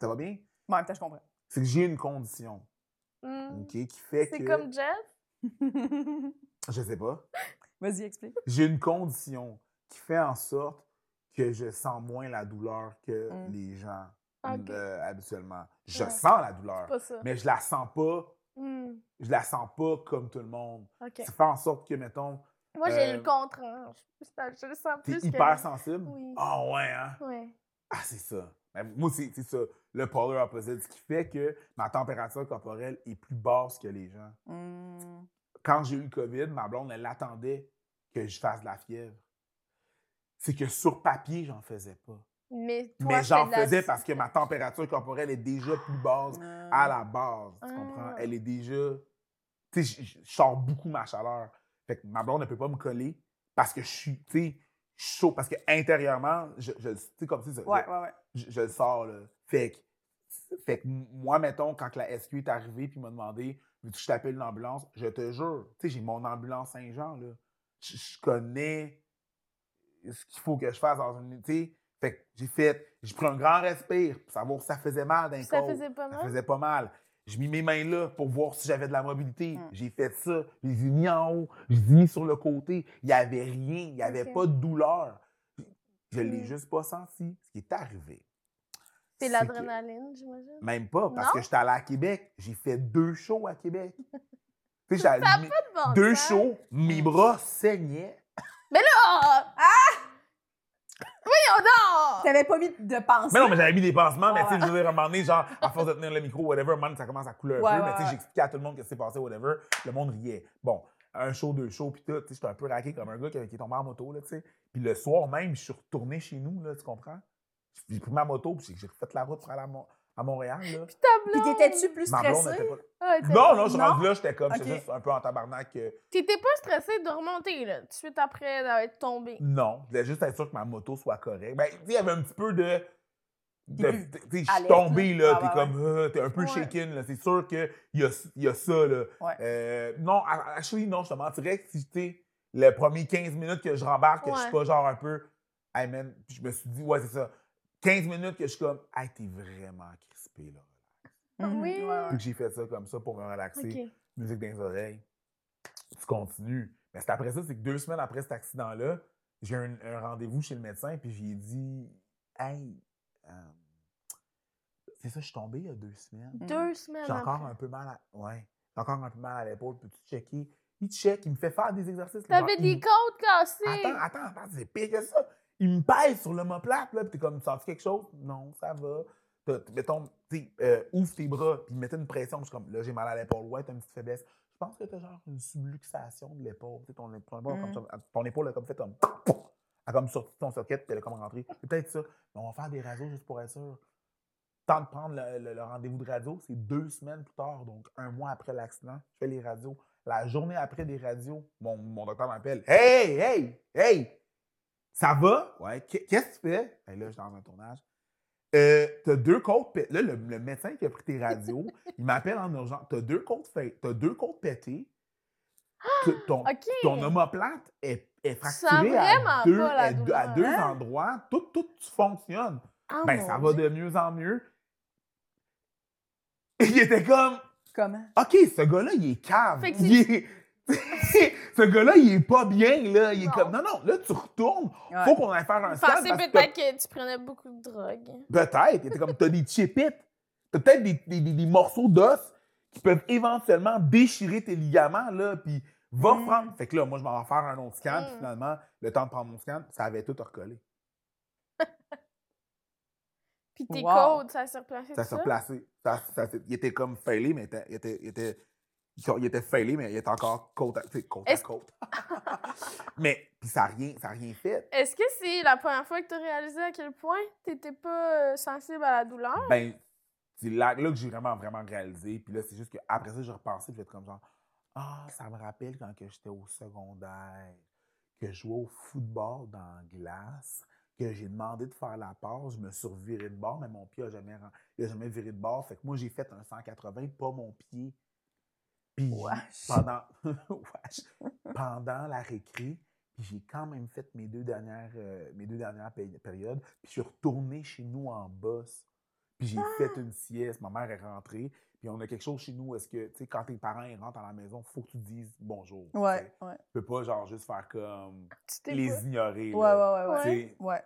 Speaker 4: Ça va bien?
Speaker 2: Bon, en même temps, je comprends.
Speaker 4: C'est que j'ai une condition,
Speaker 3: Hmm.
Speaker 4: OK, qui fait
Speaker 3: C'est
Speaker 4: que...
Speaker 3: comme Jeff.
Speaker 4: Je sais pas.
Speaker 2: Vas-y, explique.
Speaker 4: J'ai une condition qui fait en sorte que je sens moins la douleur que
Speaker 2: Mm.
Speaker 4: les gens
Speaker 3: Mmh. Ok.
Speaker 4: euh, habituellement. Je
Speaker 3: Ouais.
Speaker 4: sens la douleur,
Speaker 3: Pas ça.
Speaker 4: mais je la sens pas...
Speaker 3: Hmm.
Speaker 4: Je la sens pas comme tout le monde.
Speaker 3: OK.
Speaker 4: Ça fait en sorte que, mettons,
Speaker 3: Moi, j'ai
Speaker 4: Euh,
Speaker 3: le contre. hein. Je, je- je le sens
Speaker 4: t'es
Speaker 3: plus que...
Speaker 4: hyper sensible.
Speaker 3: Oui.
Speaker 4: Ah ouais, hein?
Speaker 3: Ouais.
Speaker 4: Ah, c'est ça. Ben, moi, c'est c'est ça. Le polar opposite, ce qui fait que ma température corporelle est plus basse que les gens.
Speaker 2: Hum,
Speaker 4: Quand j'ai eu le COVID, ma blonde, elle attendait que je fasse de la fièvre. C'est que sur papier, j'en faisais pas.
Speaker 3: Mais, toi,
Speaker 4: Mais
Speaker 3: je
Speaker 4: j'en
Speaker 3: fais de la-
Speaker 4: faisais parce que ma température corporelle est déjà plus basse
Speaker 2: hum.
Speaker 4: à la base. Tu
Speaker 3: Ah.
Speaker 4: comprends? Elle est déjà. Tu sais, je- je je sors beaucoup ma chaleur. Fait que ma blonde ne peut pas me coller parce que je suis, tu sais, chaud. Parce que intérieurement, je, je- tu sais, comme si ça.
Speaker 2: Ouais, ouais, ouais.
Speaker 4: je, je le sors, là. Fait que, fait que m- moi, mettons, quand que la SQ est arrivée puis m'a demandé veux-tu que je t'appelle une ambulance, je te jure, tu sais, j'ai mon ambulance Saint-Jean, là. Je, je connais ce qu'il faut que je fasse dans une. Tu sais, fait que j'ai fait, j'ai pris un grand respire pour savoir si ça faisait mal d'un
Speaker 3: Ça
Speaker 4: côte.
Speaker 3: faisait pas
Speaker 4: Ça
Speaker 3: mal?
Speaker 4: faisait pas mal. J'ai mis mes mains là pour voir si j'avais de la mobilité.
Speaker 3: Hmm.
Speaker 2: Mm.
Speaker 4: J'ai fait ça. Je les ai mis en haut. Je les ai mis sur le côté. Il n'y avait rien. Il n'y avait
Speaker 3: Ok.
Speaker 4: pas de douleur. Je ne l'ai
Speaker 3: Mm.
Speaker 4: juste pas senti. Ce qui est arrivé.
Speaker 3: C'est
Speaker 4: que-
Speaker 3: l'adrénaline, j'imagine.
Speaker 4: Même pas, parce
Speaker 3: Non?
Speaker 4: que j'étais allé à Québec. J'ai fait deux shows à Québec. Tu sais, j'étais allé- mes-
Speaker 3: Bon,
Speaker 4: deux
Speaker 3: ça-
Speaker 4: shows, mes bras saignaient.
Speaker 3: Ah! Voyons donc!
Speaker 2: T'avais pas mis de pensée.
Speaker 4: Mais non, mais j'avais mis des pansements, mais
Speaker 2: Ouais,
Speaker 4: tu sais, je veux dire, à un moment donné, genre, à force de tenir le micro, whatever, à un moment donné, ça commence à couler un
Speaker 2: Ouais,
Speaker 4: peu,
Speaker 2: ouais,
Speaker 4: mais tu sais,
Speaker 2: ouais.
Speaker 4: j'expliquais à tout le monde ce qui s'est passé, whatever, le monde riait. Bon, un show, deux shows, puis tout, tu sais, j'étais un peu raqué comme un gars qui, qui est tombé en moto, là, tu sais. Puis le soir même, je suis retourné chez nous, là, tu comprends? J'ai pris ma moto, puis j'ai- j'ai refait la route pour aller à, Mon- à Montréal, là.
Speaker 3: Ta
Speaker 2: Puis
Speaker 3: blonde!
Speaker 2: t'étais-tu plus
Speaker 4: Ma blonde n'était
Speaker 2: stressée?
Speaker 4: pas...
Speaker 3: Ah, t'es-
Speaker 4: Non, non, je suis
Speaker 2: Non?
Speaker 4: rendu là, j'étais comme, j'étais
Speaker 2: Ok.
Speaker 4: juste un peu en tabarnak. euh,
Speaker 3: T'étais pas stressée de remonter, là, tout de suite après d'être tombée.
Speaker 4: Non, je voulais juste être sûr que ma moto soit correcte. Ben, tu sais, il y avait un petit peu de. de-
Speaker 2: plus
Speaker 4: tu sais, je suis
Speaker 2: alerte,
Speaker 4: tombé,
Speaker 2: là.
Speaker 4: là,
Speaker 2: Ah,
Speaker 4: t'es
Speaker 2: ouais,
Speaker 4: comme, ah, t'es un peu
Speaker 3: Ouais.
Speaker 4: shaken, là. C'est sûr qu'il y a, y a ça, là.
Speaker 2: Ouais.
Speaker 4: Euh, non, à- actually, non, je te mentirais que si, tu sais, le premier 15 minutes que je rembarque, que je
Speaker 3: Ouais.
Speaker 4: suis pas genre un peu, hey man, puis je me suis dit, ouais, c'est ça. 15 minutes que je suis comme, hey, t'es vraiment crispé, là.
Speaker 2: Hum,
Speaker 3: Ah Oui.
Speaker 2: ouais, ouais.
Speaker 4: Puis que j'ai fait ça comme ça pour me relaxer
Speaker 3: OK.
Speaker 4: musique dans les oreilles. Tu continues. Mais c'est après ça, c'est que deux semaines après cet accident-là, j'ai un, un rendez-vous chez le médecin, puis j'ai dit Hey, euh, c'est ça, je suis tombé il y a deux semaines.
Speaker 3: Deux semaines
Speaker 4: J'ai encore
Speaker 3: après.
Speaker 4: un peu mal à. Ouais. J'ai encore un peu mal à l'épaule. Peux-tu checker? Il check, il me fait faire des exercices. là,
Speaker 3: T'avais
Speaker 4: genre,
Speaker 3: des
Speaker 4: il-
Speaker 3: côtes cassées!
Speaker 4: Attends, attends, attends, c'est pire que ça. Il me pèse sur l'homoplate, là, puis t'es comme, tu sens quelque chose? Non, ça va. T'as- t- Mettons, tu sais, euh, ouvre tes bras, puis il mettait une pression. Je suis comme, là, j'ai mal à l'épaule. Ouais, t'as une petite faiblesse. Je pense que t'as genre une subluxation de l'épaule. Tu sais, ton, ton épaule,
Speaker 2: Mm.
Speaker 4: comme, ton épaule a comme fait comme. Elle a comme sorti de ton socket, puis elle a comme rentré. C'est peut-être ça. Mais on va faire des radios juste pour être sûr. temps de prendre le, le- le rendez-vous de radio, c'est deux semaines plus tard, donc un mois après l'accident, je fais les radios. La journée après des radios, mon, mon docteur m'appelle. Hey, hey, hey! Ça va? Ouais. Qu- Qu'est-ce que tu fais? Ben là, je suis dans un tournage. Euh, t'as deux côtes pétées. Là, le, le médecin qui a pris tes radios, il m'appelle en urgence. T'as deux côtes, faites- t'as deux côtes pétées. T- ton-
Speaker 3: Ah, OK.
Speaker 4: ton omoplate est, est
Speaker 3: Tu sens
Speaker 4: fracturée
Speaker 3: vraiment
Speaker 4: à deux,
Speaker 3: pas la
Speaker 4: à deux- à
Speaker 3: douleur,
Speaker 4: deux
Speaker 3: hein?
Speaker 4: endroits. Tout, tout fonctionne.
Speaker 3: Ah,
Speaker 4: ben,
Speaker 3: mon
Speaker 4: ça va
Speaker 3: Dieu.
Speaker 4: de mieux en mieux. Il était comme,
Speaker 2: Comment?
Speaker 4: OK, ce gars-là, il est cave.
Speaker 3: Fait que
Speaker 4: Il est- ce gars-là, il est pas bien, là. Il est
Speaker 3: Non.
Speaker 4: comme, non, non, là, tu retournes.
Speaker 2: Ouais.
Speaker 4: Faut qu'on aille faire un
Speaker 3: Je
Speaker 4: scan.
Speaker 3: pensais
Speaker 4: parce que
Speaker 3: peut-être que tu prenais beaucoup de drogue.
Speaker 4: Peut-être. Il était comme, t'as des chipites. T'as peut-être des, des- des- des morceaux d'os qui peuvent éventuellement déchirer tes ligaments, là, puis va
Speaker 2: Mm.
Speaker 4: prendre. Fait que là, moi, je m'en vais faire un autre scan, puis
Speaker 3: Mm.
Speaker 4: finalement, le temps de prendre mon scan, ça avait tout recollé.
Speaker 3: Puis tes
Speaker 2: Wow.
Speaker 3: côtes, ça s'est replacé.
Speaker 4: Ça
Speaker 3: tout
Speaker 4: s'est replacé. Ça, ça s'est- il était comme failé, mais il était, il était, il était, il était failé, mais il était encore côte à tu sais, côte. à
Speaker 3: Est-ce-
Speaker 4: côte. mais puis ça n'a rien, ça a rien fait.
Speaker 3: Est-ce que c'est la première fois que tu as réalisé à quel point tu n'étais pas euh, sensible à la douleur?
Speaker 4: Ben, c'est là, là que j'ai vraiment, vraiment réalisé. Puis là, c'est juste qu'après ça, j'ai repensé, puis j'ai fait comme genre, ah, ça me rappelle quand que j'étais au secondaire, que je jouais au football dans la glace, que j'ai demandé de faire la passe, je me suis reviré de bord, mais mon pied n'a jamais, ren- il a jamais viré de bord. Fait que moi, j'ai fait un 180, pas mon pied. Puis j'ai-
Speaker 2: Wesh.
Speaker 4: pendant, Wesh. pendant la récré, puis j'ai quand même fait mes deux dernières, euh, mes deux dernières péri- périodes. Puis je suis retourné chez nous en bosse. Puis
Speaker 2: Ah!
Speaker 4: j'ai fait une sieste. Ma mère est rentrée. Puis on a quelque chose chez nous. Est-ce que, tu sais, quand tes parents ils rentrent à la maison, faut que tu dises bonjour. tu
Speaker 2: Ouais,
Speaker 4: sais.
Speaker 2: ouais.
Speaker 4: Tu peux pas, genre, juste faire comme
Speaker 3: Tu t'es
Speaker 4: les
Speaker 3: pas-
Speaker 4: ignorer.
Speaker 2: Ouais,
Speaker 4: là.
Speaker 2: ouais, ouais, ouais.
Speaker 4: Tu sais,
Speaker 2: Ouais.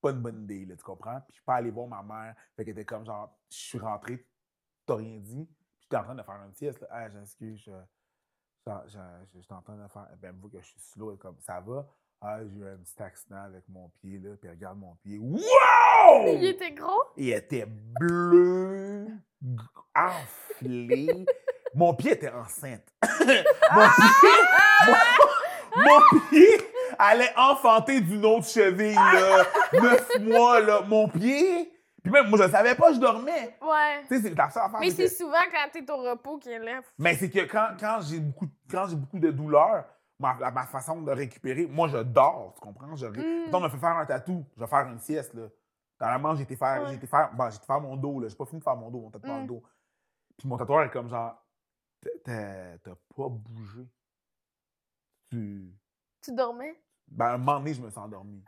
Speaker 4: pas une bonne idée, là, tu comprends? Puis je suis pas allé voir ma mère. Fait qu'elle était comme genre, je suis rentré, t'as rien dit. Puis j'étais en train de faire une sieste. là. Ah, j'excuse, je, je, je, je- j'étais en train de faire. Ben, vous que je suis slow, et comme ça va. Ah, j'ai eu un petit accident avec mon pied, là. Puis regarde mon pied. Wow!
Speaker 3: Il était gros?
Speaker 4: Il était bleu, g- enflé. Mon pied était enceinte. mon,
Speaker 3: Ah!
Speaker 4: pied, mon- mon pied allait enfanter d'une autre cheville, là. Neuf mois, là. Mon pied. Puis même, moi, je savais pas, je dormais.
Speaker 3: Ouais.
Speaker 4: Tu sais, c'est la seule affaire,
Speaker 3: Mais
Speaker 4: c'est
Speaker 3: c'est
Speaker 4: que-
Speaker 3: souvent quand t'es au repos qu'il est là.
Speaker 4: Mais c'est que quand, quand j'ai beaucoup, quand j'ai beaucoup de douleur, ma, la- ma façon de récupérer, moi, je dors, tu comprends? Je, ré-
Speaker 3: Mm.
Speaker 4: Mettons, on me fait faire un tatou, je vais faire une sieste, là. Normalement, j'ai été faire,
Speaker 3: Ouais.
Speaker 4: j'ai été faire, bon, j'ai été faire mon dos, là. J'ai pas fini de faire mon dos, mon tatouage
Speaker 3: Mm.
Speaker 4: dos. Puis mon tatoueur est comme genre, T'as- t'as t'as pas bougé. Tu.
Speaker 3: Tu dormais?
Speaker 4: Ben, à un moment donné, je me suis endormi.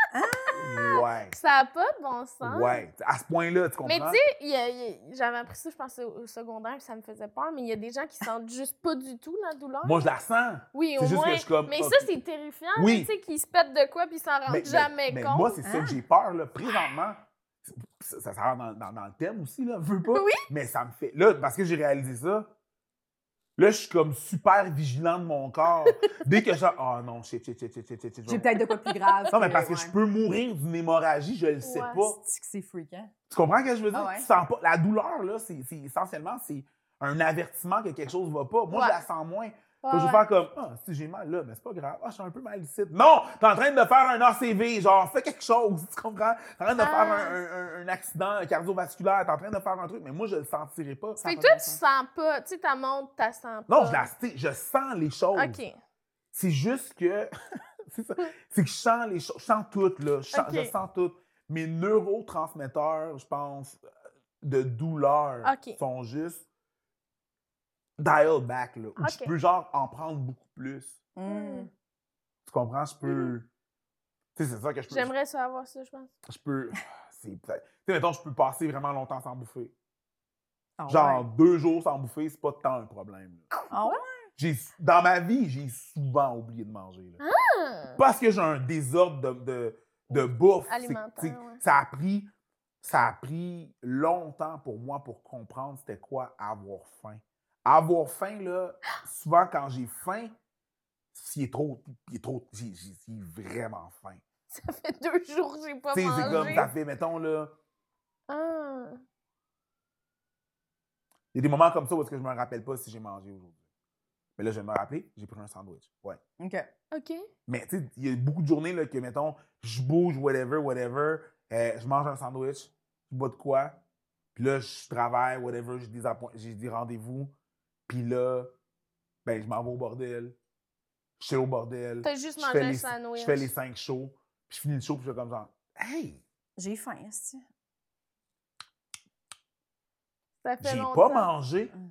Speaker 4: Ouais.
Speaker 3: Ah! Ça a pas de bon sens.
Speaker 4: Ouais. À ce point-là, tu comprends?
Speaker 3: Mais tu sais, il y a- il y a- j'avais appris ça, je pensais au au secondaire, puis ça me faisait peur, mais il y a des gens qui sentent juste pas du tout la douleur.
Speaker 4: moi, je la sens.
Speaker 3: oui,
Speaker 4: c'est
Speaker 3: au
Speaker 4: juste que
Speaker 3: moins.
Speaker 4: je suis comme,
Speaker 3: mais
Speaker 4: ah,
Speaker 3: ça, c'est terrifiant, là,
Speaker 4: Oui.
Speaker 3: tu sais, qu'ils se pètent de quoi puis ils s'en rendent
Speaker 4: Mais- mais-
Speaker 3: jamais
Speaker 4: mais
Speaker 3: compte.
Speaker 4: Moi, c'est ça que j'ai peur, là, présentement. Ça, ça, ça rentre dans, dans- dans le thème aussi, là, veux pas.
Speaker 3: Oui.
Speaker 4: Mais ça me fait. Là, parce que j'ai réalisé ça, là, je suis comme super vigilant de mon corps. Dès que je. Oh non, shit, shit, shit, shit, shit, shit, shit, je
Speaker 2: J'ai
Speaker 4: vais-
Speaker 2: peut-être de quoi plus grave.
Speaker 4: Non, mais parce que je peux mourir d'une hémorragie, je le sais
Speaker 3: Ouais.
Speaker 4: pas.
Speaker 2: C'est que c'est fréquent.
Speaker 4: Tu comprends ce que je veux dire?
Speaker 2: Ah ouais.
Speaker 4: Tu sens pas. La douleur, là, c'est c'est essentiellement, c'est un avertissement que quelque chose va pas. Moi,
Speaker 3: Ouais.
Speaker 4: je la sens moins.
Speaker 3: Ouais,
Speaker 4: Faut que je vais
Speaker 3: ouais.
Speaker 4: faire comme Ah, si j'ai mal là, mais c'est pas grave. Ah, je suis un peu mal ici. Non! T'es en train de faire un ACV, genre fais quelque chose, tu comprends? T'es en train de
Speaker 3: Ah.
Speaker 4: faire un, un- un- un accident cardiovasculaire, t'es en train de faire un truc, mais moi je le sentirai pas.
Speaker 3: Fait que
Speaker 2: Ça a
Speaker 3: toi,
Speaker 2: pas
Speaker 3: tu
Speaker 2: de
Speaker 3: sens pas. Tu sais, ta montre, t'as sens pas.
Speaker 4: Non, je la sais, je sens les choses.
Speaker 3: OK.
Speaker 4: C'est juste que c'est ça. C'est que je sens les choses. Je sens tout, là. Je sens,
Speaker 3: Ok.
Speaker 4: je sens tout. Mes neurotransmetteurs, je pense, euh, de douleur
Speaker 3: Ok.
Speaker 4: sont juste dial back, là. où Je
Speaker 3: Ok.
Speaker 4: peux genre en prendre beaucoup plus.
Speaker 2: Hmm.
Speaker 4: Tu comprends? Je peux.
Speaker 3: Mhm.
Speaker 4: Tu sais, c'est ça que je peux.
Speaker 3: J'aimerais ça avoir ça, je pense.
Speaker 4: Je peux. C'est peut-être. Tu sais, mettons, je peux passer vraiment longtemps sans bouffer.
Speaker 2: Ah ouais.
Speaker 4: Genre, deux jours sans bouffer, c'est pas tant un problème. là.
Speaker 2: Ah ouais?
Speaker 4: J'ai, dans ma vie, j'ai souvent oublié de manger. là.
Speaker 3: Ah!
Speaker 4: Parce que j'ai un désordre de, de, de bouffe. C'est-
Speaker 3: Alimentaire,
Speaker 4: tu sais,
Speaker 3: ouais.
Speaker 4: Ça a pris. Ça a pris longtemps pour moi pour comprendre c'était quoi avoir faim. Avoir faim, là, souvent quand j'ai faim, s'il est trop. Il est trop. J'ai, j'ai- j'ai vraiment faim.
Speaker 3: Ça fait deux jours que j'ai pas
Speaker 4: Tu sais,
Speaker 3: mangé.
Speaker 4: c'est comme, ça fait, mettons, là,
Speaker 3: Ah.
Speaker 4: il y a des moments comme ça où est-ce que je me rappelle pas si j'ai mangé aujourd'hui. Mais là, je vais me rappeler, j'ai pris un sandwich. Ouais.
Speaker 2: OK.
Speaker 3: OK.
Speaker 4: Mais tu sais, il y a beaucoup de journées là, que, mettons, je bouge, whatever, whatever, euh, je mange un sandwich, je bois de quoi, puis Puis là, je travaille, whatever, j'ai des, appoint- j'ai des rendez-vous. Puis là, ben, je m'en vais au bordel. Je suis au bordel.
Speaker 3: T'as juste
Speaker 4: Je fais,
Speaker 3: mangé un
Speaker 4: les,
Speaker 3: sandwich.
Speaker 4: je fais les cinq shows. Puis je finis le show, puis je fais comme genre, hey,
Speaker 2: J'ai faim, est
Speaker 3: Ça fait
Speaker 4: j'ai pas
Speaker 3: longtemps.
Speaker 4: mangé.
Speaker 2: Mm.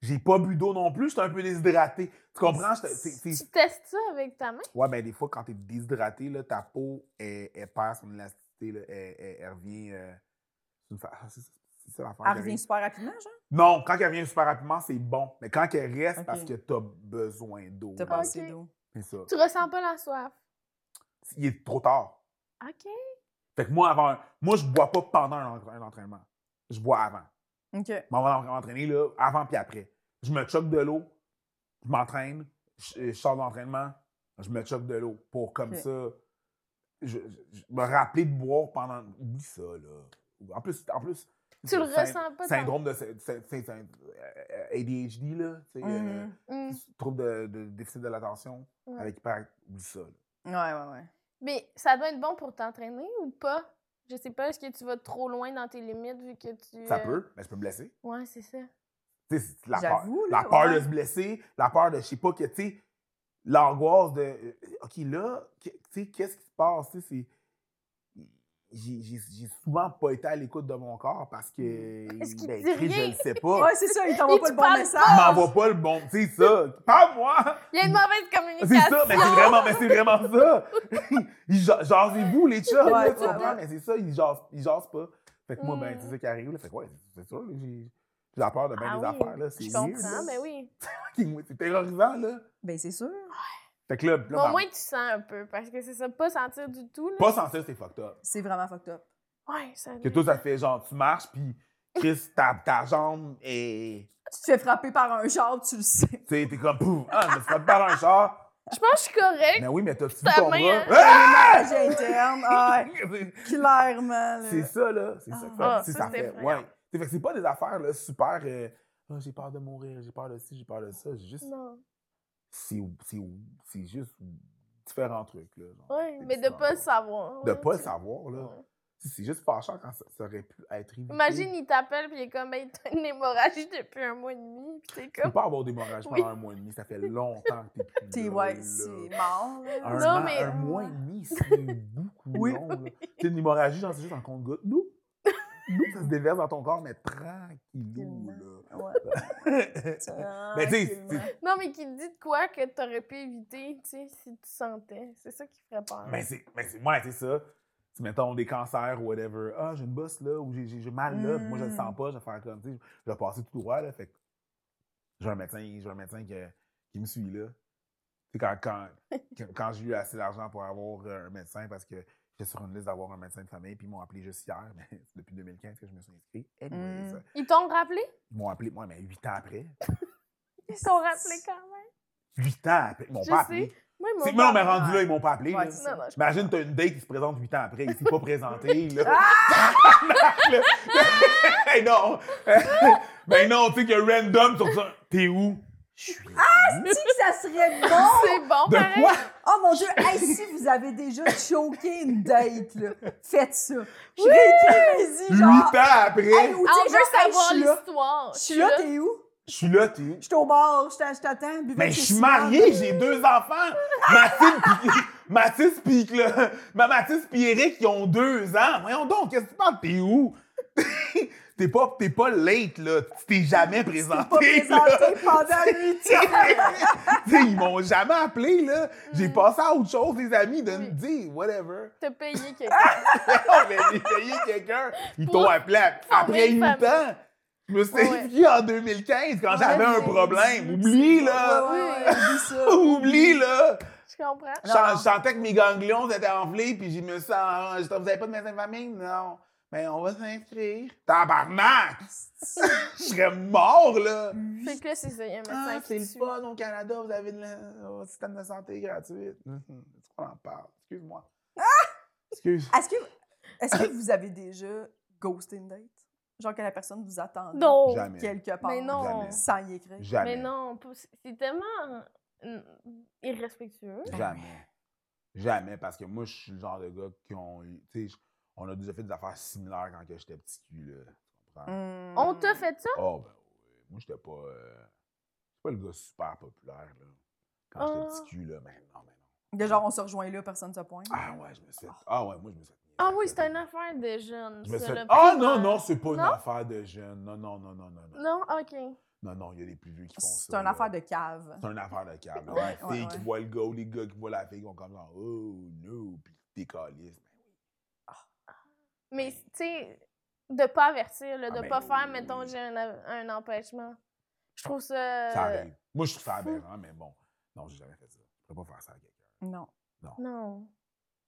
Speaker 4: J'ai pas bu d'eau non plus, j'étais un peu déshydraté. Tu comprends? J'étais- c'est- c'est-
Speaker 3: Tu testes ça avec ta main?
Speaker 4: Ouais, ben des fois, quand t'es déshydraté, là, ta peau, elle, elle perd son élasticité, là, elle, elle- elle revient... euh, c'est une fa- ah, c'est- c'est ça l'affaire.
Speaker 2: Elle
Speaker 4: qui
Speaker 2: revient
Speaker 4: arrive.
Speaker 2: super rapidement, genre?
Speaker 4: Non, quand elle revient super rapidement, c'est bon. Mais quand elle reste,
Speaker 2: Ok.
Speaker 4: parce que t'as besoin d'eau.
Speaker 2: T'as
Speaker 4: là.
Speaker 2: pas assez
Speaker 3: Ok.
Speaker 2: d'eau.
Speaker 4: C'est ça.
Speaker 3: Tu ressens pas la soif.
Speaker 4: Il est trop tard.
Speaker 3: OK.
Speaker 4: Fait que moi, avant, moi, je bois pas pendant un, entra- un entraînement. Je bois avant.
Speaker 2: OK.
Speaker 4: Je m'en vais m'entraîner, là, avant puis après. Je me choque de l'eau, je m'entraîne, je, je sors de l'entraînement, je me choque de l'eau pour comme
Speaker 2: Ok.
Speaker 4: ça je, je- je me rappeler de boire pendant. Oublie ça, là. En plus, en plus.
Speaker 3: Tu le
Speaker 4: syn-
Speaker 3: ressens pas tant.
Speaker 4: Syndrome de sy- sy- sy- sy- euh, ADHD, là. tu sais, euh,
Speaker 2: Mhm.
Speaker 3: Mm.
Speaker 4: trouble de, de déficit de l'attention
Speaker 3: Ouais.
Speaker 4: avec hyper. Oublie ça, là.
Speaker 2: Ouais, ouais, ouais.
Speaker 3: Mais ça doit être bon pour t'entraîner ou pas? Je sais pas, est-ce que tu vas trop loin dans tes limites vu que tu.
Speaker 4: Ça
Speaker 3: euh,
Speaker 4: peut, mais je peux me blesser.
Speaker 3: Ouais, c'est ça.
Speaker 4: Tu sais, c'est la peur,
Speaker 2: J'avoue,
Speaker 4: la
Speaker 2: là,
Speaker 4: peur
Speaker 2: ouais.
Speaker 4: de se blesser, la peur de, je sais pas, que, tu sais, l'angoisse de, euh, OK, là, que- tu sais, qu'est-ce qui se passe, tu sais, c'est... J'ai j'ai- j'ai souvent pas été à l'écoute de mon corps parce que...
Speaker 3: Mm. Est-ce qu'il
Speaker 4: ben,
Speaker 3: dit
Speaker 4: Chris,
Speaker 3: rien?
Speaker 4: je le sais pas.
Speaker 2: Ouais, c'est ça, il
Speaker 3: Et
Speaker 2: t'envoie
Speaker 3: tu
Speaker 2: pas le bon
Speaker 3: parles
Speaker 4: Il
Speaker 2: message.
Speaker 4: m'envoie pas le bon, tu sais, ça. Pas moi!
Speaker 3: Il y a une mauvaise
Speaker 4: Mm. C'est
Speaker 3: communication.
Speaker 4: ça, mais c'est vraiment, mais c'est vraiment ça. Ils ja- jasez-vous, les chums,
Speaker 2: Ouais,
Speaker 4: là, tu
Speaker 2: ouais,
Speaker 4: comprends?
Speaker 2: ouais.
Speaker 4: Mais c'est ça, ils jasent, ils jasent pas. Fait que moi, ben,
Speaker 3: Mm.
Speaker 4: c'est ça qui arrive, là. Fait que ouais, c'est sûr, là, j'ai j'ai la peur de bien
Speaker 3: Ah
Speaker 4: des
Speaker 3: oui,
Speaker 4: affaires, là. C'est
Speaker 3: Je
Speaker 4: weird,
Speaker 3: comprends,
Speaker 4: là.
Speaker 3: mais oui.
Speaker 4: fucking moi, c'est terrorisant, là.
Speaker 2: Ben, c'est sûr.
Speaker 4: Fait que là, là,
Speaker 3: Bon,
Speaker 4: par-
Speaker 3: au moins, tu sens un peu parce que c'est ça, pas sentir du tout. Là.
Speaker 4: pas sans ça, c'est fucked up.
Speaker 2: C'est vraiment fucked up.
Speaker 3: Ouais, ça.
Speaker 4: Que toi, ça fait genre, tu marches, puis Chris, ta, ta jambe est.
Speaker 2: Tu te fais frapper par un char, tu le sais.
Speaker 4: Tu sais, t'es comme pouf, ah, mais tu vas te battre un char.
Speaker 3: Je pense que je suis correcte.
Speaker 4: Mais oui, mais t'as-tu vu
Speaker 3: Ta
Speaker 4: ton
Speaker 3: main,
Speaker 4: bras?
Speaker 3: hein.
Speaker 4: Ah!
Speaker 2: J'ai interne, Ah, ouais, clairement. là.
Speaker 4: C'est ça, là. C'est ça. que
Speaker 3: Ah,
Speaker 4: tu sais,
Speaker 3: ça,
Speaker 4: ça
Speaker 3: c'est
Speaker 4: fait.
Speaker 3: effrayant.
Speaker 4: Ouais. Tu sais, Fait que c'est pas des affaires, là, super. euh, Ah, j'ai peur de mourir, j'ai peur de ci, j'ai peur de ça. J'ai juste.
Speaker 3: Non.
Speaker 4: C'est c'est- c'est juste différents trucs, là. genre.
Speaker 3: Ouais,
Speaker 4: C'est
Speaker 3: mais de
Speaker 4: différents
Speaker 3: pas le
Speaker 4: trucs.
Speaker 3: savoir.
Speaker 4: De
Speaker 3: ouais,
Speaker 4: pas le
Speaker 3: tu-
Speaker 4: savoir, là.
Speaker 3: Ouais.
Speaker 4: C'est juste fâchant quand ça, ça aurait pu être évité.
Speaker 3: Imagine, il t'appelle puis il est comme, ben, t'as une hémorragie depuis un mois et demi. Puis t'es
Speaker 4: Tu peux
Speaker 3: comme.
Speaker 4: pas avoir d'hémorragie
Speaker 3: Oui.
Speaker 4: pendant un mois et demi. Ça fait longtemps que t'es plus
Speaker 2: T'es,
Speaker 4: là,
Speaker 2: ouais,
Speaker 4: là.
Speaker 2: c'est mort. là.
Speaker 4: Un,
Speaker 3: Non,
Speaker 4: an-
Speaker 3: mais-
Speaker 4: un mois et demi, c'est beaucoup
Speaker 2: Oui.
Speaker 4: long. là. T'sais, une hémorragie, genre, c'est juste un compte-goutte. Nous, ça se déverse dans ton corps, mais tranquillou, là.
Speaker 2: Ouais.
Speaker 4: Mais Ben, tu sais,
Speaker 2: Tranquillement.
Speaker 4: c'est-
Speaker 3: Non, mais qui te dit de quoi que t'aurais pu éviter, tu sais, si tu sentais. C'est ça qui ferait
Speaker 2: Ah.
Speaker 3: peur.
Speaker 4: mais c'est, mais c'est, ouais, c'est ça. Tu mettons des cancers ou whatever. Ah, j'ai une bosse là, ou j'ai, j'ai- j'ai mal là, puis moi je le
Speaker 2: Mm.
Speaker 4: sens pas, je vais faire comme, tu sais, je vais passer tout droit là. Fait que j'ai un médecin, j'ai un médecin qui, qui me suit là. Tu sais, quand, quand, quand- quand j'ai eu assez d'argent pour avoir euh, un médecin parce que j'étais sur une liste d'avoir un médecin de famille, puis ils m'ont appelé juste hier, mais c'est depuis 2015 que je me suis inscrit. Anyways,
Speaker 2: Mm.
Speaker 3: Ils t'ont rappelé?
Speaker 4: Ils m'ont appelé, moi, mais huit ans après.
Speaker 3: Ils t'ont rappelé quand même.
Speaker 4: Huit ans après, ils m'ont
Speaker 3: Je
Speaker 4: pas
Speaker 3: sais.
Speaker 4: appelé.
Speaker 3: Moi, ils
Speaker 4: C'est
Speaker 3: m'ont
Speaker 4: moi, on m'a
Speaker 3: rappelé.
Speaker 4: rendu là, ils m'ont pas appelé.
Speaker 2: Ouais,
Speaker 4: là.
Speaker 2: c'est
Speaker 3: Non, non, je
Speaker 4: Imagine, t'as une date qui se présente huit ans après, il s'est pas présenté, là.
Speaker 2: Ah!
Speaker 4: Là. hey, non! ben non, tu sais que random, tu reçois- T'es où? Je suis
Speaker 2: Ah,
Speaker 4: là.
Speaker 2: Tu sais que ça serait bon?
Speaker 3: C'est bon,
Speaker 4: De
Speaker 3: pareil.
Speaker 4: quoi?
Speaker 2: Oh mon Dieu, hey, si vous avez déjà choqué une date, là, faites ça. Je réécris, vas-y,
Speaker 4: Huit
Speaker 2: genre.
Speaker 4: ans après,
Speaker 2: Hey, ou
Speaker 3: Ah,
Speaker 2: tu sais, genre,
Speaker 3: on veut
Speaker 2: hey,
Speaker 3: savoir
Speaker 2: je suis là.
Speaker 3: l'histoire.
Speaker 2: Je suis là, t'es où?
Speaker 4: je suis là, t'es où?
Speaker 2: Je suis au bar, je t'a- je t'attends. buvette
Speaker 4: Mais je
Speaker 2: chez
Speaker 4: suis
Speaker 2: Simard.
Speaker 4: marié, j'ai deux enfants! Mathilde pis... Mathis pis... Cla- Ma Mathis pis Eric, ils ont deux ans! Voyons donc, qu'est-ce que tu penses? T'es où? t'es pas, t'es pas late, là. Tu t'es jamais
Speaker 2: T'es
Speaker 4: présenté,
Speaker 2: pas
Speaker 4: là.
Speaker 2: présenté pendant huit ans.
Speaker 4: Tu sais, ils m'ont jamais appelé, là.
Speaker 2: Mm.
Speaker 4: J'ai passé à autre chose, les amis, de me
Speaker 3: Oui.
Speaker 4: dire, whatever.
Speaker 3: T'as payé quelqu'un.
Speaker 4: Non, mais j'ai payé quelqu'un. Ils
Speaker 3: Pour
Speaker 4: t'ont appelé à- après
Speaker 3: une
Speaker 4: 8
Speaker 3: famille.
Speaker 4: ans. Je me suis
Speaker 3: Ouais.
Speaker 4: inscrit en 2015 quand j'avais un
Speaker 2: Ouais,
Speaker 4: problème.
Speaker 2: c'est-
Speaker 4: Oublie, là.
Speaker 2: Ouais, ouais, ouais, oublie ça.
Speaker 4: Oublie, là.
Speaker 3: Je comprends.
Speaker 4: Je sens- je sentais que mes ganglions étaient enflés, puis je me sens. ah, je- Vous avez pas de médecin de famille? Non. Mais on va s'inscrire. Tabarnak! Je serais mort, là.
Speaker 3: Fait que là, c'est ça, il y a un médecin
Speaker 4: Ah,
Speaker 3: qui
Speaker 4: c'est le
Speaker 3: tue.
Speaker 4: fun au Canada, vous avez le un système de santé gratuit. Mhm. Est-ce qu'on en parle? Excuse-moi.
Speaker 3: Ah!
Speaker 4: Excuse.
Speaker 2: Est-ce que, est-ce que vous avez déjà ghosté une date? Genre que la personne vous attend
Speaker 3: Non.
Speaker 4: Jamais.
Speaker 2: quelque part.
Speaker 3: Mais non.
Speaker 4: Jamais.
Speaker 2: Sans y écrire.
Speaker 4: Jamais.
Speaker 3: Mais non, pas- c'est tellement euh, irrespectueux.
Speaker 4: Hmm. Jamais. Jamais, parce que moi, je suis le genre de gars qui ont. eu- Tu sais, je- On a déjà fait des affaires similaires quand que j'étais petit cul, là. Tu comprends?
Speaker 2: Hmm.
Speaker 3: On t'a fait ça?
Speaker 4: Oh, ben oui. Moi, j'étais pas. euh, j'étais pas le gars super populaire, là. Quand j'étais
Speaker 3: Ah.
Speaker 4: petit cul, là, mais non, mais non.
Speaker 2: De genre, on se rejoint là, personne ne se pointe.
Speaker 4: Ah ouais, je me suis fait. Ah ouais, moi, je me suis fait.
Speaker 3: Ah oui, c'est une affaire de jeunes.
Speaker 4: Je me
Speaker 3: ça,
Speaker 4: suis fait-
Speaker 3: là, euh,
Speaker 4: Ah
Speaker 3: primaire.
Speaker 4: non, non, c'est pas une
Speaker 3: Non?
Speaker 4: affaire de jeunes. Non, non, non, non, non. Non,
Speaker 3: Non, ok.
Speaker 4: non, non, il y a des plus vieux qui font ça.
Speaker 2: C'est une
Speaker 4: là.
Speaker 2: affaire de cave.
Speaker 4: C'est une affaire de câble.
Speaker 2: Ouais,
Speaker 4: La fille
Speaker 2: ouais,
Speaker 4: qui
Speaker 2: ouais.
Speaker 4: voit le gars ou les gars qui voient la fille, ils vont comme genre, oh no, puis ils décalissent.
Speaker 3: Mais, tu sais, de pas avertir, là,
Speaker 4: Ben. Ah,
Speaker 3: de
Speaker 4: ben
Speaker 3: pas faire,
Speaker 4: oui.
Speaker 3: mettons, j'ai un, a- un empêchement. Je trouve ça.
Speaker 4: Ça
Speaker 2: Euh,
Speaker 4: arrive. Moi, je trouve ça
Speaker 3: fou.
Speaker 4: aberrant, mais bon. Non, j'ai jamais fait ça. Je pourrais pas faire ça à quelqu'un.
Speaker 2: Non.
Speaker 3: Non.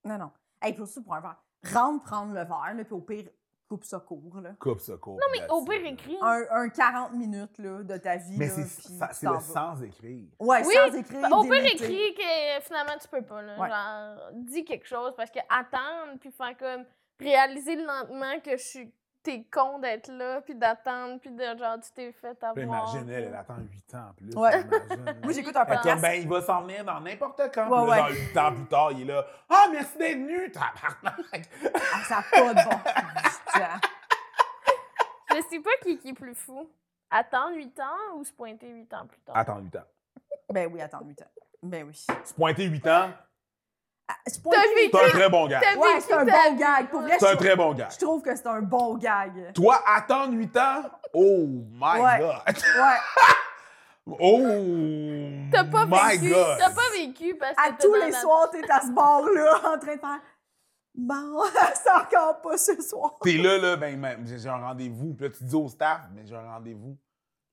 Speaker 2: Non, non. Hey, puis aussi pour un verre. Rentre prendre le verre, là, puis au pire, coupe ça court. Là.
Speaker 4: Coupe ça, court.
Speaker 3: Mais au pire, écrit.
Speaker 2: Un, un 40 minutes là, de ta vie.
Speaker 4: Mais
Speaker 2: là,
Speaker 4: c'est
Speaker 2: puis
Speaker 4: ça-
Speaker 2: tu
Speaker 4: c'est
Speaker 2: t'en
Speaker 4: le
Speaker 2: vas.
Speaker 4: sans écrire.
Speaker 2: Ouais,
Speaker 3: Oui,
Speaker 2: sans écrire.
Speaker 3: Au pire,
Speaker 2: délimiter.
Speaker 3: écrit que finalement, tu peux pas, là.
Speaker 2: Ouais.
Speaker 3: Genre, dis quelque chose, parce que attendre, puis faire comme. Réaliser lentement que je suis. T'es con d'être là, puis d'attendre, puis de genre, tu t'es fait avoir.
Speaker 4: Là, imagine, elle, elle
Speaker 3: puis-
Speaker 4: attend 8 ans en plus.
Speaker 2: Ouais.
Speaker 4: imagine.
Speaker 2: Moi, j'écoute un
Speaker 4: Elle est comme,
Speaker 2: podcast.
Speaker 4: ben, il va s'en venir dans n'importe quand.
Speaker 2: Ouais,
Speaker 4: Puis là,
Speaker 2: ouais.
Speaker 4: Genre, 8 ans plus tard, il est là. Ah, merci d'être venu! Tabarnak!
Speaker 2: Ah, ça n'a pas de bon.
Speaker 3: Je sais pas qui, qui est plus fou. Attendre 8 ans ou se pointer 8 ans plus tard?
Speaker 4: Attends 8 ans.
Speaker 2: ben oui, attends, 8 ans. Ben oui.
Speaker 4: Se pointer 8 ans,
Speaker 2: Ah, c'est pas-
Speaker 3: T'as vécu!
Speaker 4: c'est un très bon gars.
Speaker 3: T'as
Speaker 2: Ouais,
Speaker 3: vécu
Speaker 2: c'est un
Speaker 3: ta
Speaker 2: bon
Speaker 3: vie.
Speaker 2: gag. Pour vrai,
Speaker 4: C'est un
Speaker 2: je-
Speaker 4: très bon gars.
Speaker 2: je trouve que c'est un bon gag.
Speaker 4: Toi, attendre 8 ans? Oh my
Speaker 2: Ouais.
Speaker 4: God!
Speaker 2: Ouais.
Speaker 4: Oh
Speaker 3: T'as pas
Speaker 4: my
Speaker 3: vécu.
Speaker 4: God!
Speaker 3: T'as pas vécu parce que.
Speaker 2: À
Speaker 3: t'es
Speaker 2: tous
Speaker 3: dans
Speaker 2: les
Speaker 3: la-
Speaker 2: soirs, t'es à ce bar-là en train de faire Bon, c'est encore pas ce soir.
Speaker 4: T'es là, là, ben, ben, j'ai j'ai un rendez-vous. Puis là, tu dis au staff, mais j'ai un rendez-vous.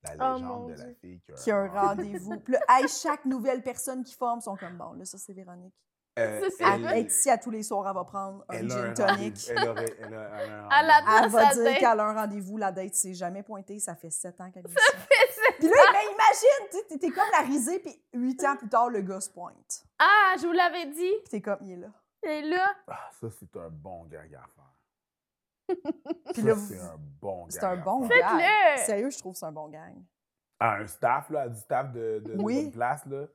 Speaker 4: La
Speaker 3: Oh,
Speaker 4: légende
Speaker 3: mon
Speaker 4: de la
Speaker 3: Dieu.
Speaker 4: fille qui a
Speaker 2: Qui a un rendez-vous. Puis là, hey, chaque nouvelle personne qui forme sont comme bon, là, ça c'est Véronique.
Speaker 4: Euh,
Speaker 3: Ça, c'est
Speaker 2: Elle
Speaker 3: vrai.
Speaker 2: est ici à tous les soirs, elle va prendre un
Speaker 4: elle a
Speaker 2: gin
Speaker 4: un
Speaker 2: tonic.
Speaker 4: rendez-vous. Elle aurait- elle a- elle a un
Speaker 3: À la-
Speaker 4: rendez-vous.
Speaker 2: Elle va
Speaker 3: Sa
Speaker 2: dire
Speaker 3: date.
Speaker 2: qu'elle a un rendez-vous, la date s'est jamais pointée, ça fait sept ans qu'elle vit ça. Puis là, ben, imagine, tu sais, t'es- t'es comme la risée, puis huit ans plus tard, le gars se pointe.
Speaker 3: Ah, je vous l'avais dit.
Speaker 2: Puis t'es comme, il est là.
Speaker 3: Et là,
Speaker 4: Ah, ça, c'est un bon gag à faire.
Speaker 2: Puis
Speaker 4: Ça,
Speaker 2: là, vous-
Speaker 4: c'est un bon gag.
Speaker 2: C'est un
Speaker 4: à
Speaker 2: bon
Speaker 4: faire.
Speaker 2: gag.
Speaker 3: Faites-le!
Speaker 2: Sérieux, je trouve que c'est un bon gang.
Speaker 4: À un staff, là, à du staff de, de, de
Speaker 2: Oui.
Speaker 4: place, là.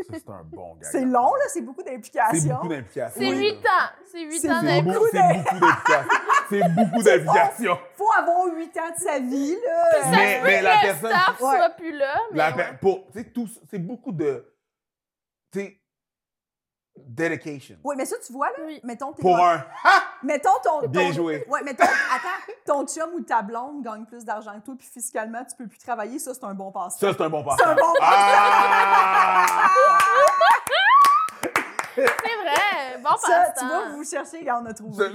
Speaker 4: Ça, c'est un bon gag. à
Speaker 2: C'est
Speaker 4: faire.
Speaker 2: long, là, c'est beaucoup
Speaker 4: C'est
Speaker 2: d'implications.
Speaker 4: beaucoup d'implications.
Speaker 3: c'est
Speaker 4: là.
Speaker 3: 8 ans. C'est 8
Speaker 2: C'est
Speaker 3: ans
Speaker 4: C'est
Speaker 3: d'un
Speaker 2: beau.
Speaker 3: coup.
Speaker 4: beaucoup d'implications. C'est beaucoup d'implications.
Speaker 2: Faut avoir huit ans de sa vie, là.
Speaker 4: Mais, mais la personne.
Speaker 3: Staff
Speaker 2: Ouais.
Speaker 3: soit plus là, mais.
Speaker 4: La
Speaker 3: ouais.
Speaker 4: pe- pour, tu sais, tout, c'est beaucoup de, tu sais, dedication.
Speaker 2: Oui, mais ça, tu vois, là,
Speaker 3: Oui.
Speaker 2: mettons, t'es
Speaker 4: Pour
Speaker 2: pas-
Speaker 4: un, ha!
Speaker 2: Mettons ton. ton-
Speaker 4: Bien joué.
Speaker 2: Ouais, mettons, attends, ton chum ou ta blonde gagne plus d'argent que toi, puis fiscalement, tu peux plus travailler, ça, c'est un bon passé.
Speaker 4: Ça, c'est un bon
Speaker 2: C'est un
Speaker 4: partenaire.
Speaker 2: bon
Speaker 4: Ah!
Speaker 3: C'est vrai. Bon
Speaker 2: Ça, tu vois,
Speaker 3: passe-temps.
Speaker 2: vous cherchez, regarde, on a
Speaker 4: Ça,
Speaker 2: trouvé.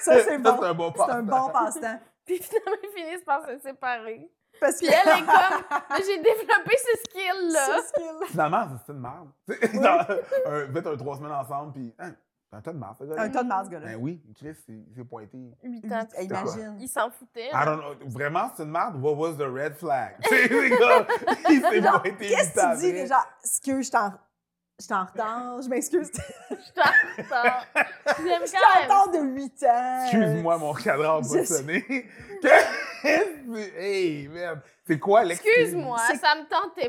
Speaker 2: Ça, c'est bon.
Speaker 4: c'est un bon
Speaker 2: C'est un
Speaker 4: partenaire.
Speaker 2: bon passe-temps.
Speaker 3: Puis finalement, ils finissent par se séparer.
Speaker 2: Parce
Speaker 3: Puis elle est comme. Mais J'ai développé ce skill-là.
Speaker 2: Ce skill.
Speaker 4: Finalement, c'est- c'est une merde. Tu sais, genre, un- Faites un trois semaines ensemble, puis, hein, c'est un tas de merde, ce gars-là.
Speaker 2: Un tas de marge, ce gars-là.
Speaker 4: Ben oui, Chris, il il s'est pointé.
Speaker 3: 8 ans.
Speaker 2: Huit- hey, imagine.
Speaker 3: Ils s'en foutaient.
Speaker 4: I don't know. Vraiment, c'est une merde? What was the red flag? Tu sais, les gars, il s'est
Speaker 2: Genre,
Speaker 4: pointé.
Speaker 2: Qu'est-ce
Speaker 4: huit
Speaker 2: que
Speaker 4: ans
Speaker 2: tu dis
Speaker 4: après.
Speaker 2: déjà? Excuse, je t'en. Je t'en retard, je m'excuse. Je
Speaker 3: Je t'entends. J'aime quand même.
Speaker 2: t'en retard de 8 ans.
Speaker 4: Excuse-moi,
Speaker 3: Euh,
Speaker 4: mon cadran a
Speaker 2: je sais.
Speaker 4: pas sonné. Qu'est-ce que- Hey, merde. C'est quoi l'excuse?
Speaker 3: Excuse-moi,
Speaker 2: C'est-
Speaker 3: ça me tentait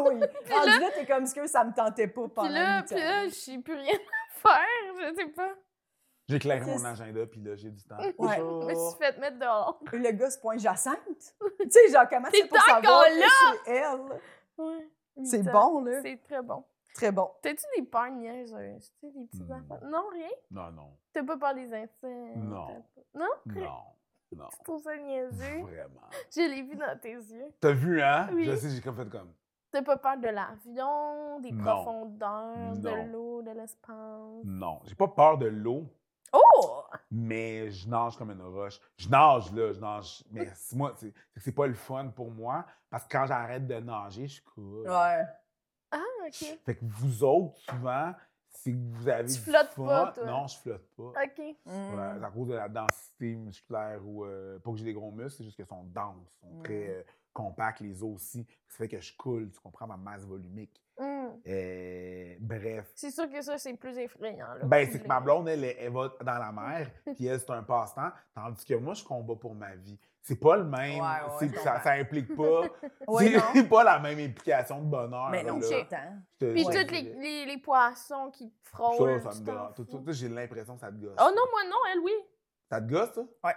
Speaker 2: oui. En dit là, t'es comme ce que ça me tentait pas pendant
Speaker 3: Puis là,
Speaker 2: 8
Speaker 3: puis
Speaker 2: ans.
Speaker 3: là, je sais plus rien à faire. Je sais pas.
Speaker 4: J'ai clairé mon
Speaker 2: Qu'est-ce-
Speaker 4: agenda, puis là, j'ai du temps.
Speaker 2: Ouais.
Speaker 3: Je me
Speaker 4: Oh.
Speaker 3: suis fait mettre dehors.
Speaker 2: Et le gars se pointe Jacinthe. tu sais, genre, comment
Speaker 3: T'es
Speaker 2: c'est pour
Speaker 3: encore
Speaker 2: savoir
Speaker 3: là?
Speaker 2: que c'est elle? C'est bon, là.
Speaker 3: C'est très bon.
Speaker 2: Très bon.
Speaker 3: T'as-tu des peurs niaiseuses? Tu sais, des petites
Speaker 4: Hmm.
Speaker 3: affaires? Non, rien?
Speaker 4: Non, non,
Speaker 3: T'as pas peur des insectes?
Speaker 4: Non.
Speaker 3: Euh, T'as pas- Non?
Speaker 4: non, non.
Speaker 3: Tu trouves ça niaiseux?
Speaker 4: Vraiment.
Speaker 3: Je l'ai vu dans tes yeux.
Speaker 4: T'as vu, hein?
Speaker 3: Oui.
Speaker 4: Je sais, j'ai comme fait comme.
Speaker 3: T'as pas peur de l'avion, des
Speaker 4: Non.
Speaker 3: profondeurs,
Speaker 4: Non.
Speaker 3: de l'eau, de l'espace?
Speaker 4: Non, j'ai pas peur de l'eau,
Speaker 3: Oh!
Speaker 4: mais je nage comme une roche. Je nage, là, je nage. Mais c'est- moi, c'est c'est que c'est pas le fun pour moi, parce que quand j'arrête de nager, je cours.
Speaker 2: Ouais.
Speaker 3: Ah, OK.
Speaker 4: Fait que vous autres, souvent, si vous avez.
Speaker 3: Tu
Speaker 4: du
Speaker 3: flottes
Speaker 4: fun-
Speaker 3: pas, toi.
Speaker 4: Non, je flotte pas.
Speaker 3: OK.
Speaker 2: Mm.
Speaker 4: Ouais, à cause de la densité musculaire ou euh, pas que j'ai des gros muscles, c'est juste que sont denses, sont
Speaker 2: Mm.
Speaker 4: très euh, compacts, les os aussi. Ça fait que je coule, tu comprends ma masse volumique.
Speaker 3: Hmm.
Speaker 4: Euh, bref.
Speaker 3: C'est sûr que ça, c'est plus effrayant. Là,
Speaker 4: Ben,
Speaker 3: pour
Speaker 4: c'est que
Speaker 3: les-
Speaker 4: ma blonde, elle, elle va dans la mer, puis elle, c'est un passe-temps, tandis que moi, je combats pour ma vie. C'est pas le même.
Speaker 2: Ouais, ouais,
Speaker 4: c'est-
Speaker 2: je
Speaker 4: ça,
Speaker 2: comprends.
Speaker 4: ça implique pas.
Speaker 2: Ouais, non.
Speaker 4: c'est pas la même implication de bonheur.
Speaker 2: Mais
Speaker 4: là,
Speaker 2: non,
Speaker 4: là.
Speaker 2: j'ai le temps.
Speaker 4: Je te-
Speaker 3: Puis
Speaker 4: je te
Speaker 3: tous les,
Speaker 4: dirais.
Speaker 3: les, les poissons qui te frôlent.
Speaker 4: Ça, ça
Speaker 3: tu
Speaker 4: me
Speaker 3: t'en
Speaker 4: donne. tout-
Speaker 3: fous.
Speaker 4: tout- tout, j'ai l'impression que ça te gosse.
Speaker 3: Oh non, moi non, elle, oui.
Speaker 4: Ça te gosse, ça?
Speaker 2: Oh, Ouais.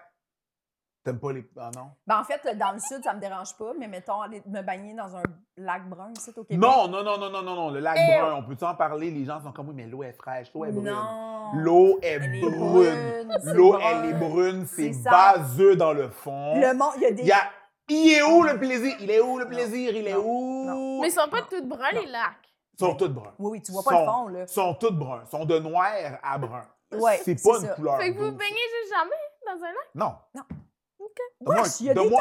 Speaker 4: T'aimes pas les. Ah non?
Speaker 2: Ben, en fait, dans le sud, ça me dérange pas, mais mettons, aller me baigner dans un lac brun ici au Québec.
Speaker 4: Non, non, non, non, non, non, non. Le lac
Speaker 3: Eh
Speaker 4: brun, on peut-tu en parler? Les gens sont comme, oui, mais l'eau est fraîche, l'eau est brune.
Speaker 2: Non.
Speaker 4: L'eau est
Speaker 2: Elle est
Speaker 4: brune.
Speaker 2: c'est
Speaker 4: L'eau,
Speaker 2: brun.
Speaker 4: elle est brune. C'est
Speaker 2: C'est ça.
Speaker 4: baseux dans le fond.
Speaker 2: Le monde, il y a des.
Speaker 4: Il y a. Il est où le plaisir? Il est où le plaisir? Il est
Speaker 2: Non.
Speaker 4: où?
Speaker 3: Mais ils sont pas toutes bruns, les lacs.
Speaker 4: Ils sont tous bruns.
Speaker 2: Oui, oui, tu vois pas le
Speaker 4: Son.
Speaker 2: fond, là.
Speaker 4: Ils sont tous bruns. Ils sont de noir à brun.
Speaker 2: Ouais,
Speaker 4: c'est
Speaker 2: c'est
Speaker 4: pas une
Speaker 2: ça.
Speaker 4: couleur.
Speaker 3: Fait que vous
Speaker 4: douce.
Speaker 3: baignez juste jamais dans un lac.
Speaker 4: Non.
Speaker 2: Non.
Speaker 3: OK.
Speaker 4: De moins-
Speaker 2: Wesh, il y a
Speaker 4: de
Speaker 2: des
Speaker 4: moins-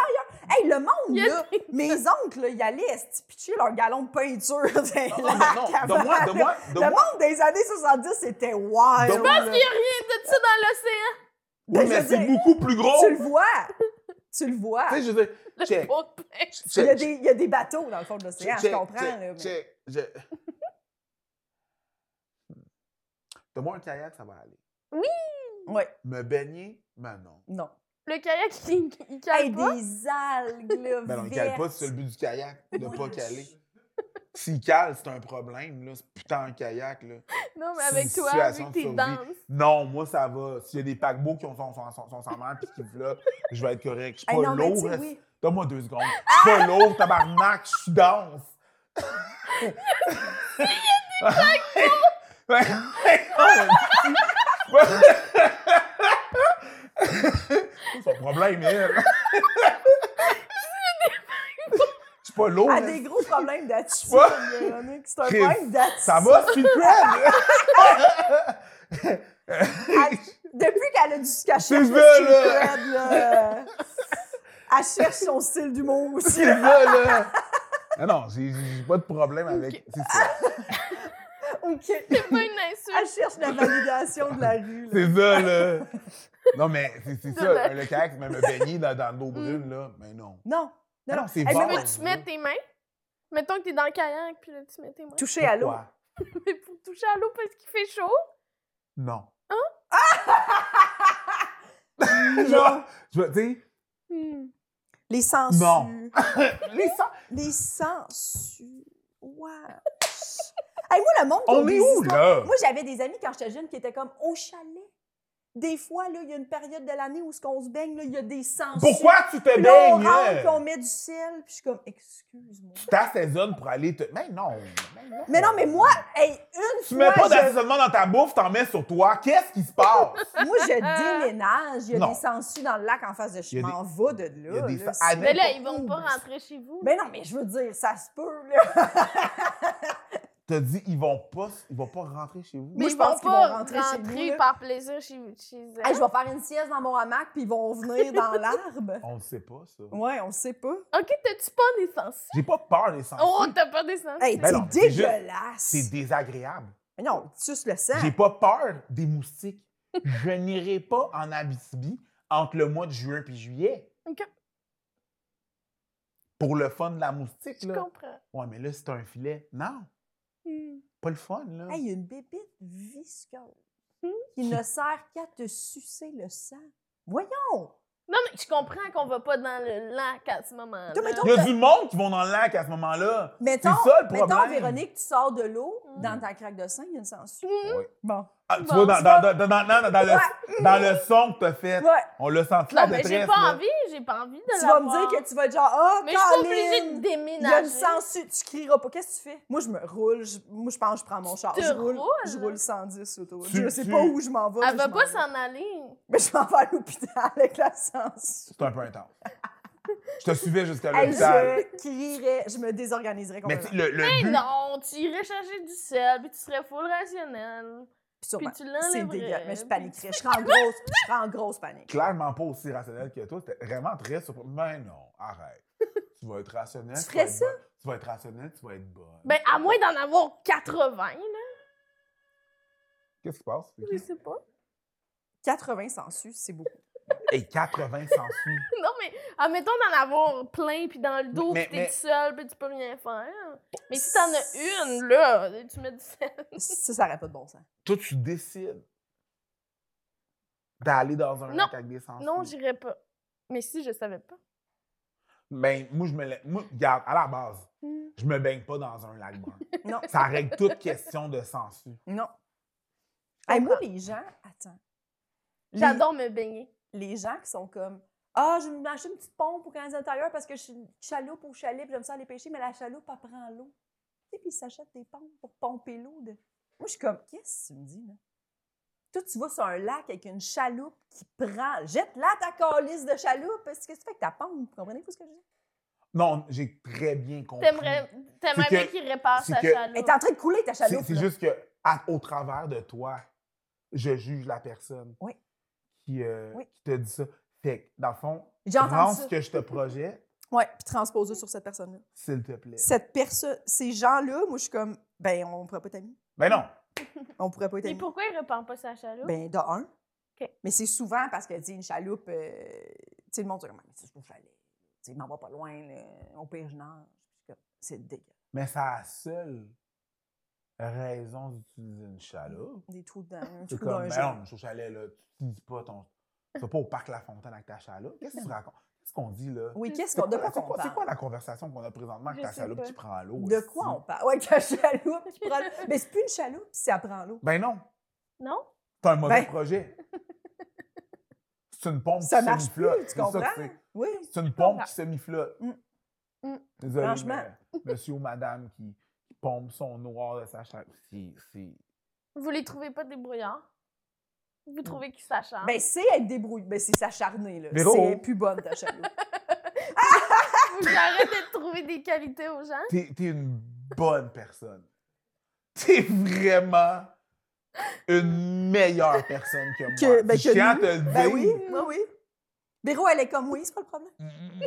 Speaker 2: Hey, le
Speaker 3: Il
Speaker 2: monde,
Speaker 3: y a
Speaker 2: là, mes oncles, là, ils allaient pitcher leur galon de peinture dans les
Speaker 4: Non, non,
Speaker 2: lacs
Speaker 4: non,
Speaker 2: avant,
Speaker 4: de moi, de
Speaker 2: là.
Speaker 4: moi, de
Speaker 2: Le
Speaker 4: moi.
Speaker 2: monde des années 70, c'était wild.
Speaker 4: de moi,
Speaker 3: Parce qu'il y a rien de ça dans l'océan.
Speaker 4: Oui,
Speaker 2: je
Speaker 4: mais
Speaker 2: veux
Speaker 4: c'est
Speaker 2: dire,
Speaker 4: beaucoup plus gros.
Speaker 2: Tu le vois. Tu le vois.
Speaker 4: Tu sais, je veux dire,
Speaker 3: Le
Speaker 4: Check.
Speaker 3: pot de pêche.
Speaker 2: Il y, a
Speaker 4: check,
Speaker 2: des, il y a des bateaux dans le fond de l'océan,
Speaker 4: check,
Speaker 2: je
Speaker 4: check,
Speaker 2: comprends.
Speaker 4: check,
Speaker 2: là, mais-
Speaker 4: check, je- Donne-moi un kayak, ça va aller.
Speaker 2: Ouais,
Speaker 4: Me baigner, mais non.
Speaker 2: non.
Speaker 3: Le kayak, il, il cale
Speaker 2: Hey,
Speaker 3: pas.
Speaker 2: des algues, là,
Speaker 4: Ben non, il
Speaker 2: vertes.
Speaker 4: cale pas, c'est le but du kayak, de pas caler. S'il cale, c'est un problème, là, ce putain de kayak, là.
Speaker 3: Non, mais
Speaker 4: c'est
Speaker 3: avec
Speaker 4: une
Speaker 3: toi,
Speaker 4: situation
Speaker 3: vu que t'es
Speaker 4: de survie.
Speaker 3: dense.
Speaker 4: Non, moi, ça va. S'il y a des paquebots qui ont son, son, son, son sang-mer puis qui flottent, je vais être correct. Je suis
Speaker 2: Hey,
Speaker 4: pas hein.
Speaker 2: non, mais tu
Speaker 4: lourd.
Speaker 2: sais,
Speaker 4: reste-
Speaker 2: oui.
Speaker 4: Donne-moi deux secondes. Je suis pas lourd, tabarnak, je suis dense. Il y a des C'est son problème, elle. Je suis pas lourd. hein?
Speaker 2: a
Speaker 4: reste-
Speaker 2: des gros problèmes d'attitude,
Speaker 4: Ouais.
Speaker 2: Véronique. C'est un
Speaker 4: Chris,
Speaker 2: problème d'attitude.
Speaker 4: Ça va, Street Cred?
Speaker 2: Elle- depuis qu'elle a dû se cacher,
Speaker 4: C'est
Speaker 2: elle
Speaker 4: vrai,
Speaker 2: se
Speaker 4: là.
Speaker 2: crève, là. Elle cherche son style d'humour aussi.
Speaker 4: C'est ça, là. Ah non, j'ai j'ai pas de problème avec. C'est ça.
Speaker 2: OK.
Speaker 3: C'est pas une
Speaker 2: Elle
Speaker 3: insulte.
Speaker 2: cherche la validation de la rue. là.
Speaker 4: C'est ça, là. Non, mais c'est- c'est
Speaker 3: De
Speaker 4: ça.
Speaker 3: la-
Speaker 4: Le kayak, même me baigner dans, dans l'eau brune, là. Mais non.
Speaker 2: Non.
Speaker 4: Ah
Speaker 2: Non,
Speaker 4: non,
Speaker 2: non.
Speaker 4: c'est
Speaker 2: mais
Speaker 4: vert.
Speaker 2: moi,
Speaker 4: Ouais,
Speaker 3: tu
Speaker 4: ouais.
Speaker 3: mets tes mains. Mettons que t'es dans le kayak, puis là, tu mets tes mains.
Speaker 2: Toucher à l'eau.
Speaker 4: Pourquoi?
Speaker 3: Mais pour toucher à l'eau parce qu'il fait chaud.
Speaker 4: Non.
Speaker 2: Hein? Non.
Speaker 4: Genre, je veux dire,
Speaker 3: Hmm.
Speaker 2: Les sangsues.
Speaker 4: Non. les sangs.
Speaker 2: Les sangsues. Wow. hey, moi, le monde. qui a
Speaker 4: On
Speaker 2: des
Speaker 4: est où,
Speaker 2: histoires-
Speaker 4: là?
Speaker 2: Moi, j'avais des amis quand j'étais jeune qui étaient comme au chalet. Des fois, là, il y a une période de l'année où ce qu'on se baigne, là, il y a des sangsues.
Speaker 4: Pourquoi tu te
Speaker 2: Puis là, on
Speaker 4: baignes? hein?
Speaker 2: rentre, puis
Speaker 4: là?
Speaker 2: on met du sel, puis je suis comme, excuse-moi.
Speaker 4: Tu t'assaisonnes pour aller te. Mais non.
Speaker 2: Mais non, mais moi, hey, une
Speaker 4: Tu
Speaker 2: fois,
Speaker 4: mets pas
Speaker 2: je-
Speaker 4: d'assaisonnement dans ta bouffe, t'en mets sur toi. Qu'est-ce qui se passe?
Speaker 2: moi, je déménage. Il y a
Speaker 4: Non.
Speaker 2: des sangsues dans le lac en face de
Speaker 4: Il
Speaker 2: chez
Speaker 4: y a des-
Speaker 2: m'en va de
Speaker 4: il y a
Speaker 2: là.
Speaker 4: des
Speaker 2: là,
Speaker 4: sa-
Speaker 2: c'est-
Speaker 4: Mais
Speaker 3: Mais là,
Speaker 4: pas
Speaker 3: ils vont
Speaker 4: où,
Speaker 3: pas
Speaker 4: mais-
Speaker 3: rentrer chez vous.
Speaker 2: Mais non, mais je veux dire, ça se peut, là.
Speaker 4: T'as dit, ils vont pas, ils vont pas rentrer chez vous.
Speaker 3: Mais
Speaker 2: Moi,
Speaker 3: ils
Speaker 2: je pense
Speaker 3: vont
Speaker 2: qu'ils vont
Speaker 3: pas
Speaker 2: rentrer
Speaker 3: rentrer,
Speaker 2: chez vous, là.
Speaker 3: par plaisir chez, chez eux.
Speaker 2: Hey, je vais faire une sieste dans mon hamac, puis ils vont venir dans l'arbre.
Speaker 4: On le sait pas, ça.
Speaker 2: Ouais, on le sait pas.
Speaker 3: OK, t'as-tu pas d'essence?
Speaker 4: J'ai pas peur des sangs.
Speaker 3: Oh, t'as pas d'essence?
Speaker 2: Ah, Hey,
Speaker 4: Ben
Speaker 2: t'es
Speaker 4: non, c'est juste-
Speaker 2: dégueulasse.
Speaker 4: C'est désagréable.
Speaker 2: Mais Non, tu suces le sang.
Speaker 4: J'ai pas peur des moustiques. Je n'irai pas en Abitibi entre le mois de juin et juillet.
Speaker 3: OK.
Speaker 4: Pour le fun de la moustique,
Speaker 3: Je
Speaker 4: là.
Speaker 3: comprends.
Speaker 4: Ouais, mais là, c'est un filet. Non,
Speaker 3: Hmm.
Speaker 4: pas le fun, là.
Speaker 2: Hey, il y a une bébite visqueuse
Speaker 3: Hmm?
Speaker 2: qui ne sert qu'à te sucer le sang. Voyons!
Speaker 3: Non, mais je comprends qu'on va pas dans le lac à ce moment-là.
Speaker 2: Toi, mettons-
Speaker 4: Il y a du monde qui vont dans le lac à ce moment-là.
Speaker 2: Mettons,
Speaker 4: C'est ça, le
Speaker 2: mettons,
Speaker 4: problème.
Speaker 2: Véronique, tu sors de l'eau,
Speaker 3: Hmm.
Speaker 2: dans ta craque de sang, il y a une sangsue.
Speaker 3: Hmm.
Speaker 2: Bon.
Speaker 4: Ah, tu
Speaker 3: Bon,
Speaker 4: vois, dans,
Speaker 3: tu
Speaker 4: dans, dans, dans- dans- dans le, dans le son que t'as fait,
Speaker 2: Ouais,
Speaker 4: on l'a senti, la
Speaker 3: Non, mais j'ai
Speaker 4: détresse,
Speaker 3: pas
Speaker 4: là.
Speaker 3: envie, j'ai pas envie de
Speaker 2: tu vas me
Speaker 3: l'avoir.
Speaker 2: dire que tu vas être genre, ah,
Speaker 3: Mais je suis pas
Speaker 2: Colin,
Speaker 3: obligée de
Speaker 2: Il y a une
Speaker 3: déménager.
Speaker 2: sangsue, tu crieras pas. Qu'est-ce que tu fais? Moi, je me roule. je- moi, je pense que je prends mon char.
Speaker 3: te
Speaker 2: Je roule,
Speaker 3: roules?
Speaker 2: je roule 110 sur l'autoroute.
Speaker 4: Tu-
Speaker 2: Je sais
Speaker 4: tu-
Speaker 2: pas où je m'en vais.
Speaker 3: Elle
Speaker 2: mais je
Speaker 3: va
Speaker 2: m'en
Speaker 3: pas
Speaker 2: vais.
Speaker 3: s'en aller.
Speaker 4: Hein?
Speaker 2: Mais je m'en vais à l'hôpital avec la sangsue.
Speaker 4: C'est un peu intense. Je te suivais jusqu'à
Speaker 2: Hey,
Speaker 4: l'hôpital.
Speaker 2: je crierais, je me désorganiserais
Speaker 4: Mais tu
Speaker 2: complètement.
Speaker 4: sais, le, le
Speaker 3: Mais
Speaker 4: but,
Speaker 3: non, tu irais chercher du sel, puis tu serais full rationnel.
Speaker 2: Puis sûrement,
Speaker 3: Puis
Speaker 2: c'est
Speaker 3: tu l'enlèverais,
Speaker 2: dégueulasse. Mais je
Speaker 3: puis-
Speaker 2: paniquerais. Je serais en grosse, je serais en grosse panique.
Speaker 4: clairement pas aussi rationnel que toi. C'était vraiment très surprenant. Mais non, arrête. Tu vas être rationnel.
Speaker 2: Tu
Speaker 4: vas
Speaker 2: ferais
Speaker 4: être
Speaker 2: ça?
Speaker 4: bonne. Tu vas être rationnel, tu vas être bonne.
Speaker 3: Ben, à moins d'en avoir 80, là.
Speaker 4: Qu'est-ce qui se passe?
Speaker 3: Je sais pas.
Speaker 2: 80 sangsues, c'est beaucoup.
Speaker 4: Et 80 sangsues.
Speaker 3: Non, mais admettons d'en avoir plein, puis dans le dos,
Speaker 4: Mais-
Speaker 3: puis t'es
Speaker 4: mais-
Speaker 3: tout seul, puis tu peux rien faire. Mais si t'en as une, là, tu mets du sel.
Speaker 2: Ah, Ça, ça n'aurait pas de bon sens.
Speaker 4: Toi, tu décides d'aller dans un
Speaker 3: Non.
Speaker 4: lac avec des sangsues.
Speaker 3: Non, j'irais pas. Mais si, je savais pas.
Speaker 4: Ben, moi, je me la- moi, regarde, à la base,
Speaker 3: Hmm.
Speaker 4: je me baigne pas dans un lac brun.
Speaker 2: Non.
Speaker 4: Ça règle toute question de sangsues.
Speaker 2: Non. Hey, moi, les gens, attends. Les-
Speaker 3: J'adore me baigner.
Speaker 2: les gens qui sont comme Ah, je vais m'acheter une petite pompe pour canadiens intérieur parce que je suis une chaloupe au chalet puis j'aime ça aller pêcher, mais la chaloupe, elle prend l'eau. Tu sais, puis ils s'achètent des pompes pour pomper l'eau. de- Moi, je suis comme Qu'est-ce que tu me dis, là? Toi, tu vas sur un lac avec une chaloupe qui prend. Jette-la ta calice de chaloupe. Qu'est-ce que tu fais avec ta pompe? Vous comprenez pas ce que je dis?
Speaker 4: Non, j'ai très bien compris.
Speaker 3: T'aimerais t'aimerais
Speaker 4: que-
Speaker 3: bien qu'il répare
Speaker 4: c'est
Speaker 3: sa
Speaker 4: que-
Speaker 2: Elle
Speaker 3: chaloupe.
Speaker 2: est en train de couler ta
Speaker 4: C'est
Speaker 2: chaloupe.
Speaker 4: c'est
Speaker 2: là.
Speaker 4: juste que, à- au travers de toi, je juge la personne
Speaker 2: Oui.
Speaker 4: qui, euh,
Speaker 2: Oui.
Speaker 4: qui te dit ça. Fait que, dans le fond,
Speaker 2: J'ai entendu
Speaker 4: prends
Speaker 2: ça.
Speaker 4: ce que je te projette,
Speaker 2: Ouais, puis transpose sur cette personne-là.
Speaker 4: s'il te plaît.
Speaker 2: Cette personne, ces gens-là, moi, je suis comme, ben, on pourrait pas être amis.
Speaker 4: Ben non,
Speaker 2: On pourrait pas être
Speaker 3: Mais
Speaker 2: amis.
Speaker 3: pourquoi il répare pas sa chaloupe?
Speaker 2: Ben, de un.
Speaker 3: OK.
Speaker 2: Mais c'est souvent parce que, tu sais, une chaloupe, euh, tu sais, le monde dit, mais c'est juste pour chalet. Tu sais, m'en va pas loin, là. Au pire, je nage. Je suis comme, C'est dégueu.
Speaker 4: mais c'est la seule raison d'utiliser une chaloupe.
Speaker 2: Des trous dedans, un
Speaker 4: C'est
Speaker 2: trou
Speaker 4: comme,
Speaker 2: d'un
Speaker 4: ben
Speaker 2: genre.
Speaker 4: non, je suis au chalet, là, tu dis pas ton. Tu vas pas au parc La Fontaine avec ta chaloupe. Qu'est-ce que tu racontes? Qu'est-ce qu'on dit, là?
Speaker 2: Oui, qu'est-ce
Speaker 4: C'est
Speaker 2: qu'on. De
Speaker 4: quoi-
Speaker 2: quoi
Speaker 4: c'est
Speaker 2: qu'on
Speaker 4: quoi, c'est quoi
Speaker 2: parle?
Speaker 4: la conversation qu'on a présentement avec
Speaker 3: Je
Speaker 4: ta
Speaker 3: sais
Speaker 4: chaloupe
Speaker 3: pas.
Speaker 4: qui prend l'eau?
Speaker 2: De
Speaker 4: ici?
Speaker 2: quoi on parle? Ouais, que la chaloupe qui prend. Mais c'est plus une chaloupe, si elle prend l'eau.
Speaker 4: Ben non,
Speaker 3: Non?
Speaker 4: c'est un mauvais
Speaker 2: Ben-
Speaker 4: projet. C'est une pompe
Speaker 2: Ça
Speaker 4: qui
Speaker 2: marche plus,
Speaker 4: semi-flotte.
Speaker 2: tu
Speaker 4: C'est ça que
Speaker 2: comprends?
Speaker 4: c'est.
Speaker 2: Oui.
Speaker 4: C'est une
Speaker 3: comprends.
Speaker 4: pompe qui semi-flotte.
Speaker 2: Mm.
Speaker 3: Mm.
Speaker 4: Désolé,
Speaker 2: Franchement.
Speaker 4: mais monsieur ou madame qui qui pompe son noir de sa chaloupe. C'est- c'est-
Speaker 3: Vous les trouvez pas débrouillards? Vous trouvez qu'ils hein. s'acharnent?
Speaker 2: Ben, c'est être débrouille. Ben, c'est s'acharner, là.
Speaker 4: Véro.
Speaker 2: C'est plus bonne, ta chaloupe.
Speaker 3: Vous arrêtez de trouver des qualités aux gens?
Speaker 4: T'es t'es une bonne personne. T'es vraiment une meilleure personne que moi.
Speaker 2: Que- ben,
Speaker 4: C'est
Speaker 2: que
Speaker 4: chiant
Speaker 2: nous.
Speaker 4: de le dire.
Speaker 2: Ben oui, oui, oui. Véro, elle est comme oui, c'est pas le problème.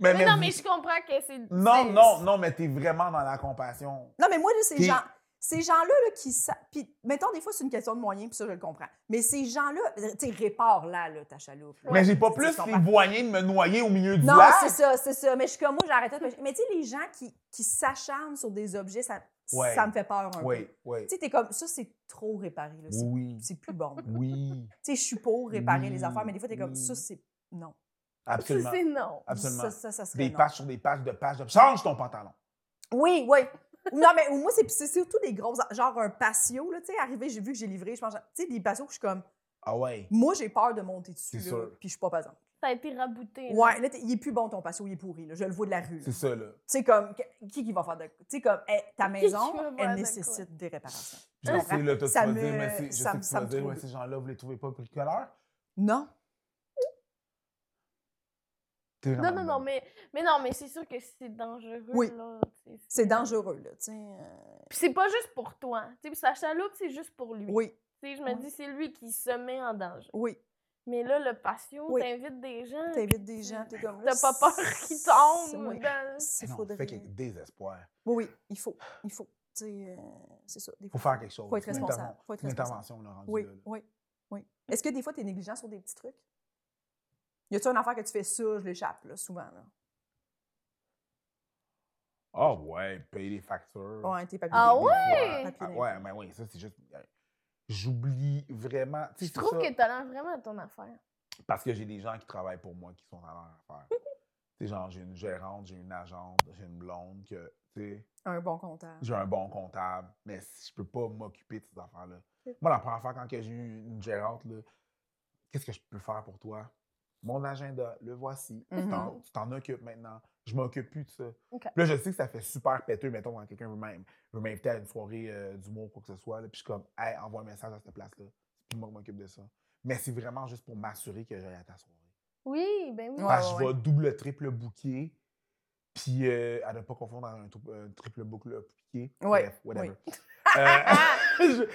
Speaker 4: Mais,
Speaker 3: Mais non, mais je comprends que c'est.
Speaker 4: non,
Speaker 3: c'est-
Speaker 4: non, non, mais t'es vraiment dans la compassion.
Speaker 2: Non, mais moi, là, ces
Speaker 4: Puis-
Speaker 2: gens. Ces gens-là là, qui... sa- Puis, mettons, des fois, c'est une question de moyens, puis ça, je le comprends. Mais ces gens-là, euh, tu sais, répare là, là, ta chaloupe. là.
Speaker 4: Mais j'ai pas
Speaker 2: C'est-
Speaker 4: plus
Speaker 2: ils sont
Speaker 4: l'éloigné de me noyer au milieu du
Speaker 2: Non,
Speaker 4: lac.
Speaker 2: c'est ça, c'est ça. Mais je suis comme, moi, j'arrête pas. Mais tu sais, les gens qui, qui s'acharnent sur des objets, ça,
Speaker 4: Ouais.
Speaker 2: ça me fait peur un peu.
Speaker 4: Oui, oui.
Speaker 2: Tu sais, t'es comme, ça, c'est trop réparé, là. C'est,
Speaker 4: Oui,
Speaker 2: c'est plus bon. Tu
Speaker 4: oui.
Speaker 2: sais, je suis pour réparer les
Speaker 4: Oui,
Speaker 2: affaires, mais des fois, t'es comme, ça,
Speaker 4: oui.
Speaker 2: c'est... Non.
Speaker 4: Absolument.
Speaker 3: C'est non.
Speaker 4: Absolument.
Speaker 2: Ça, ça, ça serait
Speaker 4: Des
Speaker 2: non.
Speaker 4: pages sur des pages de pages de. Change ton pantalon.
Speaker 2: Oui, oui. Non, mais moi, c'est c'est surtout des grosses. Genre un patio, là. Tu sais, arrivé, j'ai vu que j'ai livré, je pense. Tu sais, des patios que je suis comme.
Speaker 4: Ah ouais.
Speaker 2: Moi, j'ai peur de monter dessus,
Speaker 4: C'est
Speaker 2: là.
Speaker 4: sûr.
Speaker 2: Puis je suis pas passante.
Speaker 3: Ça a été rabouté. là.
Speaker 2: Ouais, là, t'es- il est plus bon ton patio, il est pourri, là. Je le vois de la rue. là.
Speaker 4: C'est
Speaker 2: Tu
Speaker 4: ça, là.
Speaker 2: sais, comme. que- Qui qui va faire de. Tu sais, comme. hey, ta
Speaker 3: Qui qui
Speaker 2: maison,
Speaker 3: va faire
Speaker 2: elle
Speaker 3: de
Speaker 2: nécessite des réparations.
Speaker 4: Je
Speaker 2: Ah,
Speaker 4: sais, là, toi, tu
Speaker 2: ça
Speaker 4: vas
Speaker 2: me-
Speaker 4: dire, mais c'est- je
Speaker 2: ça
Speaker 4: sais
Speaker 2: me-
Speaker 4: que tu
Speaker 2: ça
Speaker 4: vas
Speaker 2: me
Speaker 4: dire,
Speaker 2: trouble.
Speaker 4: ouais, ces gens-là, vous les trouvez pas bricoleurs.
Speaker 2: Non.
Speaker 4: T'es vraiment
Speaker 3: Non, non, non,
Speaker 4: bonne.
Speaker 3: mais, mais non, mais c'est sûr que c'est dangereux.
Speaker 2: Oui.
Speaker 3: là, tu sais,
Speaker 2: C'est dangereux, là. Tu sais. euh,
Speaker 3: Puis c'est pas juste pour toi. Tu sais, puis sa chaloupe, c'est juste pour lui.
Speaker 2: Oui,
Speaker 3: Tu sais, je me
Speaker 2: Oui.
Speaker 3: dis, c'est lui qui se met en danger.
Speaker 2: oui.
Speaker 3: Mais là, le patio,
Speaker 2: Oui.
Speaker 3: t'invites des gens.
Speaker 2: T'invites des gens, t'es comme.
Speaker 3: T'as pas peur qu'ils tombent. ben.
Speaker 2: Oui.
Speaker 3: dans-
Speaker 2: C'est
Speaker 4: Mais Ah non,
Speaker 2: faudrait-
Speaker 4: fait qu'il y a désespoir.
Speaker 2: Oui, oui, il faut. Il faut. Tu sais, euh, c'est ça. Des
Speaker 4: Faut
Speaker 2: fois,
Speaker 4: faire quelque chose.
Speaker 2: Faut être
Speaker 4: C'est une
Speaker 2: responsable.
Speaker 4: interven-
Speaker 2: Faut être
Speaker 4: c'est une
Speaker 2: responsable.
Speaker 4: intervention, là, rendu
Speaker 2: Oui,
Speaker 4: là, là.
Speaker 2: oui, oui. Est-ce que des fois, tu es négligent sur des petits trucs? Y a-tu une affaire que tu fais ça, je l'échappe, là, souvent, là?
Speaker 4: Ah ouais, payer les factures.
Speaker 2: Ouais, hein, t'es pas
Speaker 3: Ah
Speaker 4: Des- des
Speaker 3: ouais?
Speaker 4: fois.
Speaker 2: Papier
Speaker 4: Ah
Speaker 2: d'impôt.
Speaker 4: ouais, mais oui, ça, c'est juste. J'oublie vraiment. Tu
Speaker 3: Je
Speaker 4: sais, c'est
Speaker 3: trouve
Speaker 4: ça.
Speaker 3: que t'as l'air vraiment à ton affaire.
Speaker 4: Parce que j'ai des gens qui travaillent pour moi qui sont dans leur affaire. tu sais, genre, j'ai une gérante, j'ai une agente, j'ai une blonde, que, tu sais,
Speaker 2: Un bon comptable.
Speaker 4: j'ai un bon comptable, mais si je peux pas m'occuper de ces affaires-là. Moi, la première fois, quand que j'ai eu une gérante, là, qu'est-ce que je peux faire pour toi? Mon agenda, le voici. Tu t'en-
Speaker 2: Mhm.
Speaker 4: Tu t'en occupes maintenant. Je m'occupe plus de ça.
Speaker 3: OK.
Speaker 4: Puis là, je sais que ça fait super péteux, mettons, quand quelqu'un veut m'in- veut m'inviter à une soirée euh, d'humour ou quoi que ce soit. là, puis je suis comme, hey, envoie un message à cette place-là. Puis moi, je m'occupe de ça. Mais c'est vraiment juste pour m'assurer que j'aille à ta soirée.
Speaker 3: Oui, ben oui.
Speaker 2: Ouais.
Speaker 4: Parce que je vais double, triple bouquer. Puis euh, à ne pas confondre un, trou- un triple boucle bouquet.
Speaker 2: Ouais,
Speaker 4: Bref, whatever. Euh, je,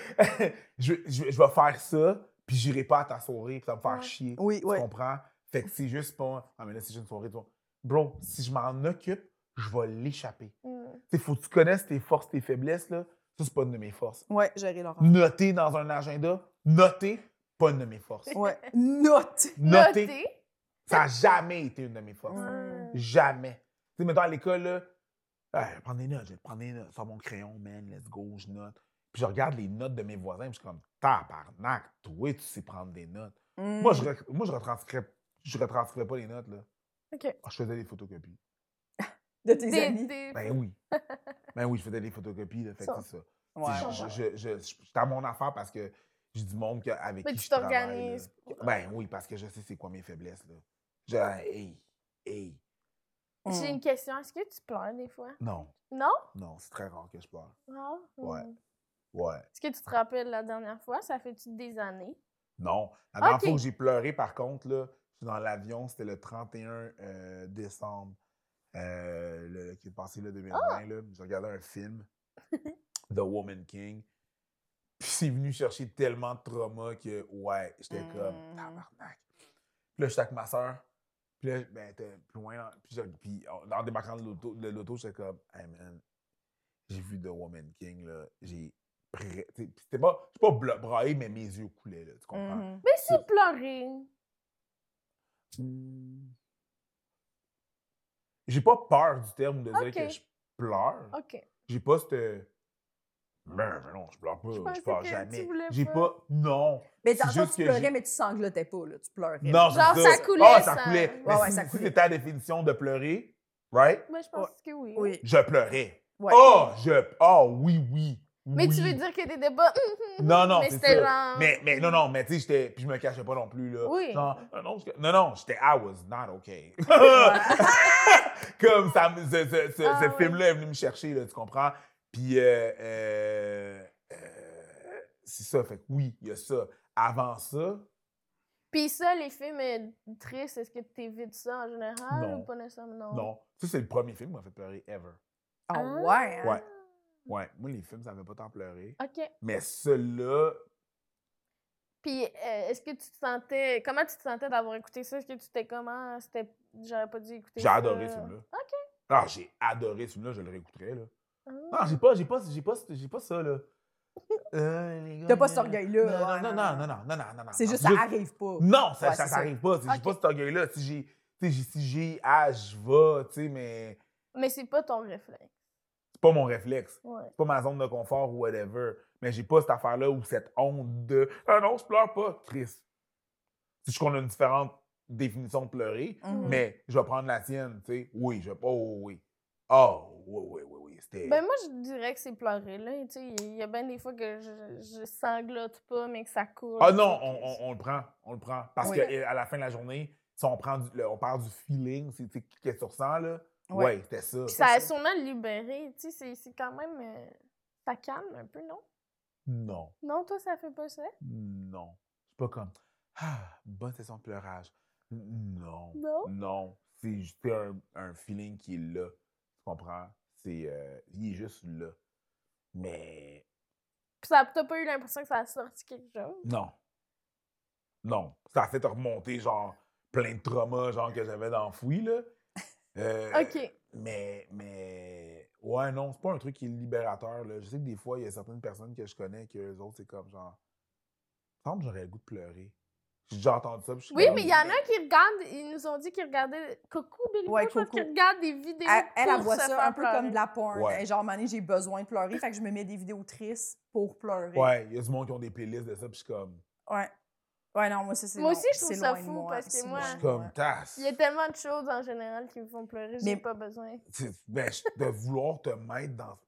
Speaker 4: je, je- je vais faire ça, puis j'irai pas à ta soirée, puis ça va me faire
Speaker 3: Ouais.
Speaker 4: chier.
Speaker 2: Oui,
Speaker 4: Tu
Speaker 2: oui.
Speaker 4: comprends? Fait que c'est juste pas. Ah, mais là, c'est juste une soirée. tu vois. Bro, si je m'en occupe, je vais l'échapper.
Speaker 3: Mm.
Speaker 4: Il faut que tu connaisses tes forces, tes faiblesses. Là. Ça, c'est pas une de mes forces.
Speaker 2: Ouais, gérer l'horreur.
Speaker 4: Noter dans un agenda, noter, pas une de mes forces.
Speaker 2: Ouais. Note!
Speaker 4: Noter,
Speaker 3: Noter.
Speaker 4: ça n'a jamais été une de mes forces.
Speaker 3: Mm.
Speaker 4: Jamais. Tu sais, mettons à l'école, là, Ah, je vais prendre des notes, je vais prendre des notes, sors mon crayon, man, let's go, je note. Puis je regarde les notes de mes voisins, puis je suis comme, tabarnak, toi, tu sais prendre des notes.
Speaker 2: Mm.
Speaker 4: Moi, je, rec- moi, je retranscrivais, je retranscrivais pas les notes, là.
Speaker 3: OK.
Speaker 4: Ah, je faisais des photocopies.
Speaker 2: De tes
Speaker 3: Des-
Speaker 2: amis.
Speaker 3: des-
Speaker 4: Ben oui. ben oui, je faisais des photocopies, là, fait que
Speaker 3: Ça.
Speaker 4: c'est ça.
Speaker 2: Ouais,
Speaker 4: Tu sais,
Speaker 3: Mm.
Speaker 2: ouais,
Speaker 4: je-
Speaker 2: ouais.
Speaker 4: je- je- je- J'étais à mon affaire parce que j'ai du monde que- avec
Speaker 3: Mais
Speaker 4: qui
Speaker 3: tu
Speaker 4: je travaille.
Speaker 3: t'organises
Speaker 4: là. Ben oui, parce que je sais c'est quoi mes faiblesses. Là. Genre, hey, hey.
Speaker 3: J'ai une question. Est-ce que tu pleures des fois?
Speaker 4: Non,
Speaker 3: Non?
Speaker 4: non, c'est très rare que je pleure.
Speaker 3: Ah,
Speaker 4: Ouais.
Speaker 3: hmm.
Speaker 4: Ouais.
Speaker 3: Est-ce que tu te rappelles la dernière fois? Ça fait des années?
Speaker 4: Non. La dernière
Speaker 3: Ok.
Speaker 4: fois que j'ai pleuré, par contre, là, je suis dans l'avion, c'était le 31 euh, décembre euh, le- qui est passé le 2020. là. J'ai regardé un film, The Woman King. Puis c'est venu chercher tellement de trauma que, ouais, j'étais comme,
Speaker 2: Mm.
Speaker 4: tabarnak. Puis là, j'étais avec ma soeur. Puis là, ben, elle était plus loin. dans- Puis, j'ai- puis en, en débarquant de l'auto- de l'auto, j'étais comme, hey man, j'ai vu The Woman King, là. J'ai. pré- tu sais, puis C'était pas. Je suis pas bla- braillé, mais mes yeux coulaient, là. Tu comprends?
Speaker 2: Mhm.
Speaker 3: Mais c'est
Speaker 4: C'est-
Speaker 3: pleurer. Mhm.
Speaker 4: Hmm. J'ai pas peur du terme de
Speaker 3: Ok.
Speaker 4: dire que je pleure.
Speaker 3: OK.
Speaker 4: J'ai pas cette. Ben, ben non, je pleure pas, je,
Speaker 3: pensais
Speaker 4: pleure
Speaker 3: que tu
Speaker 4: jamais.
Speaker 3: voulais
Speaker 4: J'ai
Speaker 3: pas.
Speaker 4: pas. Non.
Speaker 2: Mais
Speaker 4: C'est
Speaker 2: dans le sens,
Speaker 4: juste
Speaker 2: tu
Speaker 4: que j'ai-
Speaker 2: pleurais, mais tu sanglotais pas, là. Tu pleurais.
Speaker 4: Non,
Speaker 3: Genre,
Speaker 4: c'est
Speaker 3: ça coulait,
Speaker 4: Ah, ça
Speaker 3: ça.
Speaker 4: coulait. Mais
Speaker 2: Ouais, ouais,
Speaker 4: si,
Speaker 2: ça
Speaker 4: si
Speaker 2: coulait.
Speaker 4: c'était la définition de pleurer, right?
Speaker 3: Ben, je pense que oui.
Speaker 2: Oui.
Speaker 4: Je pleurais.
Speaker 2: Ouais.
Speaker 4: Oh, je. Oh, oui, oui.
Speaker 3: Mais tu
Speaker 4: oui.
Speaker 3: veux dire que des débats.
Speaker 4: Non, non,
Speaker 3: mais
Speaker 4: c'est
Speaker 3: c'était
Speaker 4: ça.
Speaker 3: genre-
Speaker 4: Mais, mais non, non, mais tu sais, j'étais. Puis je me cachais pas non plus, là.
Speaker 3: Oui.
Speaker 4: Genre, Ah, non, je- non, non, j'étais. I was not okay.
Speaker 2: Ouais.
Speaker 4: Comme ça, me- ce, ce- ce-
Speaker 3: Ah,
Speaker 4: ce
Speaker 3: ouais.
Speaker 4: film-là est venu me chercher, là, tu comprends? Puis, euh, euh, euh, c'est ça, fait que oui, il y a ça. Avant ça,
Speaker 3: Puis ça, les films euh, tristes, est-ce que tu évites ça en général
Speaker 4: Non.
Speaker 3: ou pas nécessairement? Non.
Speaker 4: non. Ça, c'est le premier film qui m'a fait pleurer ever.
Speaker 2: Ah
Speaker 3: Ah.
Speaker 2: ouais. hein?
Speaker 4: Ouais.
Speaker 3: Mm.
Speaker 4: Ouais, moi, les films, ça ne m'a pas tant pleurer.
Speaker 3: OK.
Speaker 4: Mais celui-là,
Speaker 3: Puis euh, est-ce que tu te sentais. Comment tu te sentais d'avoir écouté ça? Est-ce que tu t'es comment? C'était. J'aurais pas dû écouter
Speaker 4: j'ai
Speaker 3: ça.
Speaker 4: adoré celui-là.
Speaker 3: OK.
Speaker 4: Ah, j'ai adoré celui-là, je le réécouterais, là.
Speaker 3: Ah.
Speaker 4: Non, j'ai pas, j'ai pas, j'ai pas, j'ai pas ça, là. Euh, les gars,
Speaker 2: T'as pas
Speaker 4: gna,
Speaker 2: cet
Speaker 4: gna.
Speaker 2: orgueil-là. ouais,
Speaker 4: Non, non, non, non, non, non, non, non, non.
Speaker 2: C'est
Speaker 4: non.
Speaker 2: juste, ça arrive pas.
Speaker 4: Non, ça,
Speaker 2: Ouais,
Speaker 4: ça,
Speaker 2: c'est
Speaker 4: ça
Speaker 2: ça.
Speaker 4: arrive pas. Si J'ai
Speaker 3: Ok.
Speaker 4: pas cet orgueil-là. Si j'ai, tu sais, j'ai- si j'ai, ah, je vais, tu sais, mais
Speaker 3: Mais c'est pas ton réflexe.
Speaker 4: c'est pas mon réflexe.
Speaker 3: Ouais.
Speaker 4: C'est pas ma zone de confort ou whatever. Mais j'ai pas cette affaire-là ou cette honte de, ah non, je pleure pas, Chris. C'est juste qu'on a une différente définition de pleurer,
Speaker 2: Mhm.
Speaker 4: mais je vais prendre la tienne, tu sais. Oui, je vais pas, oh, oui. Oh, oui, oui, oui, oui. C'était.
Speaker 3: Ben moi, je dirais que c'est pleurer, là. Tu sais, il y a bien des fois que je, je sanglote pas, mais que ça coule.
Speaker 4: Ah non, on, on- on le prend, on le prend. Parce
Speaker 2: Oui.
Speaker 4: que qu'à la fin de la journée, si on, prend du- le- on parle du feeling, c'est c'est qu'est-ce que tu ressens, là,
Speaker 2: Ouais.
Speaker 4: ouais, c'était ça.
Speaker 3: Puis ça a sûrement libéré, tu sais, c'est- c'est quand même... euh, ça calme un peu, non?
Speaker 4: Non,
Speaker 3: Non, toi, ça fait pas ça?
Speaker 4: non. Je suis pas comme, ah, bonne session de pleurage. Non,
Speaker 3: Non?
Speaker 2: Mm.
Speaker 4: non. C'est juste un, un feeling qui est là, tu comprends? C'est, euh, il est juste là. Mais
Speaker 3: Puis ça- t'as pas eu l'impression que ça a sorti quelque chose?
Speaker 4: non, non. Ça a fait remonter, genre, plein de traumas, genre, que j'avais d'enfoui, là. Euh,
Speaker 3: OK.
Speaker 4: Mais, mais, ouais, non, c'est pas un truc qui est libérateur. Là. Je sais que des fois, il y a certaines personnes que je connais que eux autres, c'est comme genre, il me semble que j'aurais le goût de pleurer. J'ai déjà entendu ça. puis je suis
Speaker 3: Oui,
Speaker 4: comme,
Speaker 3: mais il y en a qui regardent, ils nous ont dit qu'ils regardaient... Coucou, Billy
Speaker 2: Ouais,
Speaker 3: Bush, parce
Speaker 2: coucou.
Speaker 3: qu'ils regardent des vidéos
Speaker 2: Elle, elle, elle
Speaker 3: pour
Speaker 2: voit
Speaker 3: se
Speaker 2: ça
Speaker 3: faire
Speaker 2: un peu comme de la porn.
Speaker 4: Ouais.
Speaker 2: Et genre, mané, j'ai besoin de pleurer, fait que je me mets des vidéos tristes pour pleurer.
Speaker 4: Ouais, il y a du monde qui ont des playlists de ça, puis je suis comme,
Speaker 2: Ouais, Ouais, non, moi, ça, c'est
Speaker 3: Moi
Speaker 2: loin-
Speaker 3: aussi, je trouve
Speaker 2: c'est
Speaker 3: ça
Speaker 2: loin de
Speaker 3: fou,
Speaker 2: moi.
Speaker 3: parce que
Speaker 2: C'est
Speaker 3: moi-
Speaker 2: loin
Speaker 4: je
Speaker 2: de
Speaker 4: suis comme, tasse.
Speaker 3: Il y a tellement de choses en général qui me font pleurer, j'ai
Speaker 2: Mais-
Speaker 3: pas besoin.
Speaker 4: Tu- Ben, je- de vouloir te mettre dans.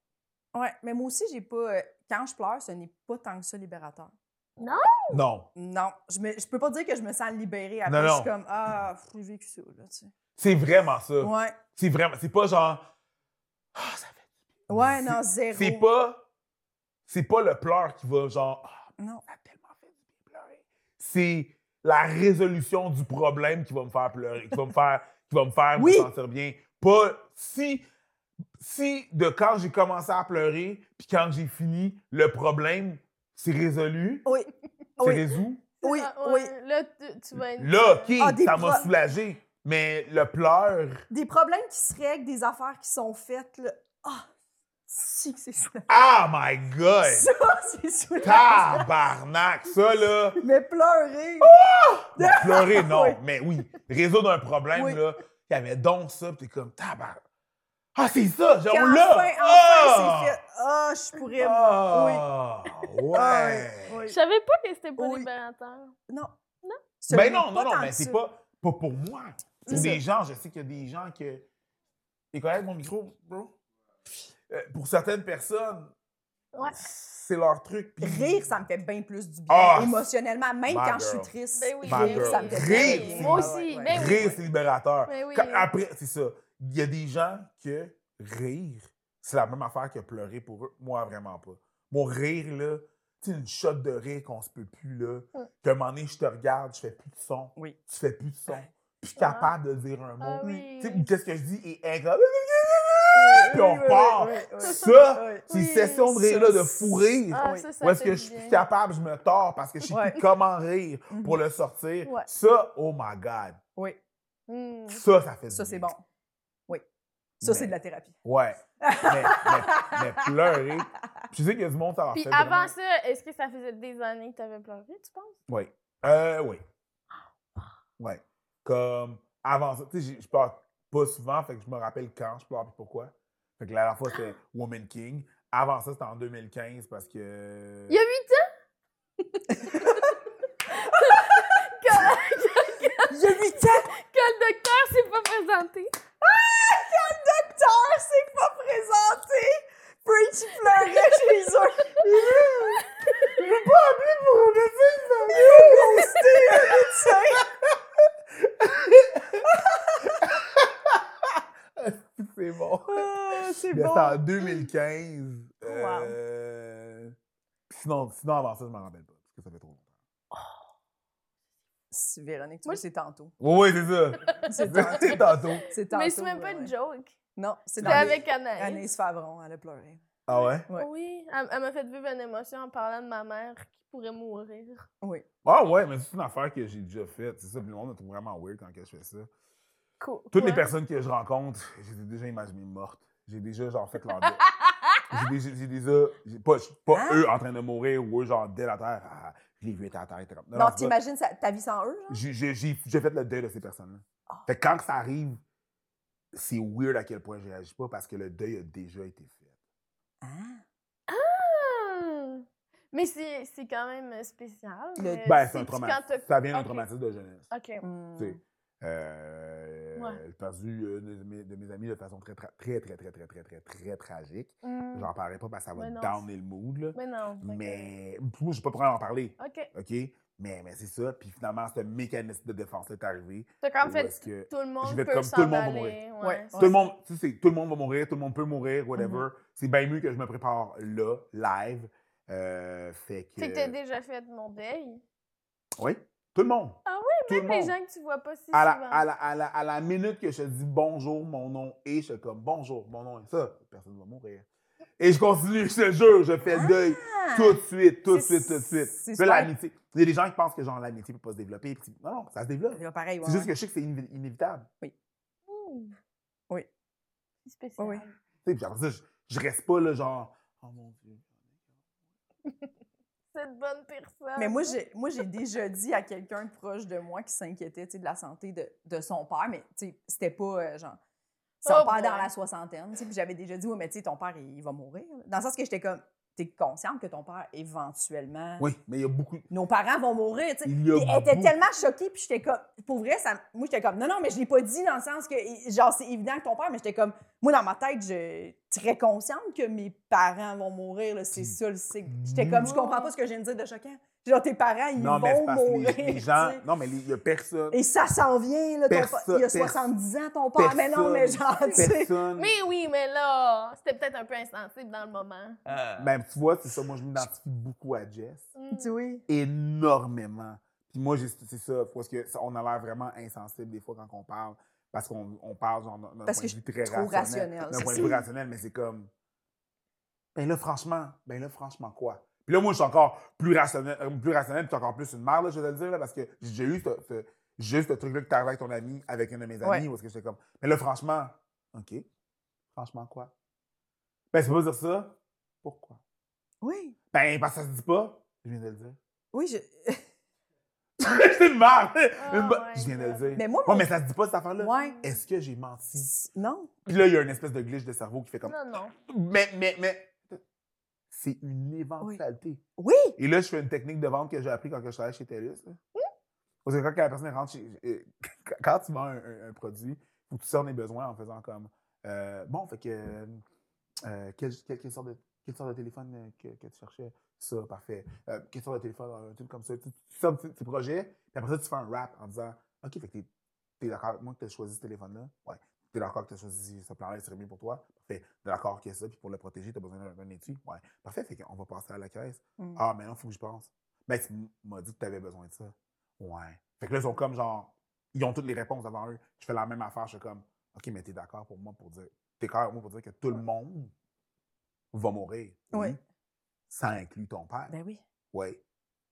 Speaker 2: Ouais, mais moi aussi, j'ai pas. euh, Quand je pleure, ce n'est pas tant que ça libérateur.
Speaker 4: Non.
Speaker 2: Non, je, me... je peux pas dire que je me sens libérée après.
Speaker 4: Non, non.
Speaker 2: Je suis comme, ah, pff, j'ai vécu ça, là, tu sais.
Speaker 4: C'est vraiment ça.
Speaker 2: Ouais,
Speaker 4: C'est vraiment. C'est pas genre, ah, ça fait.
Speaker 2: ouais,
Speaker 4: C'est-
Speaker 2: non, zéro.
Speaker 4: C'est pas. C'est pas le pleur qui va genre, Ah,
Speaker 2: Non.
Speaker 4: Ça a tellement fait du bien pleurer. C'est la résolution du problème qui va me faire pleurer, qui va me faire, qui va me, faire
Speaker 2: Oui.
Speaker 4: me sentir bien. Pas si, si de quand j'ai commencé à pleurer, puis quand j'ai fini, le problème s'est résolu,
Speaker 2: Oui,
Speaker 4: c'est
Speaker 2: oui.
Speaker 4: résolu.
Speaker 2: oui,
Speaker 3: Ah,
Speaker 2: oui.
Speaker 3: ouais, Là, tu, tu vas... être-
Speaker 4: Là, OK,
Speaker 2: Ah, des
Speaker 4: ça m'a
Speaker 2: pro-
Speaker 4: soulagé. Mais le pleur,
Speaker 2: Des problèmes qui se règlent, des affaires qui sont faites, là. Ah, si que c'est soulageant.
Speaker 4: ah my God!
Speaker 2: Ça, c'est soulageant.
Speaker 4: Tabarnak! Ça, là,
Speaker 2: Mais
Speaker 4: Oh,
Speaker 2: pleurer.
Speaker 4: pleurer, non,
Speaker 2: Oui.
Speaker 4: mais oui, résoudre un problème,
Speaker 2: Oui.
Speaker 4: là, il y avait donc ça, puis t'es comme, tabarnak. Ah, c'est ça, genre,
Speaker 2: Quand
Speaker 4: on l'a!
Speaker 2: enfin, enfin,
Speaker 4: Ah!
Speaker 2: c'est fait. Ah, je pourrais.
Speaker 4: Ah,
Speaker 2: Ah,
Speaker 4: ouais!
Speaker 2: oui, oui.
Speaker 3: Je savais pas que c'était pas
Speaker 2: Oui.
Speaker 3: libérateur.
Speaker 2: Non.
Speaker 3: Non.
Speaker 2: Ce
Speaker 4: Ben
Speaker 2: n'est
Speaker 4: non, non,
Speaker 2: tant
Speaker 4: non, mais
Speaker 2: que
Speaker 4: c'est
Speaker 2: ça.
Speaker 4: pas, pas pour moi.
Speaker 2: C'est
Speaker 4: Pour
Speaker 2: ça.
Speaker 4: des gens, je sais qu'il y a des gens que. T'es correct, mon micro, bro? Euh, pour certaines personnes,
Speaker 3: Ouais.
Speaker 4: C'est leur truc. puis-
Speaker 2: Rire, ça me fait bien plus du bien
Speaker 4: Ah,
Speaker 2: émotionnellement, même
Speaker 4: my
Speaker 2: quand je suis
Speaker 4: girl.
Speaker 2: triste.
Speaker 3: Ben oui. My
Speaker 2: Rire,
Speaker 4: girl.
Speaker 2: ça me fait
Speaker 4: Rire.
Speaker 2: bien du bien.
Speaker 3: Moi
Speaker 2: Ah ouais,
Speaker 3: aussi,
Speaker 2: ouais.
Speaker 3: ben oui.
Speaker 4: Rire, c'est libérateur.
Speaker 3: Mais oui. Ah,
Speaker 4: Quand- après, c'est ça. Il y a des gens que rire, c'est la même affaire que pleurer pour eux. Moi, vraiment pas. Mon rire, là, tu sais, une shot de rire qu'on se peut plus, là.
Speaker 3: Mm.
Speaker 4: Qu'à un moment donné, je te regarde, je fais plus de son.
Speaker 2: Oui.
Speaker 4: Tu fais plus de son. Puis je suis
Speaker 3: Ah.
Speaker 4: capable de dire un
Speaker 3: Ah
Speaker 4: mot.
Speaker 3: oui.
Speaker 4: Tu sais, ou qu'est-ce que je dis et elle, Puis
Speaker 2: Oui,
Speaker 4: on
Speaker 2: oui,
Speaker 4: repart.
Speaker 2: oui, oui, oui.
Speaker 4: Ça,
Speaker 2: Oui.
Speaker 4: c'est
Speaker 3: Oui,
Speaker 4: une session de rire, là, de fou rire.
Speaker 3: Ah,
Speaker 2: oui.
Speaker 3: ça, ça
Speaker 4: Ou est-ce
Speaker 3: fait
Speaker 4: que
Speaker 3: du
Speaker 4: je suis
Speaker 3: bien. Mhm.
Speaker 4: plus capable, je me tords parce que je sais
Speaker 2: Ouais.
Speaker 4: plus comment rire pour le sortir.
Speaker 3: Ouais.
Speaker 4: Ça, oh my God.
Speaker 2: Oui,
Speaker 3: Hmm.
Speaker 4: Ça, ça fait du
Speaker 2: ça, c'est
Speaker 4: bien.
Speaker 2: bon. Oui. Ça, c'est
Speaker 4: Mais-
Speaker 2: de la thérapie.
Speaker 4: Ouais. mais, mais, mais pleurer. Puis je sais qu'il y a du monde, Ah, ça en
Speaker 3: Puis
Speaker 4: fait.
Speaker 3: avant ça, est-ce que ça faisait des années que tu avais pleuré, tu penses?
Speaker 4: Oui. Euh, oui. Oui. Comme avant ça, tu sais, j'ai- je pleure pas souvent, fait que je me rappelle quand je pleure et pourquoi. Fait que la dernière fois, c'était Woman King. Avant ça, c'était en 2015 parce que.
Speaker 3: Il y a 8 ans?
Speaker 2: J'ai 8 ans!
Speaker 3: Que le docteur s'est pas présenté.
Speaker 2: Docteur, c'est pas présenté! Preach pleurait chez eux!
Speaker 4: Je veux pas appeler pour un
Speaker 2: Ils
Speaker 4: médecin,
Speaker 2: ont ghosté le médecin!
Speaker 4: ça. C'est bon.
Speaker 2: Ah, C'est
Speaker 4: Mais
Speaker 2: bon!
Speaker 4: C'était en 2015.
Speaker 3: Oh,
Speaker 4: euh, Sinon, sinon, avant ça, je m'en rappelle pas parce que ça fait trop longtemps.
Speaker 2: Si Véronique, tu
Speaker 3: Moi,
Speaker 2: vois, c'est tantôt.
Speaker 4: Oui, c'est ça.
Speaker 2: C'est tantôt.
Speaker 4: C'est tantôt.
Speaker 2: C'est tantôt.
Speaker 3: Mais c'est même pas
Speaker 2: ouais,
Speaker 3: une
Speaker 2: ouais.
Speaker 3: joke.
Speaker 2: Non, c'est
Speaker 3: C'était
Speaker 2: dans les-
Speaker 3: avec Anaïs.
Speaker 2: Anaïs Favron, elle a pleuré.
Speaker 4: Ah ouais?
Speaker 2: Ouais.
Speaker 3: Oui, elle, elle m'a fait vivre une émotion en parlant de ma mère qui pourrait mourir.
Speaker 2: Oui.
Speaker 4: Ah ouais, mais c'est une affaire que j'ai déjà faite. C'est ça, puis le monde me trouve vraiment weird quand que je fais ça.
Speaker 3: Quoi?
Speaker 4: Toutes les personnes que je rencontre, j'ai déjà imaginé mortes. J'ai déjà, genre, fait leur deuil. j'ai déjà, j'ai déjà j'ai pas, je suis pas
Speaker 2: Hein?
Speaker 4: eux en train de mourir ou eux, genre, dès la terre. Ah, j'ai vu ta tête. Non,
Speaker 2: Non,
Speaker 4: c'est pas-
Speaker 2: t'imagines sa- ta vie sans eux? genre?
Speaker 4: j'ai, j'ai, j'ai- j'ai fait le deuil de ces personnes-là.
Speaker 2: Ah.
Speaker 4: Fait que quand ça arrive, c'est weird à quel point je réagis pas parce que le deuil a déjà été fait.
Speaker 2: Hein?
Speaker 3: Ah! Mais c'est c'est quand même spécial.
Speaker 2: Le-
Speaker 3: euh,
Speaker 4: Ben, c'est un
Speaker 3: tu
Speaker 4: traumatisme.
Speaker 3: quand t'as-
Speaker 4: Ça vient d'un
Speaker 3: Ok.
Speaker 4: traumatisme de jeunesse.
Speaker 3: Ok.
Speaker 2: Hmm.
Speaker 4: Tu sais. Euh,
Speaker 3: Ouais.
Speaker 4: J'ai perdu euh, une de mes, de mes amies de façon très, tra- très, très, très, très, très, très, très tragique.
Speaker 3: Hmm.
Speaker 4: J'en parlerai pas parce que ça va
Speaker 3: Mais non.
Speaker 4: downer le mood. Là.
Speaker 3: Mais non. ok.
Speaker 4: Mais pour moi, j'ai pas de problème à en parler.
Speaker 3: Ok.
Speaker 4: OK? Mais, mais c'est ça. Puis finalement, ce mécanisme de défense-là est arrivé.
Speaker 3: T'as quand même
Speaker 4: Où est-ce
Speaker 3: fait
Speaker 4: que
Speaker 3: tout le monde
Speaker 4: je vais
Speaker 3: peut
Speaker 4: comme
Speaker 3: s'en
Speaker 4: tout le monde va
Speaker 3: aller.
Speaker 2: Ouais.
Speaker 3: Ouais. Mm-hmm.
Speaker 4: tout, le monde, tu sais, tout le monde va mourir, tout le monde peut mourir, whatever. C'est bien mieux que je me prépare là, live. Euh, fait que.
Speaker 3: Fait que t'as déjà fait mon deuil.
Speaker 4: Oui, tout le monde.
Speaker 3: Ah
Speaker 4: oui,
Speaker 3: Même les gens que tu vois pas si
Speaker 4: à la,
Speaker 3: souvent.
Speaker 4: à, la, à, la, à la minute que je te dis bonjour, mon nom est, je suis comme bonjour, mon nom est ça, personne ne va mourir. Et je continue, je te jure, je
Speaker 3: Ah!
Speaker 4: fais le deuil tout de suite, tout de
Speaker 2: Ah. C'est-
Speaker 4: suite, tout de suite.
Speaker 2: c'est
Speaker 4: Puis là,
Speaker 2: super.
Speaker 4: l'amitié. Il y a des gens qui pensent que genre l'amitié peut pas se développer. puis non, non, ça se développe.
Speaker 2: Là, pareil, ouais,
Speaker 4: C'est juste
Speaker 2: ouais.
Speaker 4: que je sais que c'est inévi- inévitable.
Speaker 3: Ouh.
Speaker 2: Oui.
Speaker 3: C'est spécial.
Speaker 2: Oui,
Speaker 4: Tu sais, puis après ça, je, je reste pas là, genre, oh mon Dieu.
Speaker 3: Cette bonne personne.
Speaker 2: Mais moi, j'ai, moi, j'ai déjà dit à quelqu'un proche de moi qui s'inquiétait tu sais, de la santé de, de son père, mais tu sais, c'était pas euh, genre. Son
Speaker 3: Oh
Speaker 2: père dans
Speaker 3: boy.
Speaker 2: la soixantaine, tu sais, puis j'avais déjà dit, oui, mais tu sais, ton père, il, il va mourir. Dans le sens que j'étais comme, t'es consciente que ton père, éventuellement,
Speaker 4: Oui, mais il y a beaucoup.
Speaker 2: nos parents vont mourir, tu sais.
Speaker 4: Il y a
Speaker 2: Puis elle était
Speaker 4: beaucoup-
Speaker 2: tellement choquée, puis j'étais comme, pour vrai, ça, moi, j'étais comme, non, non, mais je l'ai pas dit dans le sens que, genre, c'est évident que ton père, mais j'étais comme, moi, dans ma tête, je très consciente que mes parents vont mourir, là, c'est ça le signe. J'étais comme, je comprends pas ce que je viens de dire de choquant. Genre, tes parents, ils
Speaker 4: Non, mais c'est
Speaker 2: vont
Speaker 4: parce
Speaker 2: mourir.
Speaker 4: que les- les,
Speaker 2: tu
Speaker 4: gens.
Speaker 2: sais.
Speaker 4: Non, mais les- il y a personne.
Speaker 2: Et ça s'en vient, là, ton
Speaker 4: Perso-
Speaker 2: pa- il y a
Speaker 4: perso-
Speaker 2: 70 ans, ton père, mais non, mais genre, tu sais.
Speaker 4: Personne.
Speaker 3: Mais oui, mais là, c'était peut-être un peu insensible dans le moment.
Speaker 4: Ben, tu vois, c'est ça. Moi, je m'identifie beaucoup à Jess.
Speaker 3: Hmm.
Speaker 2: Tu oui.
Speaker 4: énormément. Puis moi, j'ai- c'est ça, parce que ça- on a l'air vraiment insensible des fois quand on parle, parce qu'on on parle genre d'un d'un
Speaker 2: Parce
Speaker 4: point
Speaker 2: que
Speaker 4: de
Speaker 2: je
Speaker 4: vue très
Speaker 2: trop
Speaker 4: rationnel,
Speaker 2: rationnelle,
Speaker 4: d'un
Speaker 2: c'est
Speaker 4: point de
Speaker 2: ça.
Speaker 4: vue rationnel, mais c'est comme, ben là franchement, ben là franchement quoi. Puis là, moi, je suis encore plus rationnel, euh, plus rationnel, puis encore plus une merde, là, je vais te le dire là, parce que j'ai eu ce, ce- juste ce truc-là que t'arrives avec ton ami, avec un de mes amis,
Speaker 2: Ouais.
Speaker 4: où est-ce que j'étais comme, mais là franchement, ok, franchement quoi. Ben c'est pas dire ça, pourquoi.
Speaker 2: Oui,
Speaker 4: Ben parce que ça se dit pas, je viens de le dire.
Speaker 2: oui, je...
Speaker 4: C'est une merde! Une bo-
Speaker 3: ouais,
Speaker 4: je viens de le
Speaker 3: God.
Speaker 4: dire.
Speaker 2: Ah, Mais moi,
Speaker 4: Ouais,
Speaker 2: mon-
Speaker 4: mais ça se dit pas cette affaire-là.
Speaker 2: Ouais.
Speaker 4: Est-ce que j'ai menti?
Speaker 2: Non.
Speaker 4: Puis là, il y a une espèce de glitch de cerveau qui fait comme.
Speaker 3: Non, non.
Speaker 4: Mais, mais, mais. C'est une éventualité.
Speaker 2: Oui!
Speaker 4: Et là, je fais une technique de vente que j'ai appris quand que je travaillais chez TELUS. là.
Speaker 2: Hmm?
Speaker 4: Parce que quand la personne rentre chez. euh, Quand tu vends un, un- un produit, faut que tu sortes les besoins en faisant comme. euh, bon, fait que. euh, euh, quelle, quelle- quelle sorte de. quelle Quelle sorte de téléphone euh, que, que tu cherchais? Ça, parfait. Euh, quelle sorte de téléphone? Un truc comme ça. Tu, tu sommes tes tes projets, puis après ça, tu fais un rap en disant OK, fait que t'es, t'es d'accord avec moi que t'as choisi ce téléphone-là? Ouais. T'es d'accord que t'as choisi ce plan-là, il serait mieux pour toi? Parfait. T'es d'accord que ça, puis pour le protéger, t'as besoin d'un, d'un étui? Ouais. Parfait, fait qu'on va passer à la caisse.
Speaker 2: Mm.
Speaker 4: Ah, mais non, faut que je pense. Ben, tu m- m'as dit que t'avais besoin de ça. Ouais. Fait que là, ils sont comme genre, ils ont toutes les réponses devant eux. Je fais la même affaire, je suis comme, OK, mais t'es d'accord pour moi pour dire, t'es d'accord avec moi pour dire que tout le monde va mourir.
Speaker 2: Ouais.
Speaker 4: Ça inclut ton père.
Speaker 2: Ben oui.
Speaker 4: Oui.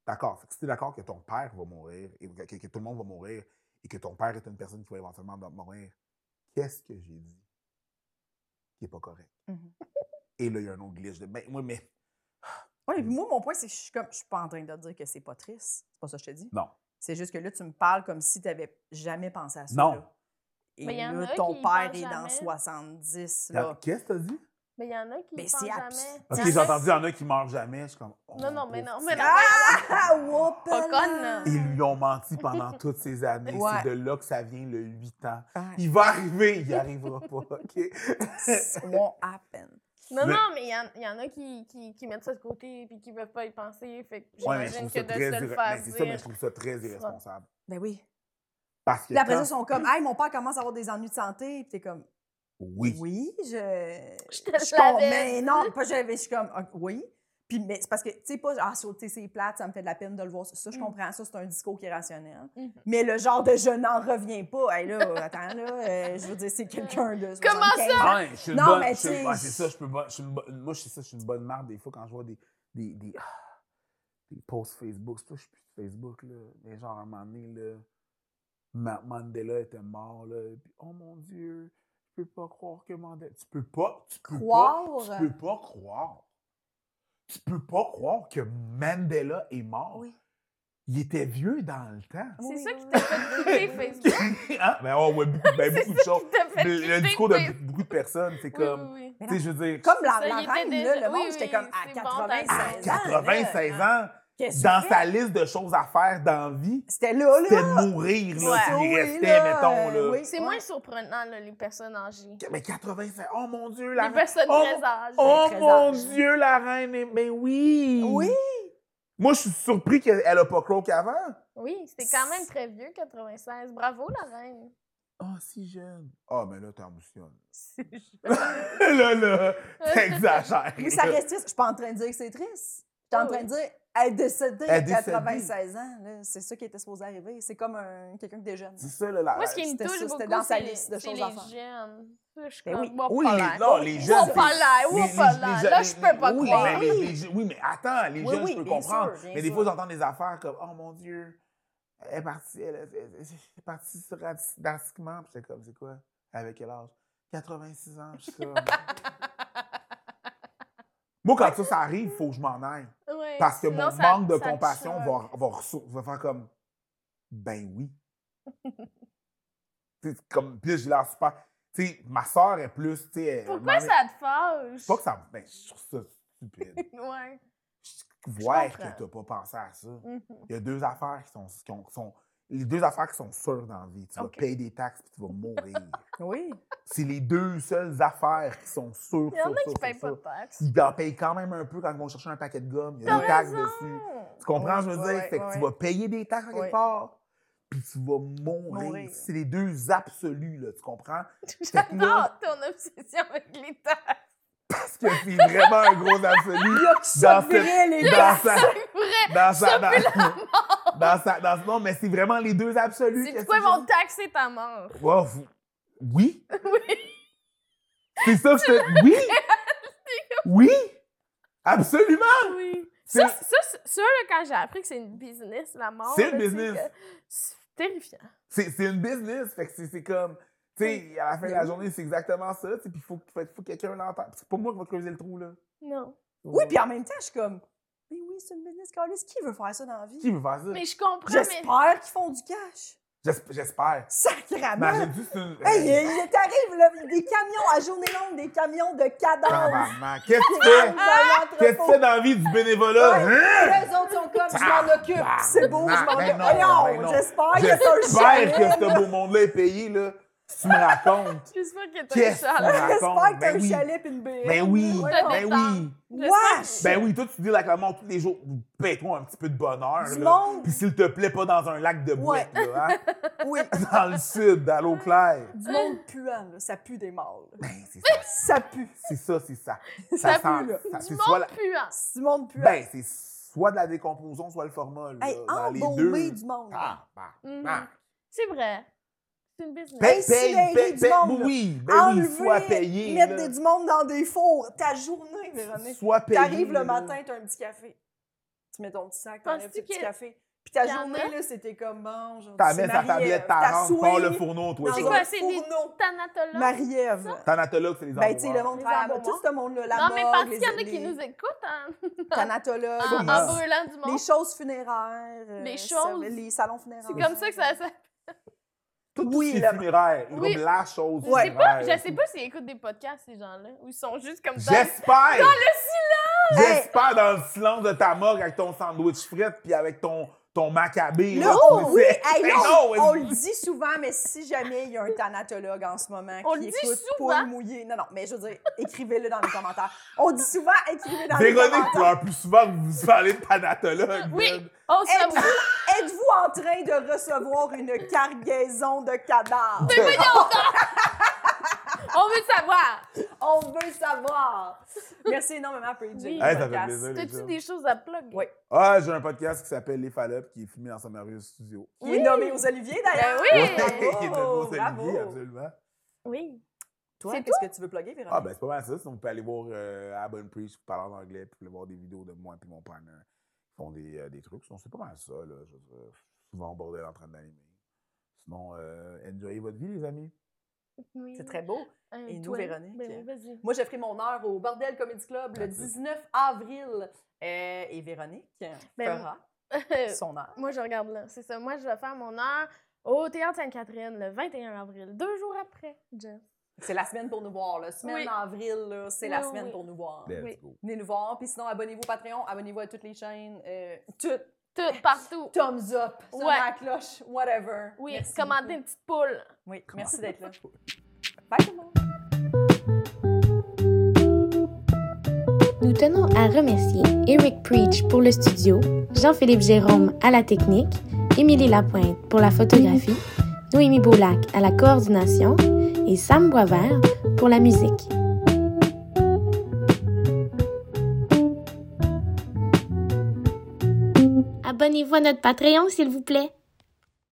Speaker 4: D'accord. Fait que si t'es d'accord que ton père va mourir, et que, que- que tout le monde va mourir, et que ton père est une personne qui va éventuellement mou- mourir, qu'est-ce que j'ai dit qui n'est pas correct?
Speaker 2: Mhm.
Speaker 4: Et là, il y a un autre glitch de, ben, oui, mais
Speaker 2: Oui, puis moi, mon point, c'est que je suis comme. Je suis pas en train de dire que c'est pas triste. C'est pas ça que je te dis.
Speaker 4: non.
Speaker 2: C'est juste que là, tu me parles comme si tu n'avais jamais pensé à ça.
Speaker 4: Non.
Speaker 2: là. Et
Speaker 3: Mais y en
Speaker 2: là,
Speaker 3: a
Speaker 2: ton
Speaker 3: qui y
Speaker 2: père
Speaker 3: pensent
Speaker 2: est dans
Speaker 3: jamais.
Speaker 2: 70,
Speaker 4: T'as-
Speaker 2: là.
Speaker 4: Qu'est-ce que t'as dit?
Speaker 3: Mais il y en a qui
Speaker 2: Mais
Speaker 3: ne
Speaker 2: c'est
Speaker 3: pensent
Speaker 2: abs-
Speaker 3: jamais.
Speaker 4: Parce
Speaker 3: Il y
Speaker 4: que j'ai
Speaker 3: en a-
Speaker 4: entendu, il y en a qui meurent jamais. Je suis comme, oh,
Speaker 3: Non, non, mais non,
Speaker 4: pauvre
Speaker 3: mais non.
Speaker 4: petit.
Speaker 2: Ah, whoop
Speaker 3: Pas conne, là.
Speaker 4: Ils lui ont menti pendant toutes ces années.
Speaker 2: Ouais.
Speaker 4: C'est de là que ça vient, le 8 ans.
Speaker 2: Ah,
Speaker 4: Il va arriver, il n'y arrivera pas, OK?
Speaker 2: it won't happen.
Speaker 3: Non,
Speaker 4: Mais-
Speaker 3: non, mais il y, en- il y en a qui, qui, qui mettent ça de côté puis qui ne veulent pas y penser. Fait que
Speaker 4: Ouais, mais je
Speaker 3: j'imagine
Speaker 4: trouve
Speaker 3: que
Speaker 4: ça
Speaker 3: de
Speaker 4: très
Speaker 3: se le
Speaker 4: irre-
Speaker 3: faire
Speaker 4: mais c'est ça, mais
Speaker 3: dire.
Speaker 4: je trouve ça très irresponsable.
Speaker 2: Ben oui.
Speaker 4: Parce que
Speaker 2: Puis après ça,
Speaker 4: quand-
Speaker 2: ils sont comme, hey, mon père commence à avoir des ennuis de santé. Puis t'es comme,
Speaker 4: Oui.
Speaker 2: oui, je.
Speaker 3: Je te
Speaker 2: con-
Speaker 3: l'avais
Speaker 2: Mais
Speaker 3: dit.
Speaker 2: non, pas je l'avais. Je suis comme, Ah, oui. Puis, mais c'est parce que, tu sais, pas, ah, ça, tu sais, c'est plate, ça me fait de la peine de le voir. Ça, je
Speaker 3: Mm.
Speaker 2: comprends. Ça, c'est un discours qui est rationnel.
Speaker 3: Mhm.
Speaker 2: Mais le genre de je n'en reviens pas. Hey, là, attends, là, euh, je veux dire, c'est quelqu'un de.
Speaker 3: Comment ça?
Speaker 2: 75 ans.
Speaker 4: Ouais, je suis une
Speaker 2: Non,
Speaker 4: bonne-
Speaker 2: mais
Speaker 4: je suis une-
Speaker 2: tu sais,
Speaker 4: ouais,
Speaker 2: je-
Speaker 4: c'est ça, je peux pas- je suis une bonne- Moi, je suis ça, je suis une bonne marde des fois quand je vois des, des, des, ah, des posts Facebook. C'est pour ça que je suis plus de Facebook, là. Mais genre, à un moment donné, là, Ma- Mandela était mort, là. Puis, oh mon Dieu, je peux pas croire que Mandela... Tu peux pas... Tu peux
Speaker 2: Croire?
Speaker 4: Pas, tu peux pas croire. Tu peux pas croire que Mandela est mort.
Speaker 2: Oui.
Speaker 4: Il était vieux dans le temps.
Speaker 3: C'est
Speaker 2: Oui,
Speaker 3: ça
Speaker 2: oui,
Speaker 3: qui
Speaker 2: oui.
Speaker 3: t'a fait quitter Facebook.
Speaker 4: hein? Ben, oh, ouais, beaucoup, ben, beaucoup de choses.
Speaker 3: Qui t'a fait
Speaker 4: Le, le
Speaker 3: quitter
Speaker 4: discours de
Speaker 3: Facebook.
Speaker 4: beaucoup de personnes, c'est
Speaker 3: Oui,
Speaker 4: comme...
Speaker 3: oui, oui.
Speaker 4: Tu sais, je veux dire,
Speaker 2: Comme la,
Speaker 3: Ça,
Speaker 2: la
Speaker 3: il était
Speaker 2: reine,
Speaker 3: déjà-
Speaker 2: là, le
Speaker 3: oui,
Speaker 2: monde, j'étais
Speaker 3: oui,
Speaker 2: comme à
Speaker 3: c'est bon,
Speaker 4: à
Speaker 2: 96 ans.
Speaker 3: t'as-
Speaker 2: là,
Speaker 4: 96 ans,
Speaker 2: qu'est-ce que
Speaker 4: dans
Speaker 2: tu
Speaker 4: sa
Speaker 2: fais?
Speaker 4: liste de choses à faire dans la vie,
Speaker 2: C'était là, là.
Speaker 4: c'était de mourir, là,
Speaker 2: Ouais.
Speaker 4: s'il
Speaker 2: Oui,
Speaker 4: restait,
Speaker 2: là,
Speaker 4: mettons, là.
Speaker 2: euh, oui.
Speaker 3: C'est moins surprenant, là, les personnes âgées.
Speaker 4: Mais 96, oh mon Dieu, la
Speaker 3: Les
Speaker 4: reine.
Speaker 3: personnes
Speaker 4: Oh,
Speaker 3: très âgées.
Speaker 4: Oh
Speaker 2: très
Speaker 4: mon
Speaker 2: âgée.
Speaker 4: Dieu, la reine est... Ben oui!
Speaker 2: Oui.
Speaker 4: Moi, je suis surpris qu'elle a pas croque avant.
Speaker 3: Oui, c'était quand même très vieux, 96. Bravo, la reine.
Speaker 4: Oh, si jeune. Ah, mais là, t'ambitionnes.
Speaker 2: C'est-
Speaker 4: là, là, t'exagères.
Speaker 2: Mais ça reste triste. Je suis pas en train de dire que c'est triste. Je suis en
Speaker 3: Oui.
Speaker 2: train de dire, elle est décédée
Speaker 4: Ah Elle est
Speaker 2: à
Speaker 4: décédée.
Speaker 2: 96 ans. là. C'est ça qui était supposé arriver. C'est comme un- quelqu'un qui déjeune.
Speaker 4: C'est ça, là, la...
Speaker 3: Moi, ce qui me
Speaker 2: c'était
Speaker 3: touche
Speaker 2: ça,
Speaker 3: beaucoup,
Speaker 2: c'était dans sa
Speaker 3: c'est les,
Speaker 2: liste de
Speaker 3: c'est
Speaker 2: choses
Speaker 3: les
Speaker 2: à faire.
Speaker 3: jeunes. Ça, Je suis
Speaker 2: Ben
Speaker 3: comme,
Speaker 2: oui.
Speaker 3: moi,
Speaker 4: Oui,
Speaker 3: pas
Speaker 4: les,
Speaker 3: l'air.
Speaker 4: non, les jeunes.
Speaker 3: Moi, pas
Speaker 4: c'est-
Speaker 3: l'air,
Speaker 4: les-
Speaker 3: moi,
Speaker 4: les-
Speaker 3: pas
Speaker 4: les
Speaker 3: l'air.
Speaker 4: jeunes-
Speaker 3: Là, je peux pas
Speaker 4: oui,
Speaker 3: croire.
Speaker 4: Mais les-
Speaker 2: Oui.
Speaker 4: les jeunes- oui, mais attends, les
Speaker 2: Oui,
Speaker 4: jeunes,
Speaker 2: oui,
Speaker 4: je peux
Speaker 2: bien
Speaker 4: comprendre.
Speaker 2: sûr, bien
Speaker 4: mais des fois,
Speaker 2: sûr.
Speaker 4: j'entends des affaires comme Oh mon Dieu, elle est partie, elle, est- elle est partie sur drastiquement. Puis j'étais comme C'est quoi Avec quel âge 86 ans. Puis je suis comme. Moi, quand ça, ça arrive, il faut que je m'en aille.
Speaker 3: Ouais.
Speaker 4: Parce que
Speaker 3: Sinon,
Speaker 4: mon
Speaker 3: ça-
Speaker 4: manque de
Speaker 3: ça te
Speaker 4: compassion
Speaker 3: choque.
Speaker 4: va, va, ressou- va faire comme Ben oui. Tu sais, c'est comme, puis là, j'ai l'air super. Tu sais, ma soeur est plus. tu sais, elle-
Speaker 3: Pourquoi
Speaker 4: elle-
Speaker 3: ça te fâche?
Speaker 4: c'est pas que ça. Ben, je trouve ça stupide.
Speaker 3: Ouais.
Speaker 4: Voir que
Speaker 3: comprends.
Speaker 4: t'as pas pensé à ça.
Speaker 3: Mhm.
Speaker 4: Il y a deux affaires qui sont. qui ont- qui sont- les deux affaires qui sont sûres dans la vie. Tu vas
Speaker 3: Ok.
Speaker 4: payer des taxes puis tu vas mourir.
Speaker 2: Oui.
Speaker 4: C'est les deux seules affaires qui sont sûres.
Speaker 3: Il y en
Speaker 4: sûres,
Speaker 3: a qui
Speaker 4: sûres,
Speaker 3: payent pas
Speaker 4: sûres,
Speaker 3: de
Speaker 4: sûres.
Speaker 3: taxes.
Speaker 4: Ils en payent quand même un peu quand ils vont chercher un paquet de gomme. Il y a
Speaker 3: T'as
Speaker 4: des taxes
Speaker 3: raison.
Speaker 4: dessus.
Speaker 3: Hmm.
Speaker 4: Tu comprends? je veux
Speaker 2: Ouais,
Speaker 4: dire,
Speaker 2: ouais,
Speaker 4: fait que
Speaker 2: ouais,
Speaker 4: tu
Speaker 2: ouais.
Speaker 4: vas payer des taxes à quelque
Speaker 2: Ouais.
Speaker 4: part puis tu vas mourir.
Speaker 2: Mourir.
Speaker 4: C'est les deux absolus, là, tu comprends?
Speaker 3: J'adore ton obsession avec les taxes.
Speaker 4: Parce que c'est vraiment un gros absolu.
Speaker 2: Ça
Speaker 4: cette-
Speaker 2: devrait les
Speaker 4: dans sa-
Speaker 3: C'est vrai.
Speaker 4: dans sa, dans, dans sa, dans non, mais c'est vraiment les deux absolus.
Speaker 3: C'est
Speaker 4: qu'est-ce
Speaker 3: pourquoi
Speaker 4: que
Speaker 3: ils vont taxer ta mort.
Speaker 4: je- Wow, vous- Oui.
Speaker 3: Oui.
Speaker 4: C'est ça, que je te. Oui. Oui. Absolument.
Speaker 3: Ah Oui.
Speaker 4: C'est-
Speaker 3: Ça, ça, ça, ça, là, quand j'ai appris que c'est une business, la mort.
Speaker 4: C'est
Speaker 3: là,
Speaker 4: une
Speaker 3: tu sais
Speaker 4: business.
Speaker 3: que- C'est terrifiant.
Speaker 4: C'est c'est une business. Fait que c'est c'est comme. Tu sais, à la fin de la journée, c'est exactement ça. tu sais, Puis il faut, faut, faut que quelqu'un l'entende. C'est pas moi qui va creuser le trou, là.
Speaker 3: Non.
Speaker 2: Oui, puis en même temps, je suis comme, mais oui, c'est une business Carlis. Qui veut faire ça dans la vie?
Speaker 4: Qui veut faire ça?
Speaker 3: Mais je comprends, mais.
Speaker 2: J'espère qu'ils font du cash.
Speaker 4: J'es- J'espère.
Speaker 2: Sacrament.
Speaker 4: Imagine juste une.
Speaker 2: Ah, Hey, il il t'arrive, là, des camions à journée longue, des camions de cadavres.
Speaker 4: Tabarnak. Ah, Qu'est-ce que tu
Speaker 2: Ah,
Speaker 4: fais? Qu'est-ce
Speaker 2: Qu'est-ce
Speaker 4: que tu fais dans la vie du bénévolat? Hein?
Speaker 2: Les autres sont comme, je m'en occupe, c'est beau, je m'en
Speaker 4: Ben
Speaker 2: occupe.
Speaker 4: non, ben
Speaker 2: Voyons,
Speaker 4: non.
Speaker 2: j'espère que c'est un
Speaker 4: J'espère
Speaker 2: chalet,
Speaker 4: que
Speaker 2: là.
Speaker 4: ce beau monde-là est payé, là. tu me racontes.
Speaker 3: Je suis sûre que t'as
Speaker 4: Qu'est-ce que
Speaker 3: ça,
Speaker 4: tu me
Speaker 3: là.
Speaker 2: J'espère
Speaker 4: racontes?
Speaker 2: que t'as
Speaker 4: Ben
Speaker 2: un
Speaker 4: oui.
Speaker 2: chalet pis une bière.
Speaker 4: Ben oui,
Speaker 2: Ouais,
Speaker 3: T'as
Speaker 4: ben
Speaker 3: des
Speaker 4: oui.
Speaker 3: J'espère
Speaker 2: Wesh!
Speaker 4: Ben oui, toi, tu dis la monde tous les jours, paie-toi un petit peu de bonheur.
Speaker 2: Du
Speaker 4: là.
Speaker 2: monde,
Speaker 4: Puis s'il te plaît, pas dans un lac de
Speaker 2: Ouais.
Speaker 4: bouettes, là, hein?
Speaker 2: oui,
Speaker 4: dans le sud, à l'eau claire.
Speaker 2: du monde puant, là. Ça pue des morts. là.
Speaker 4: Ben, c'est ça,
Speaker 2: Ça pue.
Speaker 4: c'est ça, c'est ça.
Speaker 2: Ça
Speaker 4: sent-
Speaker 2: pue, là.
Speaker 4: ça-
Speaker 3: Du
Speaker 4: c'est
Speaker 3: monde
Speaker 4: soit la-
Speaker 3: puant.
Speaker 2: Du monde puant.
Speaker 4: Ben, c'est soit de la décomposition, soit le format. Là,
Speaker 2: hey,
Speaker 4: dans les
Speaker 2: embaumé
Speaker 4: deux.
Speaker 2: du monde.
Speaker 4: Ah, Ben, bah,
Speaker 3: Mhm.
Speaker 4: bah.
Speaker 3: C'est vrai. C'est une business.
Speaker 4: Paye,
Speaker 2: Insulérer
Speaker 4: paye,
Speaker 2: du
Speaker 4: paye, paye.
Speaker 2: monde, là.
Speaker 4: Oui, ben
Speaker 2: Enlever,
Speaker 4: oui, soit payé.
Speaker 2: mettre
Speaker 4: là.
Speaker 2: des- du monde dans des fours. Ta journée, Véronique.
Speaker 4: Soit payé.
Speaker 2: T'arrives
Speaker 4: là.
Speaker 2: le matin, t'as un petit café. Tu mets ton petit sac, t'enlèves
Speaker 3: Penses-tu
Speaker 2: tes petits
Speaker 3: que-
Speaker 2: cafés. Puis ta
Speaker 3: qu'il y en
Speaker 2: journée,
Speaker 3: a?
Speaker 2: là, c'était comme bon, genre,
Speaker 4: T'as
Speaker 2: c'est
Speaker 4: mis ta
Speaker 2: Marie-Ève.
Speaker 4: tablette,
Speaker 2: T'as
Speaker 4: ta rampe,
Speaker 2: souillé
Speaker 4: prends le fourneau, toi.
Speaker 2: euh, dans
Speaker 3: C'est
Speaker 4: ça.
Speaker 3: quoi,
Speaker 2: un
Speaker 3: c'est des
Speaker 2: fourneau.
Speaker 3: thanatologues?
Speaker 2: Marie-Ève.
Speaker 4: Thanatologue, c'est les
Speaker 2: Ben, tu sais, le
Speaker 4: embaumeurs.
Speaker 2: monde
Speaker 3: Les
Speaker 2: travaille. Tout
Speaker 3: embaumeurs.
Speaker 2: ce monde-là, la
Speaker 3: non, mais parce
Speaker 2: morgue,
Speaker 3: qu'il y en a
Speaker 2: les-
Speaker 3: qui
Speaker 2: les
Speaker 3: nous écoutes en, en,
Speaker 2: thanatologues,
Speaker 4: Sûrement.
Speaker 3: en brûlant du
Speaker 2: les
Speaker 3: monde.
Speaker 2: choses funéraires. euh,
Speaker 3: Les
Speaker 2: ça-
Speaker 3: choses.
Speaker 2: Les salons funéraires.
Speaker 3: C'est comme ça que ça s'appelle.
Speaker 4: Tout
Speaker 2: Oui,
Speaker 4: ce qui
Speaker 2: le-
Speaker 4: est funéraire.
Speaker 3: Oui.
Speaker 4: Comme la chose
Speaker 2: Ouais.
Speaker 3: Je sais pas,
Speaker 4: funéraire.
Speaker 3: je sais pas s'ils écoutent des podcasts, ces gens-là, ou ils sont juste comme ça.
Speaker 4: J'espère! Dans
Speaker 3: le
Speaker 4: silence!
Speaker 2: Ben,
Speaker 4: J'espère dans le silence de ta morgue avec ton sandwich frette puis avec ton, ton macabé.
Speaker 2: Là,
Speaker 4: là,
Speaker 2: oh,
Speaker 4: tu
Speaker 2: oui,
Speaker 4: sais.
Speaker 2: hey,
Speaker 4: Ben
Speaker 2: non,
Speaker 4: non,
Speaker 2: on
Speaker 4: elle-
Speaker 2: le dit souvent, mais si jamais il y a un thanatologue en ce moment
Speaker 3: On le
Speaker 2: qui
Speaker 3: dit
Speaker 2: écoute
Speaker 3: souvent.
Speaker 2: Paul Mouillé, non, non, mais je veux dire, écrivez-le dans les commentaires. On dit souvent, écrivez dans les
Speaker 4: Véronique
Speaker 2: commentaires.
Speaker 4: pleure plus souvent que vous parlez de Ben. thanatologue.
Speaker 3: Oui.
Speaker 4: man.
Speaker 3: Oh, ça
Speaker 2: Êtes-vous êtes-vous en train de recevoir une cargaison de cadavres?
Speaker 3: On veut savoir.
Speaker 2: On veut savoir! Merci énormément, PJ.
Speaker 3: Oui.
Speaker 2: pour le
Speaker 4: Hey, ça fait
Speaker 2: podcast.
Speaker 4: plaisir. les
Speaker 3: T'as-tu
Speaker 4: gens.
Speaker 3: des choses à plug?
Speaker 2: Oui.
Speaker 4: Ah, j'ai un podcast qui s'appelle Les Fallops qui est filmé dans son merveilleux studio.
Speaker 2: Qui est nommé aux Oliviers, d'ailleurs.
Speaker 3: Ben oui!
Speaker 4: Ouais, qui est
Speaker 2: Bravo,
Speaker 4: nouveau, Olivier,
Speaker 2: bravo.
Speaker 4: absolument.
Speaker 3: Oui.
Speaker 2: Toi,
Speaker 3: C'est
Speaker 2: qu'est-ce que tu veux plugger, Véronique?
Speaker 4: Ah, ben c'est pas mal ça. Sinon, vous pouvez aller voir euh, à Bonne Preach, vous parlez en anglais, puis vous pouvez voir des vidéos de moi et mon partner qui font des, euh, des trucs. Sinon, c'est pas mal ça. Là. Je, veux dire, souvent, bordel en train d'animer. Sinon, euh, enjoyez votre vie, les amis.
Speaker 3: Oui.
Speaker 2: C'est très beau.
Speaker 3: Euh,
Speaker 2: Et nous,
Speaker 3: toi,
Speaker 2: Véronique?
Speaker 3: Ben oui, vas-y.
Speaker 2: Moi, j'ai pris mon heure au Bordel Comedy Club le
Speaker 4: Merci.
Speaker 2: 19 avril. Euh, et Véronique
Speaker 3: Ben,
Speaker 2: fera son heure.
Speaker 3: Moi, je regarde là. C'est ça. Moi, je vais faire mon heure au Théâtre Sainte-Catherine le 21 avril, deux jours après, Jeff.
Speaker 2: C'est la semaine pour nous voir. La semaine
Speaker 3: Oui.
Speaker 2: avril, là, c'est
Speaker 3: Oui,
Speaker 2: la
Speaker 3: oui,
Speaker 2: semaine
Speaker 3: oui.
Speaker 2: pour nous voir.
Speaker 4: Let's
Speaker 3: Oui.
Speaker 4: go.
Speaker 2: Venez nous voir. Puis sinon, abonnez-vous au Patreon, abonnez-vous à toutes les chaînes. euh, tout.
Speaker 3: Tout, partout.
Speaker 2: Thumbs up, sonne
Speaker 3: Ouais.
Speaker 2: la cloche, whatever.
Speaker 3: Oui,
Speaker 2: Merci
Speaker 3: commandez
Speaker 2: beaucoup.
Speaker 3: une petite poule.
Speaker 2: Oui, merci d'être là. Bye tout le monde.
Speaker 5: Nous tenons à remercier Eric Preach pour le studio, Jean-Philippe Jérôme à la technique, Émilie Lapointe pour la photographie, Noémie Boulac à la coordination et Sam Boisvert pour la musique. Abonnez-vous à notre Patreon, s'il vous plaît.